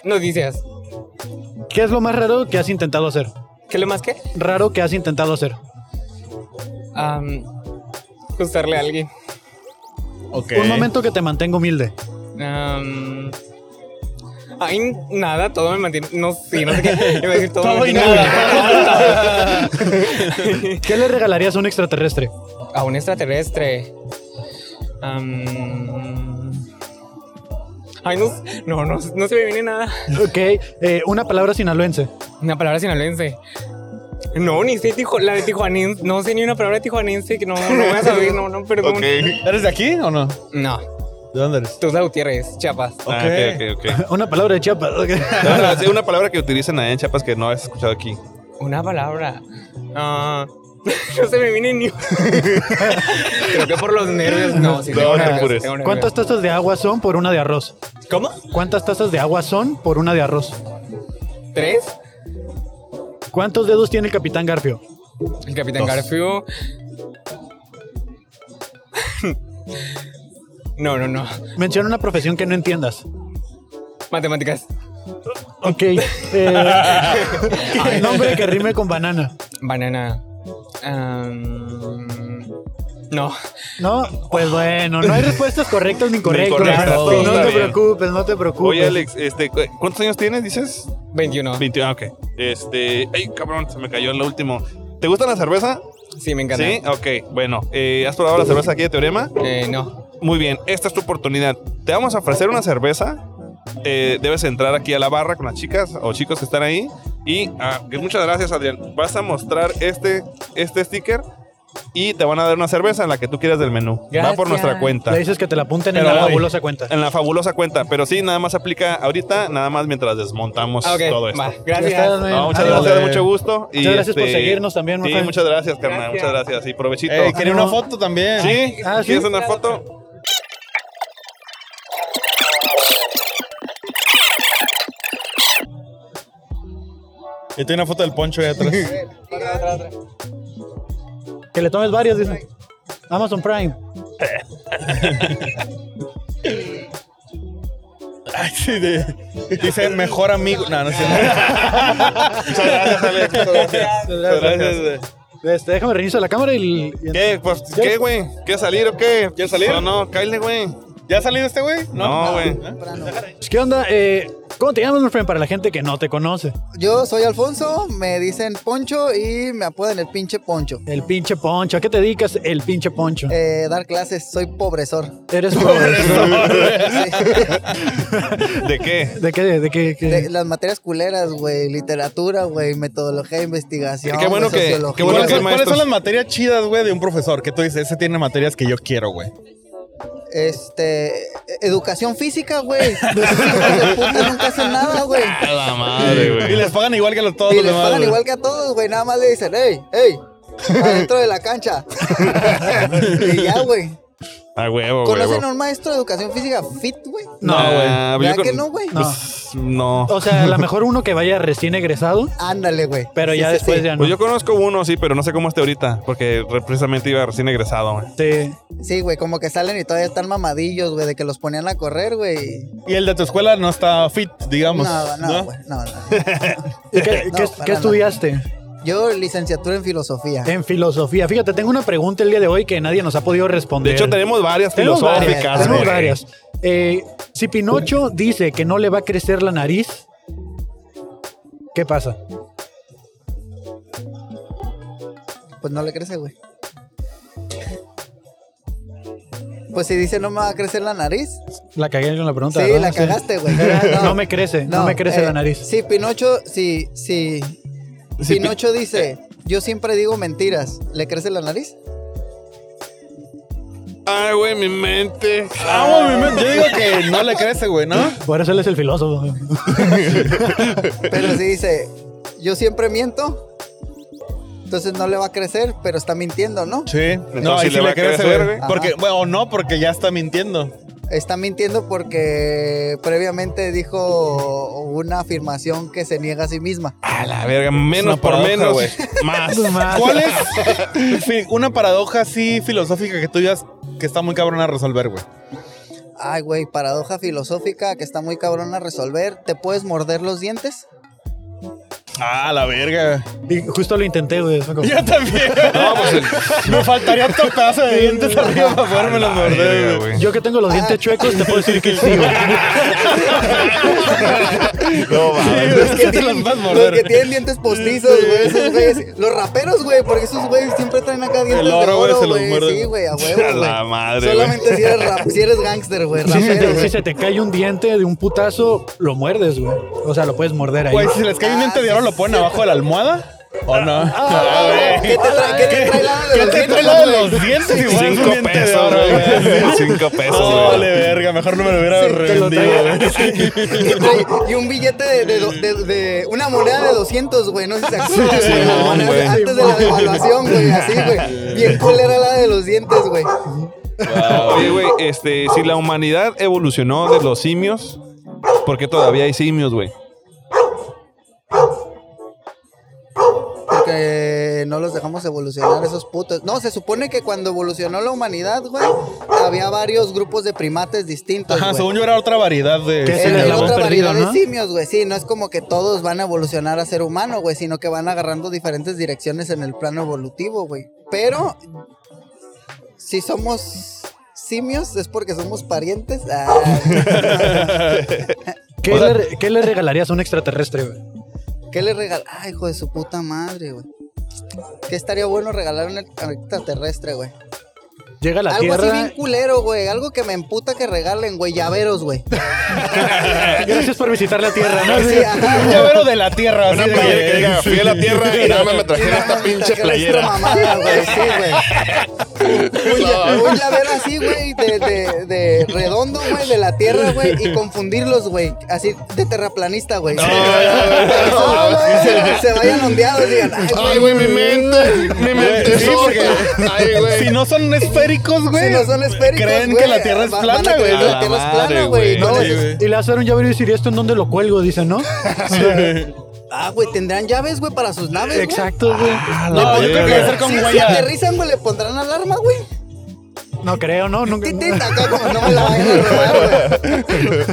S7: Noticias.
S4: ¿Qué es lo más raro que has intentado hacer?
S7: ¿Qué es lo más que?
S4: Raro que has intentado hacer.
S7: Am, gustarle a alguien.
S3: Ok.
S4: Un momento que te mantengo humilde.
S10: Am, ay, nada, todo me mantiene. No, sí, no sé qué. Iba a decir todo.
S4: Todo
S10: me
S4: y
S10: mantiene-
S4: ¿Qué le regalarías a un extraterrestre?
S10: A un extraterrestre. Am, ay, no, no, no, no se me viene nada.
S4: Ok, eh, una palabra sinaloense.
S10: Una palabra sinaloense. No, ni sé tijo- la de tijuanense. No sé ni una palabra tijuanense que no, no voy a saber. No, no, perdón.
S3: ¿Eres de aquí o no? ¿De
S10: No,
S3: dónde eres?
S10: Tuzla Gutiérrez, Chiapas.
S2: Ah, ok, ok, ok.
S4: Una palabra de Chiapas. ok.
S2: No, no, sí, una palabra que utilizan allá en Chiapas que no has escuchado aquí.
S10: Una palabra. Ah, no se me viene ni. Creo que por los nervios. No, sí,
S2: No,
S10: tengo
S2: te
S10: nervios,
S2: apures.
S10: tengo nervios.
S4: ¿Cuántas tazas de agua son por una de arroz?
S10: ¿Cómo?
S4: ¿Cuántas tazas de agua son por una de arroz?
S10: ¿Tres?
S4: ¿Cuántos dedos tiene el Capitán Garfio?
S10: El Capitán
S2: Dos.
S10: Garfio. No, no, no.
S4: Menciona una profesión que no entiendas.
S10: Matemáticas.
S4: Ok. eh, nombre que rime con banana.
S10: Banana. Am, no.
S4: No, pues bueno, no hay respuestas correctas ni incorrectas.
S2: Incorrectas, todo
S4: no
S2: está
S4: te
S2: bien.
S4: preocupes, no te preocupes.
S2: Oye, Alex, este, cu- ¿cuántos años tienes, dices?
S10: 21.
S2: 21, ah, ok. Este, ay, cabrón, se me cayó el último. ¿Te gusta la cerveza?
S10: Sí, me encanta.
S2: Sí, ok. Bueno, eh, ¿has probado la cerveza aquí de Teorema?
S10: Eh, no.
S2: Muy bien, esta es tu oportunidad. Te vamos a ofrecer una cerveza. Eh, debes entrar aquí a la barra con las chicas o chicos que están ahí. Y ah, que muchas gracias, Adrián. Vas a mostrar este, este sticker y te van a dar una cerveza, la que tú quieras del menú. Va por
S10: Gracias.
S2: nuestra cuenta.
S4: Le dices que te la apunten en
S2: Pero
S4: la
S2: voy.
S4: fabulosa cuenta.
S2: En la fabulosa cuenta. Pero sí, nada más aplica ahorita, nada más mientras desmontamos
S10: Ah, ok.
S2: todo esto.
S10: va,
S4: Ya
S10: Gracias.
S4: está, men.
S2: No, muchas
S4: Adiós.
S2: gracias, mucho gusto. Y, este,
S4: Muchas gracias por seguirnos también,
S2: Sí,
S4: Rafael.
S2: muchas gracias, carnal.
S10: Gracias.
S2: Muchas gracias. Y provechito.
S3: Ey, Eh, quería una
S4: no.
S3: foto eh. también.
S2: ¿Sí?
S4: Ah, sí.
S2: ¿Quieres una foto?
S3: Yo tengo una foto del poncho ahí atrás.
S4: Que le tomes varias, dice. Amazon Prime.
S3: Ay, sí, de- Dice mejor amigo. No, no sé.
S2: Muchas gracias, Alex. Muchas gracias. Muchas gracias. güey.
S4: Este, déjame reiniciar la cámara y. y-
S2: ¿Qué? Pues, ¿Qué, güey? ¿Quieres salir o qué? ¿Quieres salir? No, no, cállate, güey.
S3: ¿Ya ha salido este güey?
S2: No, güey.
S4: ¿Qué onda? Eh, ¿Cómo te llamas, my friend? Para la gente que no te conoce.
S11: Yo soy Alfonso, me dicen Poncho y me apodan el pinche Poncho.
S4: El pinche poncho. ¿A qué te dedicas, el pinche poncho?
S11: Eh, dar clases, soy pobrezor.
S4: Eres pobre.
S2: ¿De qué?
S4: ¿De qué? ¿De qué? qué?
S11: De- las materias culeras, güey, literatura, güey, metodología de investigación,
S2: Qué bueno
S11: güey,
S2: que-
S11: sociología.
S2: qué bueno
S3: ¿Cuáles
S2: que-
S3: son,
S2: maestros.
S3: cuáles son las materias chidas, güey, de un profesor? Que tú dices, ese tiene materias que yo quiero, güey.
S11: Este, e- educación física, güey. Los hijos de puta nunca hacen nada, güey.
S2: la madre,
S3: Y les pagan igual que los todos
S11: Y
S3: los
S11: les
S3: demás.
S11: pagan
S3: güey.
S11: igual que a todos, güey. Nada más le dicen, hey, hey, adentro de la cancha. y ya, güey.
S2: A huevo, güey.
S11: ¿Conocen a
S2: huevo.
S11: un maestro de educación física fit, güey?
S4: No,
S2: Ah,
S11: ¿Verdad
S2: yo
S11: que
S2: con-
S11: no, güey?
S4: No.
S2: No.
S4: O sea, a lo mejor uno que vaya recién egresado,
S11: Ándale, güey.
S4: pero
S11: Sí,
S4: ya
S11: sí,
S4: después
S11: sí.
S4: ya no.
S2: Pues yo conozco uno, sí, pero no sé cómo esté ahorita, porque re- precisamente iba recién egresado, güey.
S4: Sí.
S11: Sí, güey, como que salen y todavía están mamadillos, güey, de que los ponían a correr, güey.
S3: Y el de tu escuela no está fit, digamos.
S11: No, no,
S3: ¿no?
S11: güey, no, no.
S4: ¿Y qué,
S11: No,
S4: qué-
S11: para nada.
S4: qué estudiaste?
S11: Yo licenciatura en filosofía.
S4: En filosofía. Fíjate, tengo una pregunta el día de hoy que nadie nos ha podido
S2: De
S4: responder.
S2: hecho, tenemos varias
S4: Tenemos varias,
S2: filosóficas,
S4: tenemos
S2: güey.
S4: varias. Eh, si Pinocho dice que no le va a crecer la nariz, ¿qué pasa?
S11: Pues no le crece, güey. Pues si dice no me va a crecer la nariz.
S4: La cagué con la pregunta.
S11: sí,
S4: ¿verdad?
S11: la cagaste, güey.
S4: No, me crece, no, me crece
S11: eh,
S4: la nariz.
S11: Si Pinocho, si, si, Pinocho dice,
S4: eh.
S11: yo siempre digo mentiras, ¿le crece la nariz?
S2: Ay, güey, mi mente.
S3: Ah, güey, me- yo digo que no le crece, güey, ¿no?
S4: Por eso él es el filósofo.
S11: Pero si dice, yo siempre miento, entonces no le va a crecer, pero está mintiendo, ¿no?
S3: Sí. No,
S2: Entonces,
S3: ahí
S2: sí
S3: sí
S2: le va
S3: le
S2: a
S3: crece,
S2: crecer,
S3: güey.
S11: güey.
S3: Porque,
S11: Ajá.
S3: bueno, o no, porque ya está mintiendo.
S11: Está mintiendo porque previamente dijo una afirmación que se niega a sí misma.
S2: A la verga, menos
S3: una
S2: por
S3: paradoja,
S2: menos,
S3: güey.
S2: más.
S4: Más.
S3: ¿Cuál es fi- una paradoja así filosófica que tú digas que está muy cabrón a resolver, güey?
S11: Ay, güey, paradoja filosófica que está muy cabrón a resolver. ¿Te puedes morder los dientes?
S3: Ah, la verga.
S4: Y justo lo intenté, güey. fue como-
S3: Yo también.
S4: No, pues
S3: Me faltaría otro pedazo de dientes arriba para poderme los morder, güey.
S4: Yo que tengo los dientes chuecos, te puedo decir que sí, güey.
S2: No,
S11: Los que, tienen, los que tienen dientes postizos, güey. Esos güeyes. Los raperos, güey, porque esos güeyes siempre traen acá dientes
S2: El oro,
S11: de
S2: güey,
S11: oro,
S2: se los
S11: güey.
S2: muerden.
S11: Sí, güey, a
S2: A
S11: huevo,
S2: la
S11: güey.
S2: madre,
S11: Solamente
S2: güey.
S11: si eres rap, si eres gángster, güey,
S4: Si se,
S11: rapero,
S4: te,
S11: güey.
S4: si se te cae un diente de un putazo, lo muerdes, güey. O sea, lo puedes morder ahí.
S3: Güey, si se les cae un diente de oro, ¿lo
S11: Ah,
S3: ponen abajo de la almohada? ¿O no? Ah,
S11: ¿Qué te trae, qué te trae la de
S3: ¿Qué
S11: los
S3: te
S11: dientes,
S3: trae la de
S11: güey?
S3: los dientes? Igual es un
S2: Cinco
S3: diente de
S2: pesos,
S3: oro,
S2: güey. Cinco pesos,
S3: No,
S2: güey.
S3: vale verga, mejor no me lo hubiera revendido, güey.
S11: Güey, Y un billete de, de do- de- de- una moneda de 200, güey. No sé si se acuerdan.
S2: Sí,
S11: güey, las
S2: no,
S11: monedas
S2: güey.
S11: antes de la devaluación, güey. Así, güey. Bien colera la de los dientes, güey.
S2: Oye, güey, este, si la humanidad evolucionó de los simios, ¿por qué todavía hay simios, güey?
S11: Porque no los dejamos evolucionar esos putos. No, se supone que cuando evolucionó la humanidad, güey, había varios grupos de primates distintos.
S3: Ajá,
S11: güey.
S3: según yo era otra variedad de.
S11: Era- era otra variedad de simios, güey. Sí, no es como que todos van a evolucionar a ser humano, güey, sino que van agarrando diferentes direcciones en el plano evolutivo, güey. Pero si somos simios es porque somos parientes. Ah.
S4: ¿Qué, le, re- qué le regalarías a un extraterrestre, güey?
S11: ¿Qué le regal? Ay, hijo de su puta madre, güey. ¿Qué estaría bueno regalar a un extraterrestre, güey?
S4: Llega a la
S11: Algo así bien
S4: Tierra.
S11: culero, güey. Algo que me emputa que regalen, güey. Llaveros, güey.
S4: Gracias por visitar la Tierra, ¿no?
S11: Sí, ajá,
S3: Un
S11: güey.
S3: llavero de la tierra, así
S6: Una
S3: de
S6: playera que diga,
S3: que.
S6: fui a la tierra y nada más me trajeron esta pinche
S11: Sacar esta
S6: playera.
S11: mamada, güey. Sí, güey. Un, lla- un llavero así, güey, de, de, de redondo, güey, de la tierra, güey, y confundirlos, güey, así de terraplanista, güey. Sí, güey. Se- se vayan ondeados y digan, ay,
S6: Ay, güey, mi mente. Mi mente
S3: Sí,
S6: es
S3: porque-
S6: Ay, güey.
S3: Si no son esféricos, güey.
S11: Si no son esféricos,
S3: Creen
S11: güey,
S3: que la tierra es
S11: va- van a
S3: plana,
S11: creer que
S3: güey.
S2: A
S11: La tierra es
S2: la
S11: plana,
S2: madre,
S11: güey.
S2: güey.
S11: No,
S4: No,
S11: dices,
S4: y le vas a dar un llavero y decir, ¿y esto en dónde lo cuelgo? Dice, ¿no?
S11: ah, güey, tendrán llaves, güey, para sus naves, güey.
S4: Exacto, güey.
S3: No, yo creo que debe ser con
S11: Si, si
S3: huella.
S11: aterrizan, güey, le pondrán alarma, güey.
S4: No creo, ¿no? Nunca.
S11: Titita, acá como no me la vayan a robar, güey.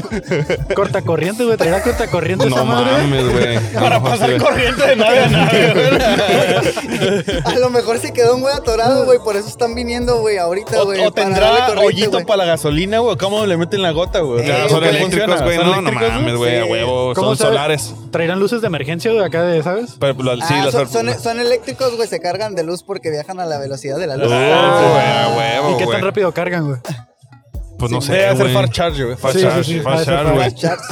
S4: Corta corriente, güey. Traerá corta corriente esa
S2: No
S4: madre.
S2: mames, güey.
S3: Para pasar corriente de nave a nave, güey.
S11: A lo mejor se quedó un güey atorado, güey. Por eso están viniendo, güey, ahorita,
S3: O,
S11: güey.
S3: o
S11: para darle
S3: tendrá
S11: corriente,
S3: hoyito
S11: güey.
S3: para la gasolina, güey. ¿Cómo le meten la gota, güey?
S2: Ya,
S3: ¿Cómo
S2: son
S3: que
S2: Eh, eléctricos,
S3: funciona?
S2: güey.
S3: ¿Son
S2: No, no
S3: eléctricos,
S2: mames, güey. A huevo.
S4: ¿Cómo
S2: Son
S4: sabes?
S2: solares.
S4: Traerán luces de emergencia güey, acá de, ¿sabes?
S2: Pero, lo- sí,
S11: Ah,
S2: las
S11: son, son,
S2: sor-
S11: son eléctricos, güey. Se cargan de luz porque viajan a la velocidad de la
S2: Oh,
S11: luz.
S2: güey,
S3: Ah,
S2: a huevo,
S4: ¿Y qué tan
S2: güey.
S4: rápido cargan, güey?
S2: Pues no
S3: Sí, debe
S2: sé,
S3: hacer
S2: güey.
S3: far charge, güey.
S2: Fast
S4: Sí, sí,
S2: charge,
S4: sí,
S2: fast
S4: fast
S2: charge,
S4: charge.
S2: güey.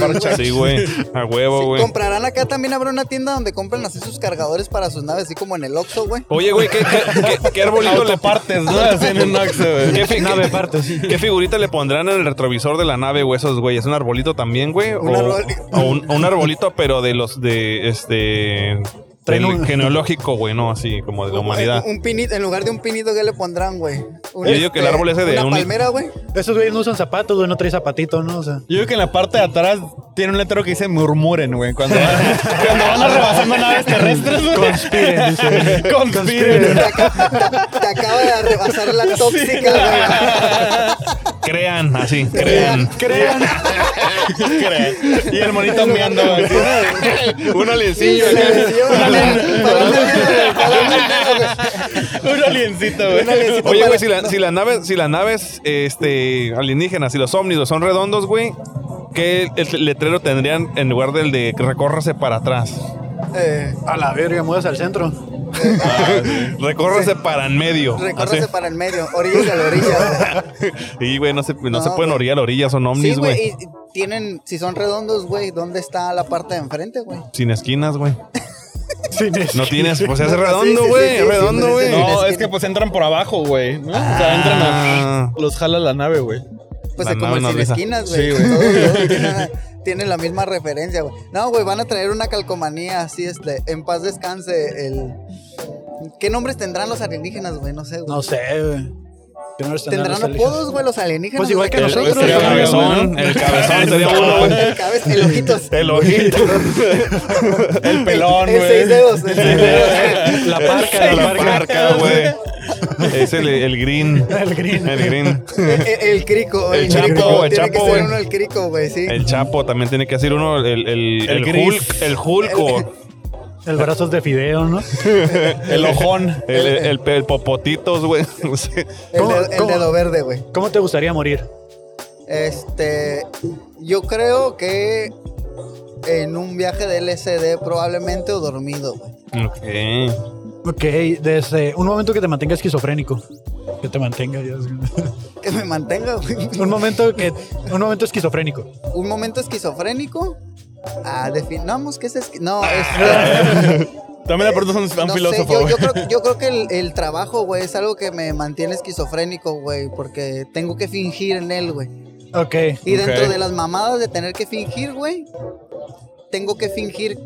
S11: Fast charge, sí, güey.
S2: Sí, güey. A huevo, güey.
S11: Comprarán acá también habrá una tienda donde compran así sus cargadores para sus naves, así como en el Oxxo, güey.
S2: Oye, güey, ¿qué, qué, qué- qué arbolito le
S3: Autopartes, ¿no? Así en un Oxxo, güey.
S2: ¿Qué, fi-
S4: Nave parte, sí.
S2: qué figurita le pondrán en el retrovisor de la nave, güey? Esos güeyes. ¿Un arbolito también, güey? O,
S11: Un arbolito.
S2: o un, o un arbolito, pero de los de este.
S4: Traen
S2: del
S4: un-
S2: genealógico, güey, no así como de la humanidad.
S11: Un, un pinito, en lugar de un pinito, ¿qué le pondrán, güey? Un, este,
S2: Yo digo que el árbol ese de
S11: una
S2: un-
S11: palmera, güey.
S4: Esos güeyes no usan zapatos, güey. No trae zapatito, ¿no? O sea.
S3: Yo creo que en la parte de atrás tiene un letrero que dice murmuren, güey. Cuando van, cuando van rebasando naves terrestres, güey.
S4: Conspiren, dice.
S3: Conspiren.
S11: Te, aca- te acaba de rebasar la tóxica,
S2: Crean, así, crean.
S4: Crean.
S3: Y el monito meando, güey.
S2: un
S11: güey.
S2: aliencillo.
S11: Se venció, güey. Parando el dedo, parando el dedo, güey.
S3: Un aliencito, güey.
S2: Oye, güey, si, la- si las naves, si las naves este, alienígenas, si los ómnidos son redondos, güey, ¿qué el- letrero tendrían en lugar del de recórrase para atrás?
S11: Eh,
S4: A la verga, mudas al centro.
S2: Recórrase para en medio.
S11: recórrese
S2: Así.
S11: para el medio, orillas a la orilla, güey.
S2: Y, güey, no se, no
S11: No,
S2: se pueden
S11: güey.
S2: orillar la orilla, son
S11: Sí,
S2: ovnis, güey.
S11: güey, y- y tienen, si son redondos, güey, ¿dónde está la parte de enfrente, güey?
S2: Sin esquinas, güey.
S4: Sí, es-
S2: No tienes, pues es
S11: Sí, sí,
S2: redondo,
S11: sí,
S2: güey.
S11: sí, sí,
S2: redondo,
S11: sí,
S2: güey. Ah.
S11: sí, sí,
S3: No, es que pues entran por abajo, güey. ¿no? O sea, entran a... Los jala la nave, güey.
S11: Pues
S2: La
S11: es como
S2: nave
S11: el
S2: nos
S11: sin
S2: avisa.
S11: esquinas, güey.
S3: Sí,
S11: que
S3: güey.
S11: todos, todos tienen, tienen la misma referencia, güey. No, güey, van a traer una calcomanía así, este, en paz descanse el... ¿Qué nombres tendrán los alienígenas, güey? No sé, güey.
S4: No sé, güey. Que no
S11: Pues
S4: les
S11: ¿Tendrán
S4: los alienígenas.
S11: apodos, güey, este, los alienígenas?
S4: Pues igual que
S11: O
S2: El,
S11: sea,
S4: nosotros,
S2: el
S4: güey.
S2: cabezón, el cabezón sería uno, güey.
S11: El cabeza, el ojitos.
S2: El ojito.
S3: El pelón,
S11: El seis
S3: güey.
S11: dedos, el seis dedos.
S3: eh.
S4: La parca, la
S2: La
S4: parca.
S2: parca, güey. Es el, el green. El green. El green.
S11: El, el- el crico,
S2: El
S11: el
S2: Chapo,
S11: crico.
S2: el
S11: Tiene
S2: Chapo,
S11: que
S2: güey.
S11: ser uno el crico, güey, sí.
S2: El Chapo también tiene que hacer uno. El, el, el,
S3: El
S2: el
S3: gris.
S2: Hulk. El Hulk o
S4: El brazo es de fideo, ¿no?
S2: El ojón. El, el, el- el popotitos, güey. No sé.
S11: El, dedo- el dedo verde, güey.
S4: ¿Cómo te gustaría morir?
S11: Este, yo creo que en un viaje de LSD probablemente o dormido, güey.
S2: Ok.
S4: Ok, desde un momento que te mantenga esquizofrénico. Que te mantenga, Dios.
S11: Que me mantenga, güey.
S4: un momento que. Un momento esquizofrénico.
S11: Un momento esquizofrénico. Ah, definamos que es esqui- No, este, es.
S3: También la pregunta es un, un
S11: No sé,
S3: filósofo.
S11: yo,
S3: güey.
S11: yo creo, yo creo que el, el trabajo, güey, es algo que me mantiene esquizofrénico, güey, porque tengo que fingir en él, güey.
S4: Ok.
S11: Y dentro de las mamadas de tener que fingir, güey, tengo que fingir,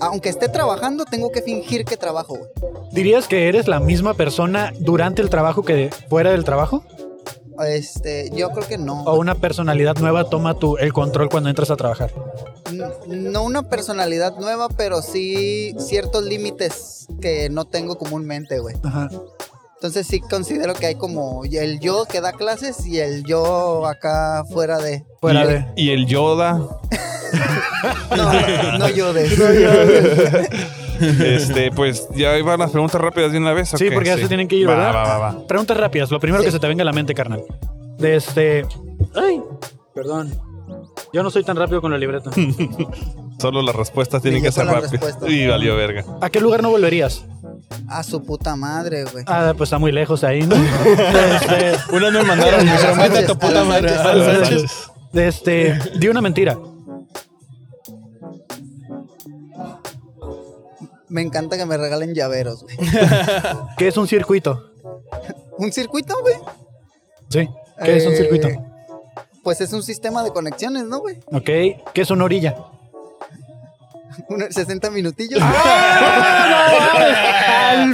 S11: aunque esté trabajando, tengo que fingir que trabajo, güey.
S4: ¿Dirías que eres la misma persona durante el trabajo que fuera del trabajo?
S11: Este, yo creo que no.
S4: ¿O una personalidad nueva toma tu, el control cuando entras a trabajar?
S11: N- No una personalidad nueva, pero sí ciertos límites que no tengo comúnmente, güey.
S4: Ajá.
S11: Entonces sí considero que hay como el yo que da clases y el yo acá fuera de...
S2: y, y el Yoda.
S11: No, no llores.
S2: Este, pues ya iban las preguntas rápidas de una vez. ¿o
S4: Sí,
S2: qué?
S4: porque ya se tienen que ir,
S2: Va,
S4: ¿verdad?
S2: va, va, va.
S4: Preguntas rápidas, lo primero que se te venga a la mente, carnal. De este. Ay, perdón. Yo no soy tan rápido con la libreta.
S2: Solo las respuestas tienen
S11: Dije
S2: que ser
S11: solo
S2: rápidas.
S11: respuestas.
S2: Y valió verga.
S4: ¿A qué lugar no volverías?
S11: A su puta madre, güey.
S4: Ah, pues está muy lejos ahí, ¿no? De este,
S3: Una me mandaron, me dijeron, vete a tu puta madre.
S4: A los Sánchez. De este. Di una mentira.
S11: Me encanta que me regalen llaveros, güey.
S4: ¿Qué es un circuito?
S11: ¿Un circuito, güey?
S4: Sí. ¿Qué es un
S11: Eh,
S4: circuito?
S11: Pues es un sistema de conexiones, ¿no, güey?
S4: Ok. ¿Qué es una orilla?
S11: Unos 60 minutillos.
S4: ¡Al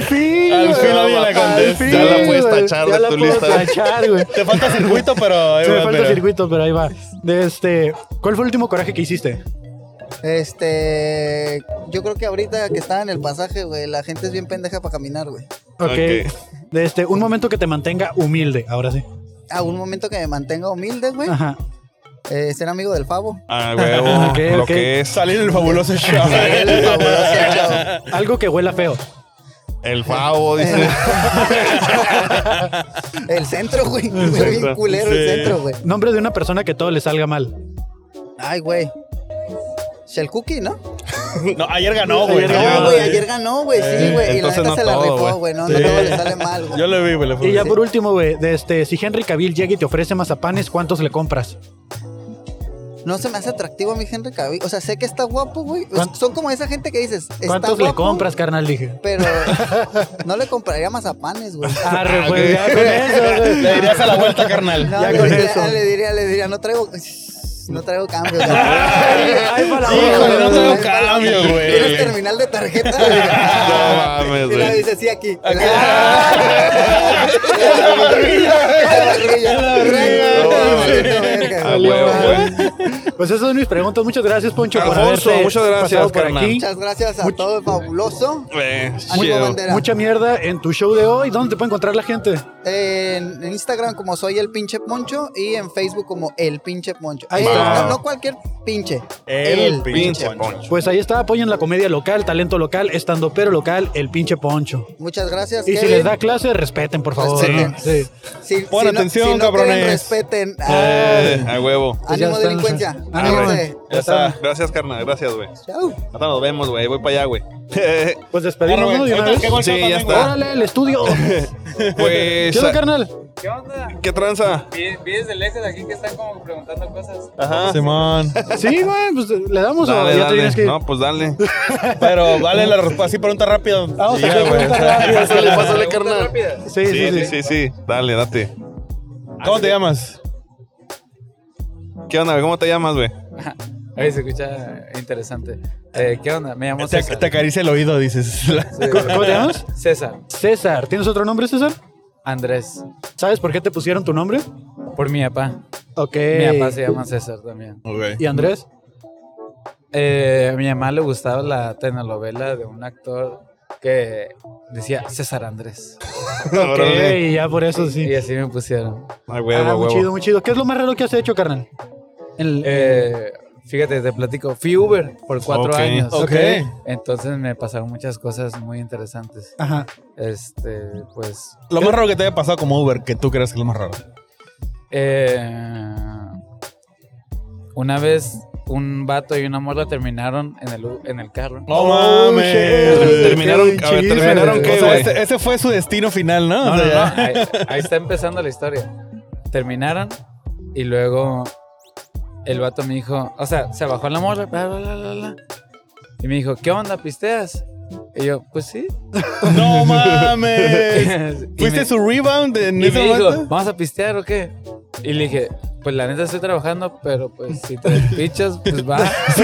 S4: fin!
S3: Ah, Al fin alguien la contesta.
S4: contesté.
S3: Ya la puedes
S2: tachar de tu lista.
S4: güey.
S3: Te falta circuito, pero. ahí
S4: Se me
S3: va,
S4: falta
S3: pero-
S4: circuito, pero ahí va. De este, ¿Cuál fue el último coraje que hiciste?
S11: Este. Yo creo que ahorita que estaba en el pasaje, güey, la gente es bien pendeja para caminar, güey.
S4: Ok. De este, un momento que te mantenga humilde, ahora sí.
S11: A un momento que me mantenga humilde, güey.
S4: Ajá.
S11: Eh, ser amigo del pavo.
S2: Ah, huevo.
S4: Ok,
S2: Lo
S4: ok.
S2: que es
S3: Salir el fabuloso show.
S4: Algo que huela feo.
S2: el favo, dice.
S11: El centro, güey. Soy bien
S2: centro.
S11: culero el
S2: Sí.
S11: centro, güey.
S4: Nombre de una persona que todo le salga mal.
S11: Ay, güey. Shell Cookie, ¿no?
S3: No, ayer ganó, güey.
S4: Ayer Eh,
S11: No,
S4: ganó,
S11: güey, ayer ganó, güey, sí, güey. y la
S2: Eh, entonces
S11: neta
S2: no
S11: se la
S2: todo,
S11: rifó,
S2: güey.
S11: güey. No, no
S3: Sí.
S11: todo le sale mal, güey.
S3: Yo lo vi, güey. le fue-
S4: Y ya por último, güey, de este, si Henry Cavill llega y te ofrece mazapanes, ¿cuántos le compras?
S11: No se me hace atractivo a mi Henry Cavill. O sea, sé que está guapo, güey. O sea,
S4: ¿Cuán-
S11: Son como esa gente que dices, está
S4: ¿Cuántos
S11: guapo,
S4: le compras, carnal? Dije.
S11: Pero no le compraría mazapanes, güey.
S4: Arre, güey, ya con eso, güey.
S3: Le dirías a la vuelta, carnal.
S11: No,
S4: ya
S11: le,
S4: con
S11: diría,
S4: eso.
S11: le diría, le diría, no traigo... No traigo cambio. güey.
S4: Ay, para la
S3: Híjole, no
S4: boca.
S3: tengo cambio, güey.
S11: ¿Tienes terminal de tarjeta?
S2: No mames,
S11: Y le
S2: güey.
S11: Ah, dice, sí, aquí. Ah, la barrilla.
S2: No, güey.
S11: Perfecto, verga.
S2: A
S11: Ah,
S2: huevo, güey.
S4: Pues esas son mis preguntas. Muchas gracias, Poncho, por
S2: Alfonso,
S4: haberte
S2: muchas gracias,
S4: pasado por
S2: carnal.
S4: aquí.
S11: Muchas gracias a
S4: Much-
S11: todo el fabuloso.
S2: Eh,
S11: Ánimo,
S2: chido.
S11: bandera.
S4: Mucha mierda en tu show de hoy. ¿Dónde te puede encontrar la gente?
S11: En en Instagram como soy el pinche poncho y en Facebook como el pinche poncho.
S4: Ahí
S11: Eh,
S4: está.
S11: No, no cualquier pinche.
S3: El pinche
S2: Poncho.
S4: Pues ahí está, apoyen la comedia local, talento local, estando pero local, el pinche Poncho.
S11: Muchas gracias.
S4: Y si
S11: Kevin.
S4: les da clase, respeten, por favor.
S11: Respeten.
S4: ¿no? Sí.
S11: Si-
S3: Pon
S11: si no-
S3: atención,
S11: si no creen,
S3: cabrones.
S11: respeten.
S2: Eh, a huevo.
S11: Ay,
S4: ya
S11: Ánimo,
S4: están,
S11: delincuencia.
S4: sí.
S2: Ah,
S11: Ánimo,
S2: güey.
S11: eh.
S2: Ya está. Gracias, carnal. Gracias, güey.
S11: Chau.
S2: Ahora nos vemos, güey. Voy para allá, güey.
S4: Pues despedimos
S3: Arre,
S4: ¿no? de
S3: güey.
S4: una
S3: Ahorita,
S4: vez.
S3: ¿qué gol
S2: Sí,
S3: shot
S2: ya
S3: tengo?
S2: está.
S4: ¡Órale, el estudio!
S2: Pues.
S4: ¿Qué onda, carnal?
S10: ¿Qué onda?
S2: ¿Qué tranza?
S10: Vienes del S de aquí que están como preguntando cosas.
S2: Ajá.
S3: Simón.
S4: Sí, güey, pues le damos o
S2: Dale,
S4: ya
S2: dale.
S4: tienes que ir.
S2: No, pues dale.
S3: Pero vale la respuesta así pregunta rápido.
S4: Vamos
S3: Y
S4: a
S3: ya,
S4: hacer
S3: güey.
S4: preguntas rápidas.
S2: Pásale, pásale,
S10: Preguntas
S2: carnal.
S10: rápidas.
S4: Sí,
S2: Sí, sí, sí, sí. Dale, date.
S3: ¿Cómo te llamas?
S2: ¿Qué onda, güey? ¿Cómo te llamas, güey?
S10: Oye, se escucha interesante. Eh, ¿Qué onda? Me llamo
S3: Te,
S10: César.
S3: te acaricia el oído, dices.
S10: Sí.
S4: ¿Cómo- cómo te llamas?
S10: César.
S4: César, ¿tienes otro nombre, César?
S10: Andrés.
S4: ¿Sabes por qué te pusieron tu nombre?
S10: Por mi papá.
S4: Ok.
S10: Mi papá se llama César también.
S4: ¿Y Andrés?
S10: Eh, a mi mamá le gustaba la telenovela de un actor que decía César Andrés.
S2: Órale.
S4: Ok, ya por eso sí.
S10: Y así me pusieron.
S2: A
S4: Ah,
S2: huevo, a
S4: muy chido,
S2: huevo.
S4: muy chido. ¿Qué es lo más raro que has hecho, carnal? En el-
S10: Eh, Fíjate, te platico. Fui Uber por cuatro
S3: Ok,
S10: años.
S3: ok.
S10: Entonces me pasaron muchas cosas muy interesantes.
S3: Ajá.
S10: Este, pues.
S3: Lo más raro que te haya pasado como Uber, que tú crees que es lo más raro.
S10: Eh, una vez un vato y una morra terminaron en el, u- en el carro.
S3: No mames.
S10: Terminaron,
S3: Qué chisme. O sea, este- ese fue su destino final, ¿no?
S10: No,
S3: O
S10: no,
S3: sea,
S10: no, Ahí, ahí está empezando la historia. Terminaron y luego el vato me dijo, o sea, se bajó la morra, bla, bla, bla, bla, bla. Y me dijo, ¿qué onda, pisteas? Y yo, pues sí.
S3: ¡No mames!
S10: Y
S3: ¿Fuiste
S10: me-
S3: su rebound en
S10: y
S3: ese
S10: me dijo,
S3: momento?
S10: ¿vamos a pistear o qué? Y le dije, pues la neta estoy trabajando, pero pues si te pichas, pues va. si,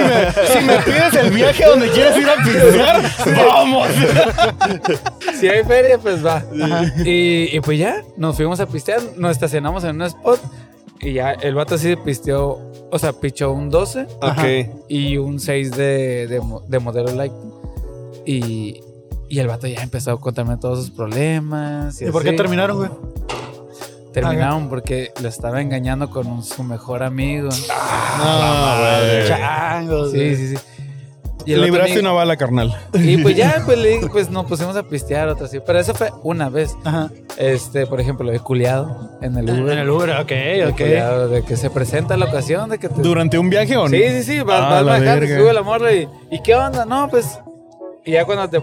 S10: me,
S3: pides el viaje a donde quieres ir a pistear, vamos.
S10: si hay feria, pues va. Y, y pues ya, nos fuimos a pistear, nos estacionamos en un spot y ya el vato sí pisteó, o sea, pichó un 12
S2: Ajá.
S10: y un 6 de, de, mo- de modelo light. Y, y el vato ya empezó a contarme todos sus problemas.
S4: ¿Y por qué
S10: así.
S4: terminaron, güey?
S10: Terminaron porque lo estaba engañando con un- su mejor amigo.
S3: Ah, no, güey.
S10: Changos,
S3: güey.
S10: Sí, sí, sí. el otro
S3: Libraste
S10: amigo-
S3: una bala, carnal.
S10: y pues ya, pues, le dije, pues nos pusimos a pistear otra así. Pero eso fue una vez. Este, por ejemplo, he culiado en el Uber.
S4: En el Uber, ok,
S10: He
S4: ok.
S10: culiado de que se presenta la ocasión de que te...
S3: ¿Durante un viaje o no?
S10: Sí, sí, sí. Vas,
S3: Ah,
S10: vas
S3: la
S10: bajando,
S3: verga.
S10: sube la morra y... ¿Y qué onda? No, pues... Y ya cuando te...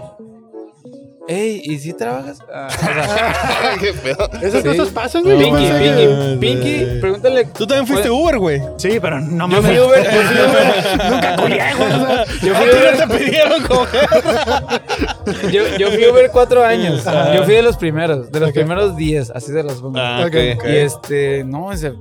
S10: Ey, ¿y si trabajas? Ah, o
S2: Ah,
S10: sea,
S6: ¿Qué pedo?
S4: Esas cosas pasan, güey. Yo
S10: Pinky,
S4: pensé
S10: Pinky,
S4: que-
S10: Pinky, pregúntale...
S3: Tú también fuiste
S10: Bueno,
S3: Uber, güey.
S4: Sí, pero no
S10: Yo
S4: mames.
S10: fui Uber, yo fui Uber. Nunca
S4: culié, güey, o sea,
S10: Yo
S4: a
S10: fui
S4: ti no
S10: Uber.
S4: te
S3: pidieron coger.
S10: Yo, yo fui Uber cuatro años.
S4: Ajá.
S10: Yo fui de los primeros, de los primeros diez, así de los pongo.
S2: Ah, ok. ok.
S10: Y este, no, ese-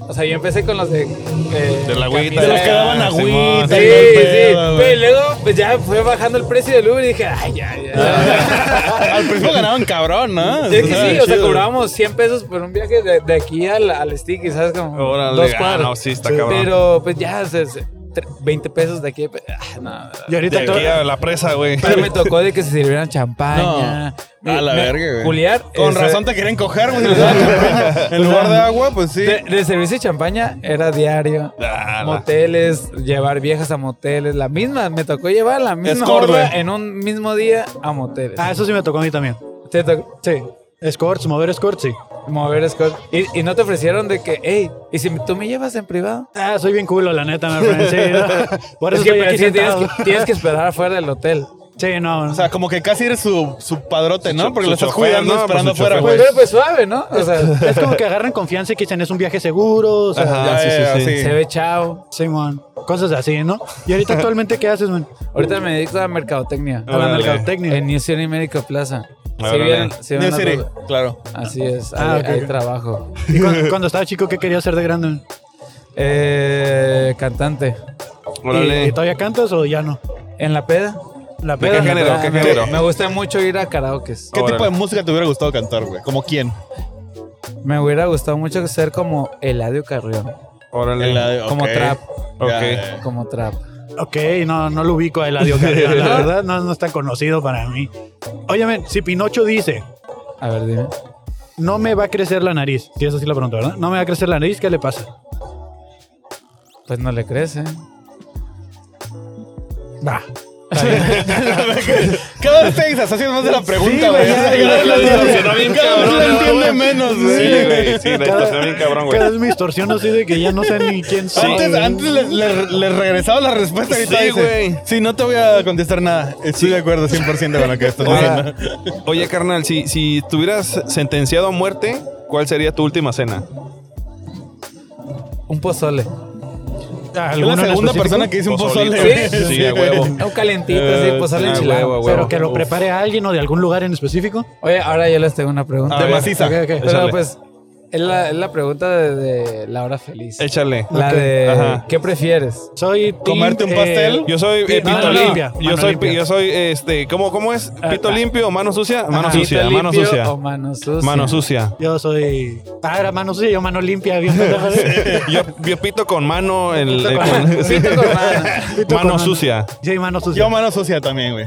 S10: o sea, yo empecé con los de. eh,
S2: De la agüita.
S10: camisa-
S2: De los que daban
S10: Ah,
S2: agüita
S10: Simón,
S2: y
S10: Sí,
S2: todo el
S10: sí.
S2: pedo, güey.
S10: Pero luego, pues ya fue bajando el precio del Uber y dije, ay, ya, ya.
S2: Ah.
S3: Al principio ganaban cabrón, ¿no?
S10: Es que sí, o sea,
S3: chido.
S10: cobrábamos 100 pesos por un viaje de, de aquí al, al sticky, ¿sabes? Como
S2: Órale,
S10: dos
S2: ah,
S10: cuadras.
S2: no, sí, está cabrón.
S10: Pero pues ya, se- se- tre- 20 pesos de aquí. Ah, no,
S2: Y ahorita De aquí to- a la presa, güey.
S10: Pero me tocó de que se sirvieran champaña.
S3: No. A la verga, güey.
S10: Culiar.
S3: Con
S10: ese-
S3: razón te quieren coger, güey. si les daban champaña. En
S10: O
S3: lugar
S10: sea,
S3: de agua, pues sí.
S10: De, de servirse champaña era diario.
S2: Ah, la-
S10: moteles, llevar viejas a moteles. La misma, me tocó llevar la misma
S4: Escort,
S10: gorda
S4: güey.
S10: en un mismo día a moteles.
S4: Ah, eso sí me tocó a mí también.
S10: ¿Te tocó?
S4: Sí. Escorts, mover escorts, sí.
S10: Mover escorts. ¿Y, y no te ofrecieron de que, hey, ¿y si tú me llevas en privado?
S4: Ah, soy bien culo, la neta, me parece. Sí, Por eso
S10: Es que,
S4: estoy
S10: pero
S4: aquí
S10: sí tienes,
S4: sentado.
S10: que, tienes que esperar afuera del hotel.
S4: Sí, no.
S3: O sea, como que casi eres su, su padrote, ¿no?
S4: cho-
S3: Porque
S4: su
S3: lo estás
S4: chofer,
S3: cuidando,
S4: ¿no?
S3: esperando
S4: Pues su
S3: afuera,
S4: chofer.
S3: güey.
S10: Pero pues suave, ¿no? O sea,
S4: es como que agarran confianza y que dicen, es un viaje seguro. O sea,
S3: Ajá, Ya, sí, sí, ya, sí. sí.
S10: se ve chao.
S4: Simón, cosas así, ¿no? ¿Y ahorita actualmente qué haces, man?
S10: Ahorita me dedico a la mercadotecnia.
S4: A la mercadotecnia.
S10: En New City Médico Plaza. Si
S2: Órale.
S10: bien, si
S3: New
S10: bien la-
S3: City, claro.
S10: Así es,
S4: Ah,
S10: hay,
S4: ok,
S10: hay
S4: ok.
S10: trabajo.
S4: ¿Y cuando, cuando estaba chico qué querías ser de grande? man?
S10: Eh, cantante.
S4: ¿Y,
S2: Órale.
S4: y todavía cantas o ya no?
S10: ¿En la peda?
S4: La
S2: ¿De
S4: peda.
S2: qué género? ¿Qué
S10: me,
S2: género?
S10: me gusta mucho ir a karaokes.
S3: ¿Qué tipo de
S2: Órale.
S3: música te hubiera gustado cantar, güey? ¿Como quién?
S10: Me hubiera gustado mucho ser como Eladio Carrión.
S2: Órale.
S3: La de-
S10: Como
S3: ok.
S10: trap.
S3: Ya,
S2: Ok.
S3: ya.
S10: Como trap.
S4: Ok, no, no lo ubico a Eladio Carrión, la verdad no, no es tan conocido para mí. Óyeme, si Pinocho dice,
S10: A ver, dime.
S4: no me va a crecer la nariz, si es así la pregunta, ¿verdad? No me va a crecer la nariz, ¿qué le pasa?
S10: Pues no le crece.
S4: Bah.
S3: Cada vez te asocias más de la pregunta,
S4: Sí,
S3: güey.
S4: güey, ya,
S3: Cada
S4: ya,
S3: vez
S4: ya,
S3: la
S4: ya.
S3: distorsionó bien
S2: Cada vez
S3: cabrón,
S2: la
S3: ¿no,
S2: entiende
S3: güey? menos,
S2: Sí, güey, sí, la estación bien cabrón, güey.
S4: Cada vez me distorsiono así de que ya no sé ni quién soy.
S3: Antes, antes le, le- le regresaba la respuesta ahorita
S2: Sí,
S3: dice,
S2: güey.
S3: Sí, no te voy a contestar nada. Estoy de acuerdo 100% con lo que estás
S2: Oye,
S3: diciendo.
S2: oye, carnal, si, si tuvieras sentenciado a muerte, ¿cuál sería tu última cena?
S10: Un pozole.
S3: Es la segunda persona que dice un pozole.
S2: Pozolito.
S3: güey.
S2: Sí, a huevo.
S10: Un calentito, así, pozole
S2: ah,
S10: enchilado.
S2: huevo,
S4: Pero que lo
S2: Uf.
S4: prepare a alguien o de algún lugar en específico.
S10: Oye, ahora yo les tengo una pregunta.
S3: De
S4: Ah,
S10: Ok,
S3: maciza.
S10: ok.
S2: Échale.
S10: Pero pues, es la, es la pregunta de, de la hora feliz.
S2: Échale.
S10: La
S4: Ok.
S10: de,
S2: Ajá.
S10: ¿qué prefieres?
S4: Soy team,
S3: ¿Comerte un
S4: eh,
S3: pastel?
S2: Yo soy eh,
S4: Sí,
S2: pito
S4: mano limpia,
S2: limpio. Yo
S4: mano
S2: soy,
S4: limpia.
S2: yo soy, este, ¿cómo, cómo es? Pito
S10: ah.
S2: limpio, mano sucia, mano
S10: Ajá.
S2: sucia,
S10: ¿Pito
S2: mano
S10: limpio
S2: sucia,
S10: o mano sucia?
S2: mano sucia.
S4: Yo soy. Ah, era mano sucia, yo mano limpia. Bien pendejo, ¿eh?
S2: Yo, yo pito con mano, el, eh, con- sí.
S10: Pito con mano.
S4: Pito con
S2: mano sucia.
S4: Sí, mano sucia.
S3: Yo mano sucia también, güey.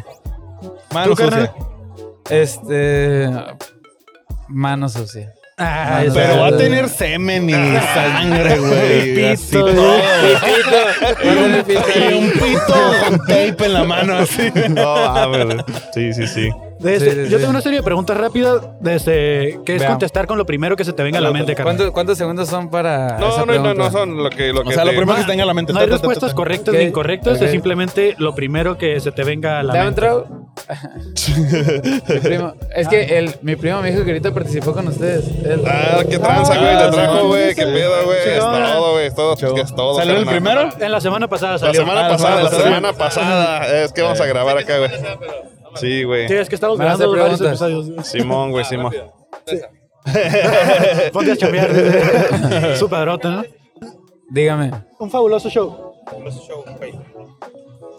S3: Mano
S4: ¿Tú, carnal?
S3: sucia.
S10: Este. Mano sucia.
S4: Ah, es
S3: Pero va a
S4: verdad.
S3: tener semen y
S2: Ah.
S3: sangre, güey. así
S4: Pito,
S3: todo.
S4: güey. Pito.
S3: Y un pito con tape en la mano, así.
S2: No, a ver. Sí, sí, sí.
S4: Desde-
S10: Sí, sí,
S4: este, yo
S10: sí.
S4: tengo una serie de preguntas rápidas desde que es
S10: Veamos.
S4: contestar con lo primero que se te venga a la mente, carnal.
S10: ¿Cuánto- ¿Cuántos segundos son para.?
S2: No,
S10: esa
S2: no, no,
S10: pregunta?
S2: no son lo que. Lo que
S3: sea, lo
S2: te-
S3: primero que
S2: Ah,
S3: tenga en la mente.
S4: No
S3: Ta,
S4: hay
S3: ta, ta, ta,
S4: respuestas
S3: ta.
S4: correctas
S10: Ok,
S4: ni incorrectas,
S10: ok.
S4: es simplemente lo primero que se te venga a la
S10: Dame un
S4: mente.
S10: trago. Mi primo- Es que el, mi primo me dijo que ahorita participó con ustedes. Él-
S2: Ah, qué tranza, güey. Te
S3: sí,
S2: trajo, güey.
S3: sí,
S2: Qué
S3: sí.
S2: pedo, güey.
S3: Sí,
S2: Es
S3: no, no.
S2: todo, güey. Es todo. pues, que Es todo.
S3: ¿Salió el
S2: carnal.
S3: primero?
S4: En la semana pasada
S2: La
S4: salió.
S2: semana
S3: Ah, la
S2: pasada, la
S3: semana
S2: semana
S3: Ah,
S2: pasada. Es que vamos a grabar acá, güey. Sí, güey.
S4: Sí, es que estamos
S10: Me vas a
S4: grabando varios
S10: preguntar.
S4: episodios.
S2: Simón, güey, Simón.
S4: Ponte a chambear. Su padrota, ¿no?
S10: Dígame,
S4: Un fabuloso show.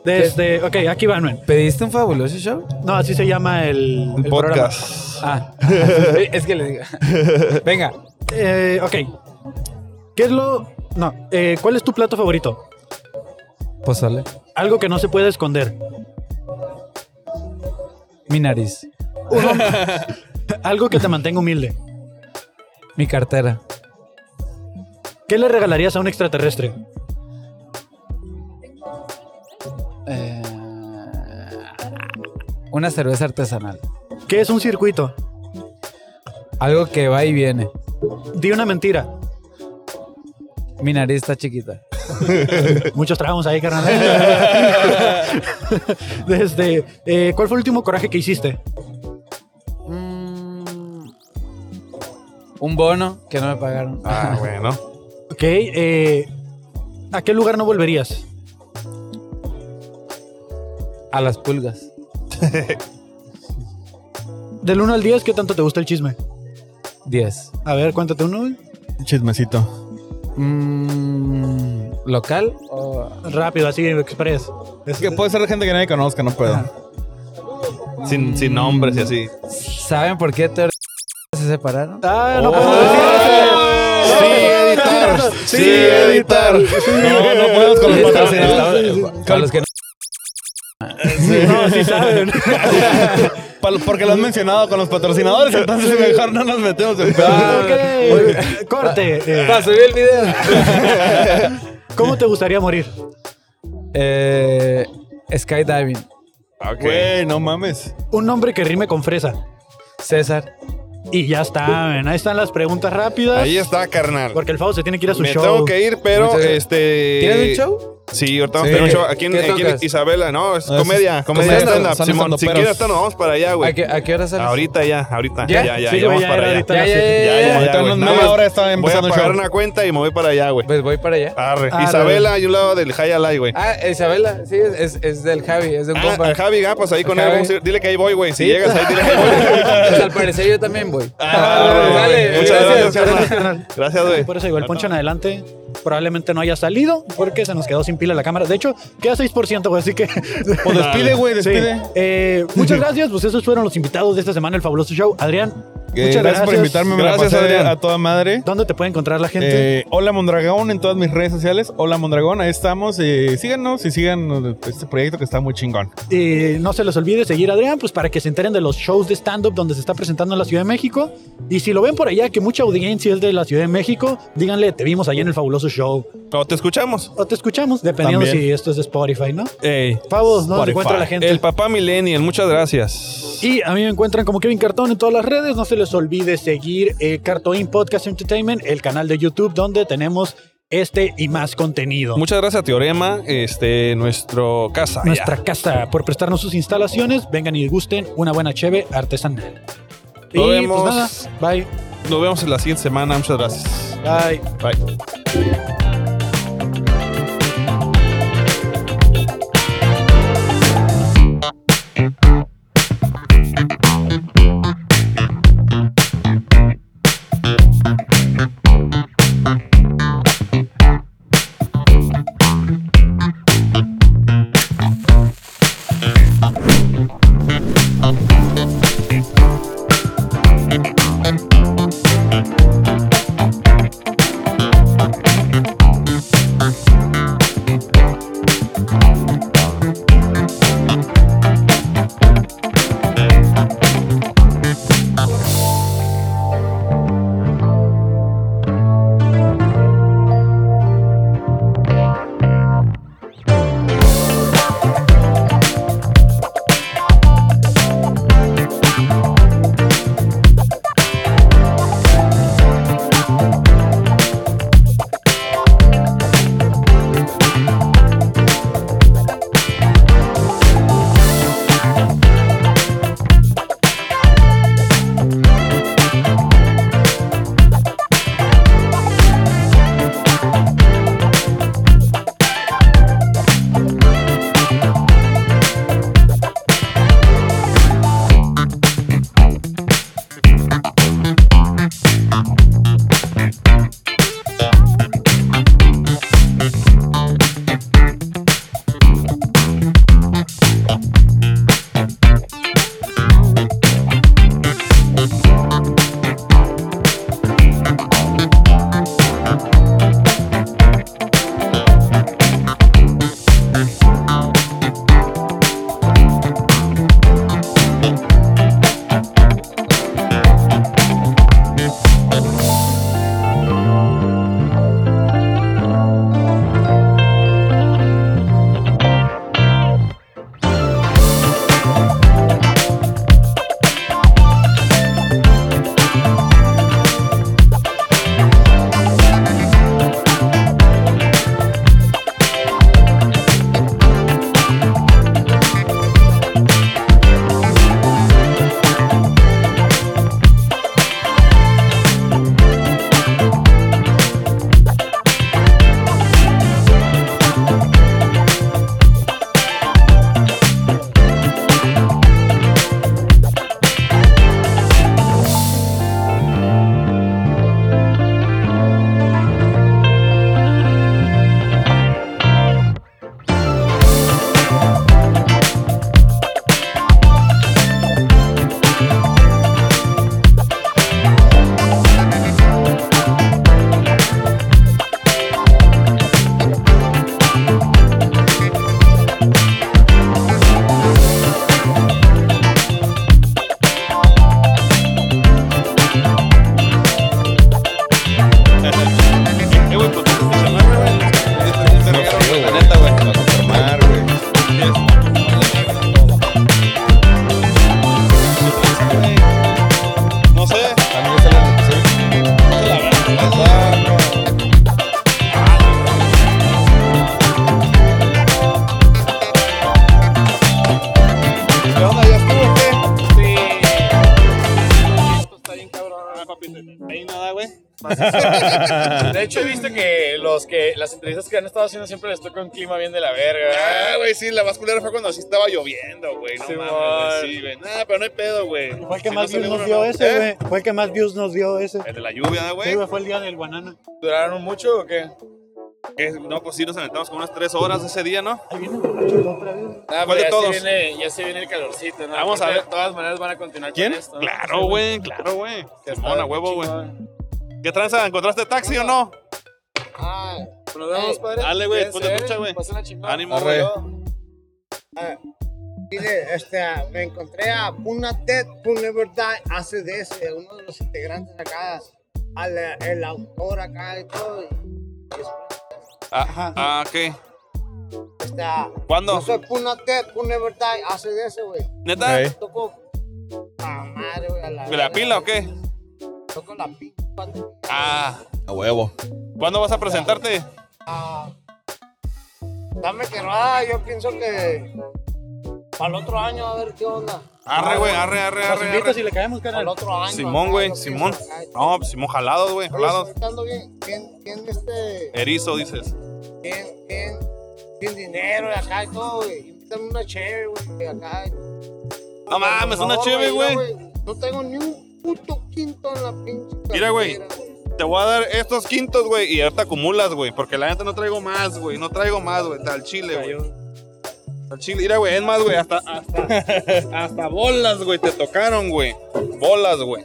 S4: Desde, este, ok, aquí va Manuel.
S10: ¿pediste un fabuloso show?
S4: No, así se llama el,
S2: Un
S4: el programa.
S2: podcast.
S10: Ah, es que le digo. Venga,
S4: Eh, ok. ¿Qué es lo...? No, eh, ¿cuál es tu plato favorito?
S10: pozole.
S4: Algo que no se puede esconder.
S10: Mi nariz,
S4: Algo que te mantenga humilde.
S10: mi cartera,
S4: ¿Qué le regalarías a un extraterrestre?
S10: eh, una cerveza artesanal.
S4: ¿Qué es un circuito?
S10: Algo que va y viene.
S4: Di una mentira.
S10: Mi nariz está chiquita.
S4: Muchos tragos ahí, carnal. Desde, eh, ¿cuál fue el último coraje que hiciste?
S10: Mm, un bono que no me pagaron.
S2: Ah, bueno.
S4: Ok, eh, ¿a qué lugar no volverías?
S10: A las pulgas.
S4: Del 1 al 10, ¿qué tanto te gusta el chisme?
S10: 10.
S4: A ver, cuéntate uno. güey.
S3: Chismecito.
S10: Mm, ¿Local? o-
S4: Rápido, así, express.
S3: Es que puede ser de gente que nadie conozca, no puedo.
S2: Sin, sin nombres y así.
S10: ¿Saben por qué Teor- se separaron?
S4: Ah, no
S6: Sí, editar. Sí, editar.
S3: No, no podemos con los patrocinadores.
S10: eh, Para los que no-
S4: No, sí saben.
S3: Pa- Porque lo han mencionado con los patrocinadores, entonces mejor no nos metemos en pedo.
S4: Ah, Ok, corte. Eh,
S10: Pa, Ah, subí el video.
S4: ¿Cómo te gustaría morir?
S10: Eh, skydiving.
S2: Ok.
S3: Güey, no mames.
S4: Un nombre que rime con fresa.
S10: César.
S4: Y ya está, ven, ahí están las preguntas rápidas.
S2: Ahí está, carnal.
S4: Porque el Fabo se tiene que ir a su
S2: Me
S4: show.
S2: tengo que ir, pero
S10: Muchas gracias.
S2: este.
S10: ¿Tienes un show?
S2: Sí, ahorita vamos a
S3: Sí.
S2: tener un show. Aquí en,
S10: ¿Qué
S2: aquí en
S10: tocas?
S2: Isabela, no, es
S3: No,
S4: Pues,
S3: es-
S2: comedia. Comedia
S3: comedia,
S2: stand-up,
S3: son
S2: Simón. Si
S3: estandoperos.
S2: quieres, hasta nos vamos para allá,
S10: ¿A
S2: güey.
S10: qué, a qué hora sales?
S2: Ahorita ya, ahorita. Ya,
S10: ¿Ya?
S2: ya, ya,
S4: Sí, güey,
S2: ya vamos
S4: ya,
S2: para allá.
S4: ahorita
S10: Ya,
S4: sí.
S10: ya, ya, ya, ya.
S3: Ahorita unos
S2: güey.
S3: media hora está
S2: Voy a
S3: empezando el
S2: pagar
S3: show.
S2: una cuenta y me voy para allá, güey.
S10: Pues voy para allá.
S2: Arre.
S4: Arre.
S2: Isabela, hay un lado del High Alive, güey.
S10: Ah, Isabela, sí, es, es- es del Javi, es de un
S2: Ah,
S10: compa.
S2: al Javi, ah, pues ahí con él.
S10: Javi.
S2: vamos a ir. Dile que ahí voy, güey. Si
S10: Sí.
S2: llegas ahí, dile que ahí voy.
S10: Pues al parecer yo también voy.
S2: Ah,
S10: Dale,
S2: güey. Muchas
S10: gracias,
S2: gracias, carnal.
S4: carnal.
S2: Gracias, güey.
S4: Por eso igual Poncho en adelante probablemente no haya salido porque se nos quedó sin pila la cámara. De hecho, queda 6%, güey, así que...
S3: Pues despide, güey,
S4: Sí.
S3: despide.
S4: Eh, muchas gracias, pues esos fueron los invitados de esta semana, el fabuloso show. Adrián,
S3: Que
S4: muchas gracias.
S3: por invitarme, me
S2: Gracias,
S3: la pasé
S2: Adrián.
S3: a toda madre.
S4: ¿Dónde te puede encontrar la gente?
S3: Eh, hola Mondragón en todas mis redes sociales. Hola Mondragón, ahí estamos. eh, síganos y sigan este proyecto que está muy chingón.
S4: Eh, no se les olvide seguir a Adrián, pues para que se enteren de los shows de stand-up donde se está presentando en la Ciudad de México. Y si lo ven por allá, que mucha audiencia es de la Ciudad de México, díganle, te vimos allá en el fabuloso show.
S2: No, te escuchamos.
S4: O te escuchamos, dependiendo
S3: También.
S4: si esto es de Spotify, ¿no?
S2: Ey.
S4: Pavos, ¿no?
S2: Spotify.
S4: Se encuentra la gente.
S2: El papá Millennial, muchas gracias.
S4: Y a mí me encuentran como Kevin Cartón en todas las redes. No se les olvide seguir eh, Cartoon Podcast Entertainment, el canal de YouTube donde tenemos este y más contenido.
S2: Muchas gracias a Teorema, este, nuestro casa.
S4: Nuestra casa por prestarnos sus instalaciones. Vengan y gusten una buena cheve artesanal. Y
S2: Nos
S4: pues
S2: vemos.
S4: nada, bye.
S2: ya. Nos vemos la siguiente semana. Muchas gracias.
S4: Bye.
S2: Bye.
S10: De hecho, he visto que, los que las entrevistas que han estado haciendo siempre les toca un clima bien de la verga.
S2: Ah, güey, sí, la más culera fue cuando sí estaba lloviendo, güey. No mames, güey, sí, güey. Nah, pero no hay pedo, güey.
S4: Fue el que
S2: Sí,
S4: más
S2: no
S4: views
S2: seguro,
S4: nos dio
S2: ¿no?
S4: ese,
S2: ¿Eh?
S4: güey. Fue el que más views nos dio ese.
S2: El de la lluvia, güey.
S4: Sí, güey, fue el día del banana.
S10: ¿Duraron mucho o qué?
S2: Que, No, pues sí, nos aventamos como unas tres horas ese día, ¿no?
S10: Ah,
S2: ¿Cuál
S10: pues
S2: de
S10: ya,
S2: todos?
S10: Se viene, ya se viene el calorcito, ¿no?
S2: Vamos a
S10: Porque
S2: ver.
S10: De todas maneras van a continuar
S2: ¿Quién?
S10: con esto. ¿no?
S2: Claro,
S10: Sí,
S2: este, güey, claro, güey.
S10: Que está
S2: Mona,
S10: bien
S2: huevo, güey.
S10: chingón.
S2: ¿Qué tranza? ¿Encontraste taxi o no?
S10: Pues Nos vemos,
S2: Ey,
S10: padre.
S2: dale, güey,
S10: Cuídense,
S2: ponte trucha,
S10: eh,
S2: güey.
S10: pásenla chingón.
S2: Ánimo,
S10: Arre.
S2: güey.
S9: Mire, este, me encontré a Puna Ted, Puna Never Die, hace de ese, uno de los integrantes acá, al, el autor acá y todo.
S2: Ah, ah, ¿qué?
S9: Este,
S2: ¿Cuándo?
S9: Yo soy Puna Ted, Puna Never Die, hace de ese, güey.
S2: ¿Neta? Ok.
S9: Toco, ah, madre, güey, a la
S2: ¿De la
S9: verga,
S2: pila o qué?
S9: Toco la pila.
S2: Ah. A huevo. ¿Cuándo vas a presentarte?
S9: Ah. Dame que nada, yo pienso que para el otro año a ver qué onda.
S2: Arre, güey, arre, arre,
S9: Nos
S2: arre.
S9: invitas
S2: arre.
S9: y le caemos, carnal. Al otro año,
S2: Simón,
S9: acá,
S2: güey,
S9: yo
S2: Simón.
S9: pienso, acá.
S2: No, pues Simón, jalados, güey, jalados.
S9: Estando bien, bien, bien, este,
S2: Erizo, dices.
S9: bien, bien, bien dinero y acá y todo, güey. Invítame una chévere, güey, acá.
S2: No mames,
S9: Por
S2: una
S9: favor,
S2: chévere,
S9: yo,
S2: güey.
S9: No tengo ni un puto quinto en la pinche.
S2: Mira, güey. Te voy a dar estos quintos, güey, y ahorita acumulas, güey. Porque la neta no traigo más, güey. No traigo más, güey. Tal chile, güey. Al chile. Mira, güey, es más, güey. Hasta, hasta, hasta bolas, güey. Te tocaron, güey. Bolas, güey.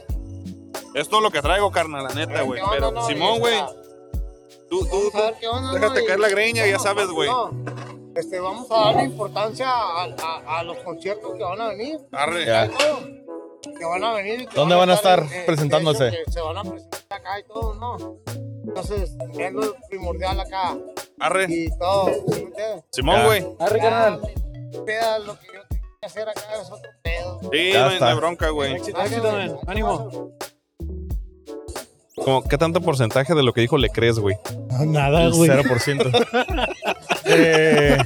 S2: Es todo lo que traigo, carnal, la neta, güey.
S9: onda,
S2: Pero,
S9: no?
S2: Simón,
S9: Y
S2: güey.
S9: esta-
S2: Tú, tú,
S9: Vamos a ver qué onda,
S2: déjate
S9: ¿no?
S2: caer la greña, ya
S9: Vamos,
S2: sabes, güey.
S9: no. Este, vamos a darle importancia a, a- a los conciertos que van a venir.
S2: Arre.
S3: Ya.
S9: Que van a venir. y que
S3: ¿Dónde van a estar
S9: en- en-
S3: presentándose?
S9: que se van a presentar acá y todo, ¿no? Entonces, es lo primordial acá.
S2: Arre.
S9: Y todo. ¿sí me entiendes?
S2: Simón, güey.
S3: Ah,
S10: Ah,
S9: Arre, carnal. Peda, Lo que yo tengo que hacer acá es otro pedo.
S2: Sí,
S3: Ya
S2: no hay,
S3: está.
S2: no hay bronca, güey.
S4: Éxito, éxito, men. Ánimo.
S2: Como, ¿Qué tanto porcentaje de lo que dijo le crees, güey?
S4: Ah, Nada, güey.
S3: 0%. Eh,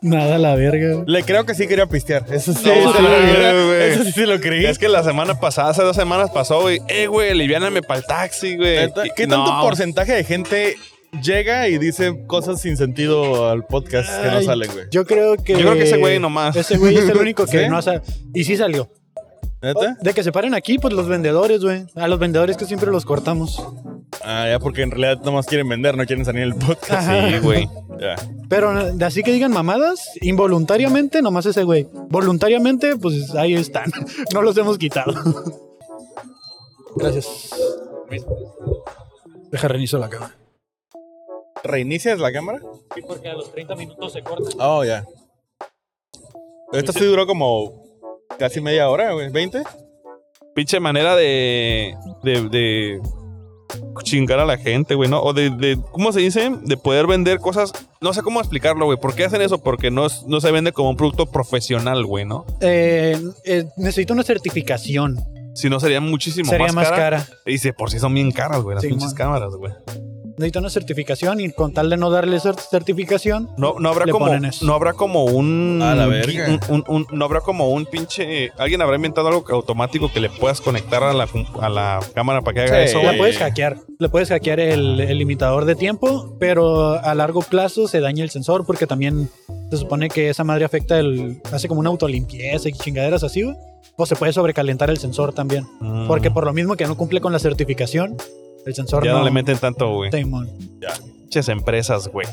S4: Nada, la verga. güey.
S3: le creo que sí quería pistear. Eso sí.
S2: No,
S3: se lo
S2: güey,
S3: creo.
S2: güey.
S3: Eso sí se lo creí.
S2: Es que la semana pasada, hace dos semanas pasó, güey. Eh, güey, liviáname para el taxi, güey.
S3: Neta,
S2: Y-
S3: ¿Qué
S2: no.
S3: tanto porcentaje de gente llega y dice cosas sin sentido al podcast que no
S4: Ay,
S3: salen, güey?
S4: Yo creo que.
S3: Yo creo que ese güey nomás.
S4: Ese güey es el único que
S3: ¿Sí?
S4: no hace. Y sí salió.
S3: ¿Neta?
S4: De que se paren aquí, pues los vendedores, güey. A los vendedores que siempre los cortamos.
S3: Ah, ya, porque en realidad nomás quieren vender, no quieren salir en el podcast.
S4: Ajá. Sí, güey.
S3: Ya.
S4: Pero de así que digan mamadas, involuntariamente, nomás ese güey. Voluntariamente, pues ahí están. No los hemos quitado. Gracias. Deja reinicio la cámara.
S3: ¿Reinicias la cámara?
S4: porque a los 30 minutos se corta.
S3: Oh, ya. Esto sí duró como casi media hora, güey. ¿20?
S2: Pinche manera de. de. de chingar a la gente, güey, ¿no? O de, de- ¿Cómo se dice? De poder vender cosas. No sé cómo explicarlo, güey. ¿Por qué hacen eso? Porque no, es- no se vende como un producto profesional, güey, ¿no?
S4: Eh, eh, necesito una certificación.
S2: Si no, sería muchísimo
S4: Sería
S2: más,
S4: más cara.
S2: Y si por sí son bien caras, güey, las
S4: Sí,
S2: pinches
S4: man.
S2: cámaras, güey.
S4: Necesito una certificación y con tal de no darle cer- certificación,
S2: No, no habrá
S4: le
S2: como
S4: ponen eso.
S2: no habrá como un,
S3: A la verga.
S2: un- un- un- no habrá como un pinche alguien habrá inventado algo que automático que le puedas conectar a la cum- a la cámara para que haga
S4: Sí,
S2: eso.
S4: la
S2: güey?
S4: puedes hackear. Le puedes hackear el, el limitador de tiempo, pero a largo plazo se daña el sensor porque también se supone que esa madre afecta el. hace como una autolimpieza y chingaderas así, güey. O se puede sobrecalentar el sensor también.
S2: Mm.
S4: Porque por lo mismo que no cumple con la certificación, el sensor
S2: Ya no le meten tanto, güey.
S4: Simón.
S2: Pinches empresas, güey.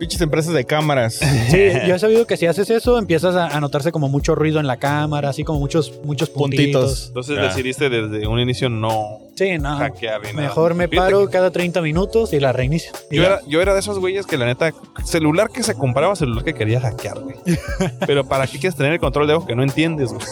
S3: Pinches empresas de cámaras.
S4: Sí, yo he sabido que si haces eso, empiezas a, a notarse como mucho ruido en la cámara, así como muchos, muchos puntitos.
S2: Entonces
S3: Ya.
S2: decidiste desde un inicio no
S4: Sí, no.
S2: hackear ni nada.
S4: Mejor me
S2: Fíjate
S4: paro cada 30 minutos y la reinicio. Y
S2: Yo
S4: ya.
S2: era, yo era de esos güeyes que la neta, celular que se compraba, celular que quería hackear, güey. Pero ¿para qué quieres tener el control de algo que no entiendes, güey?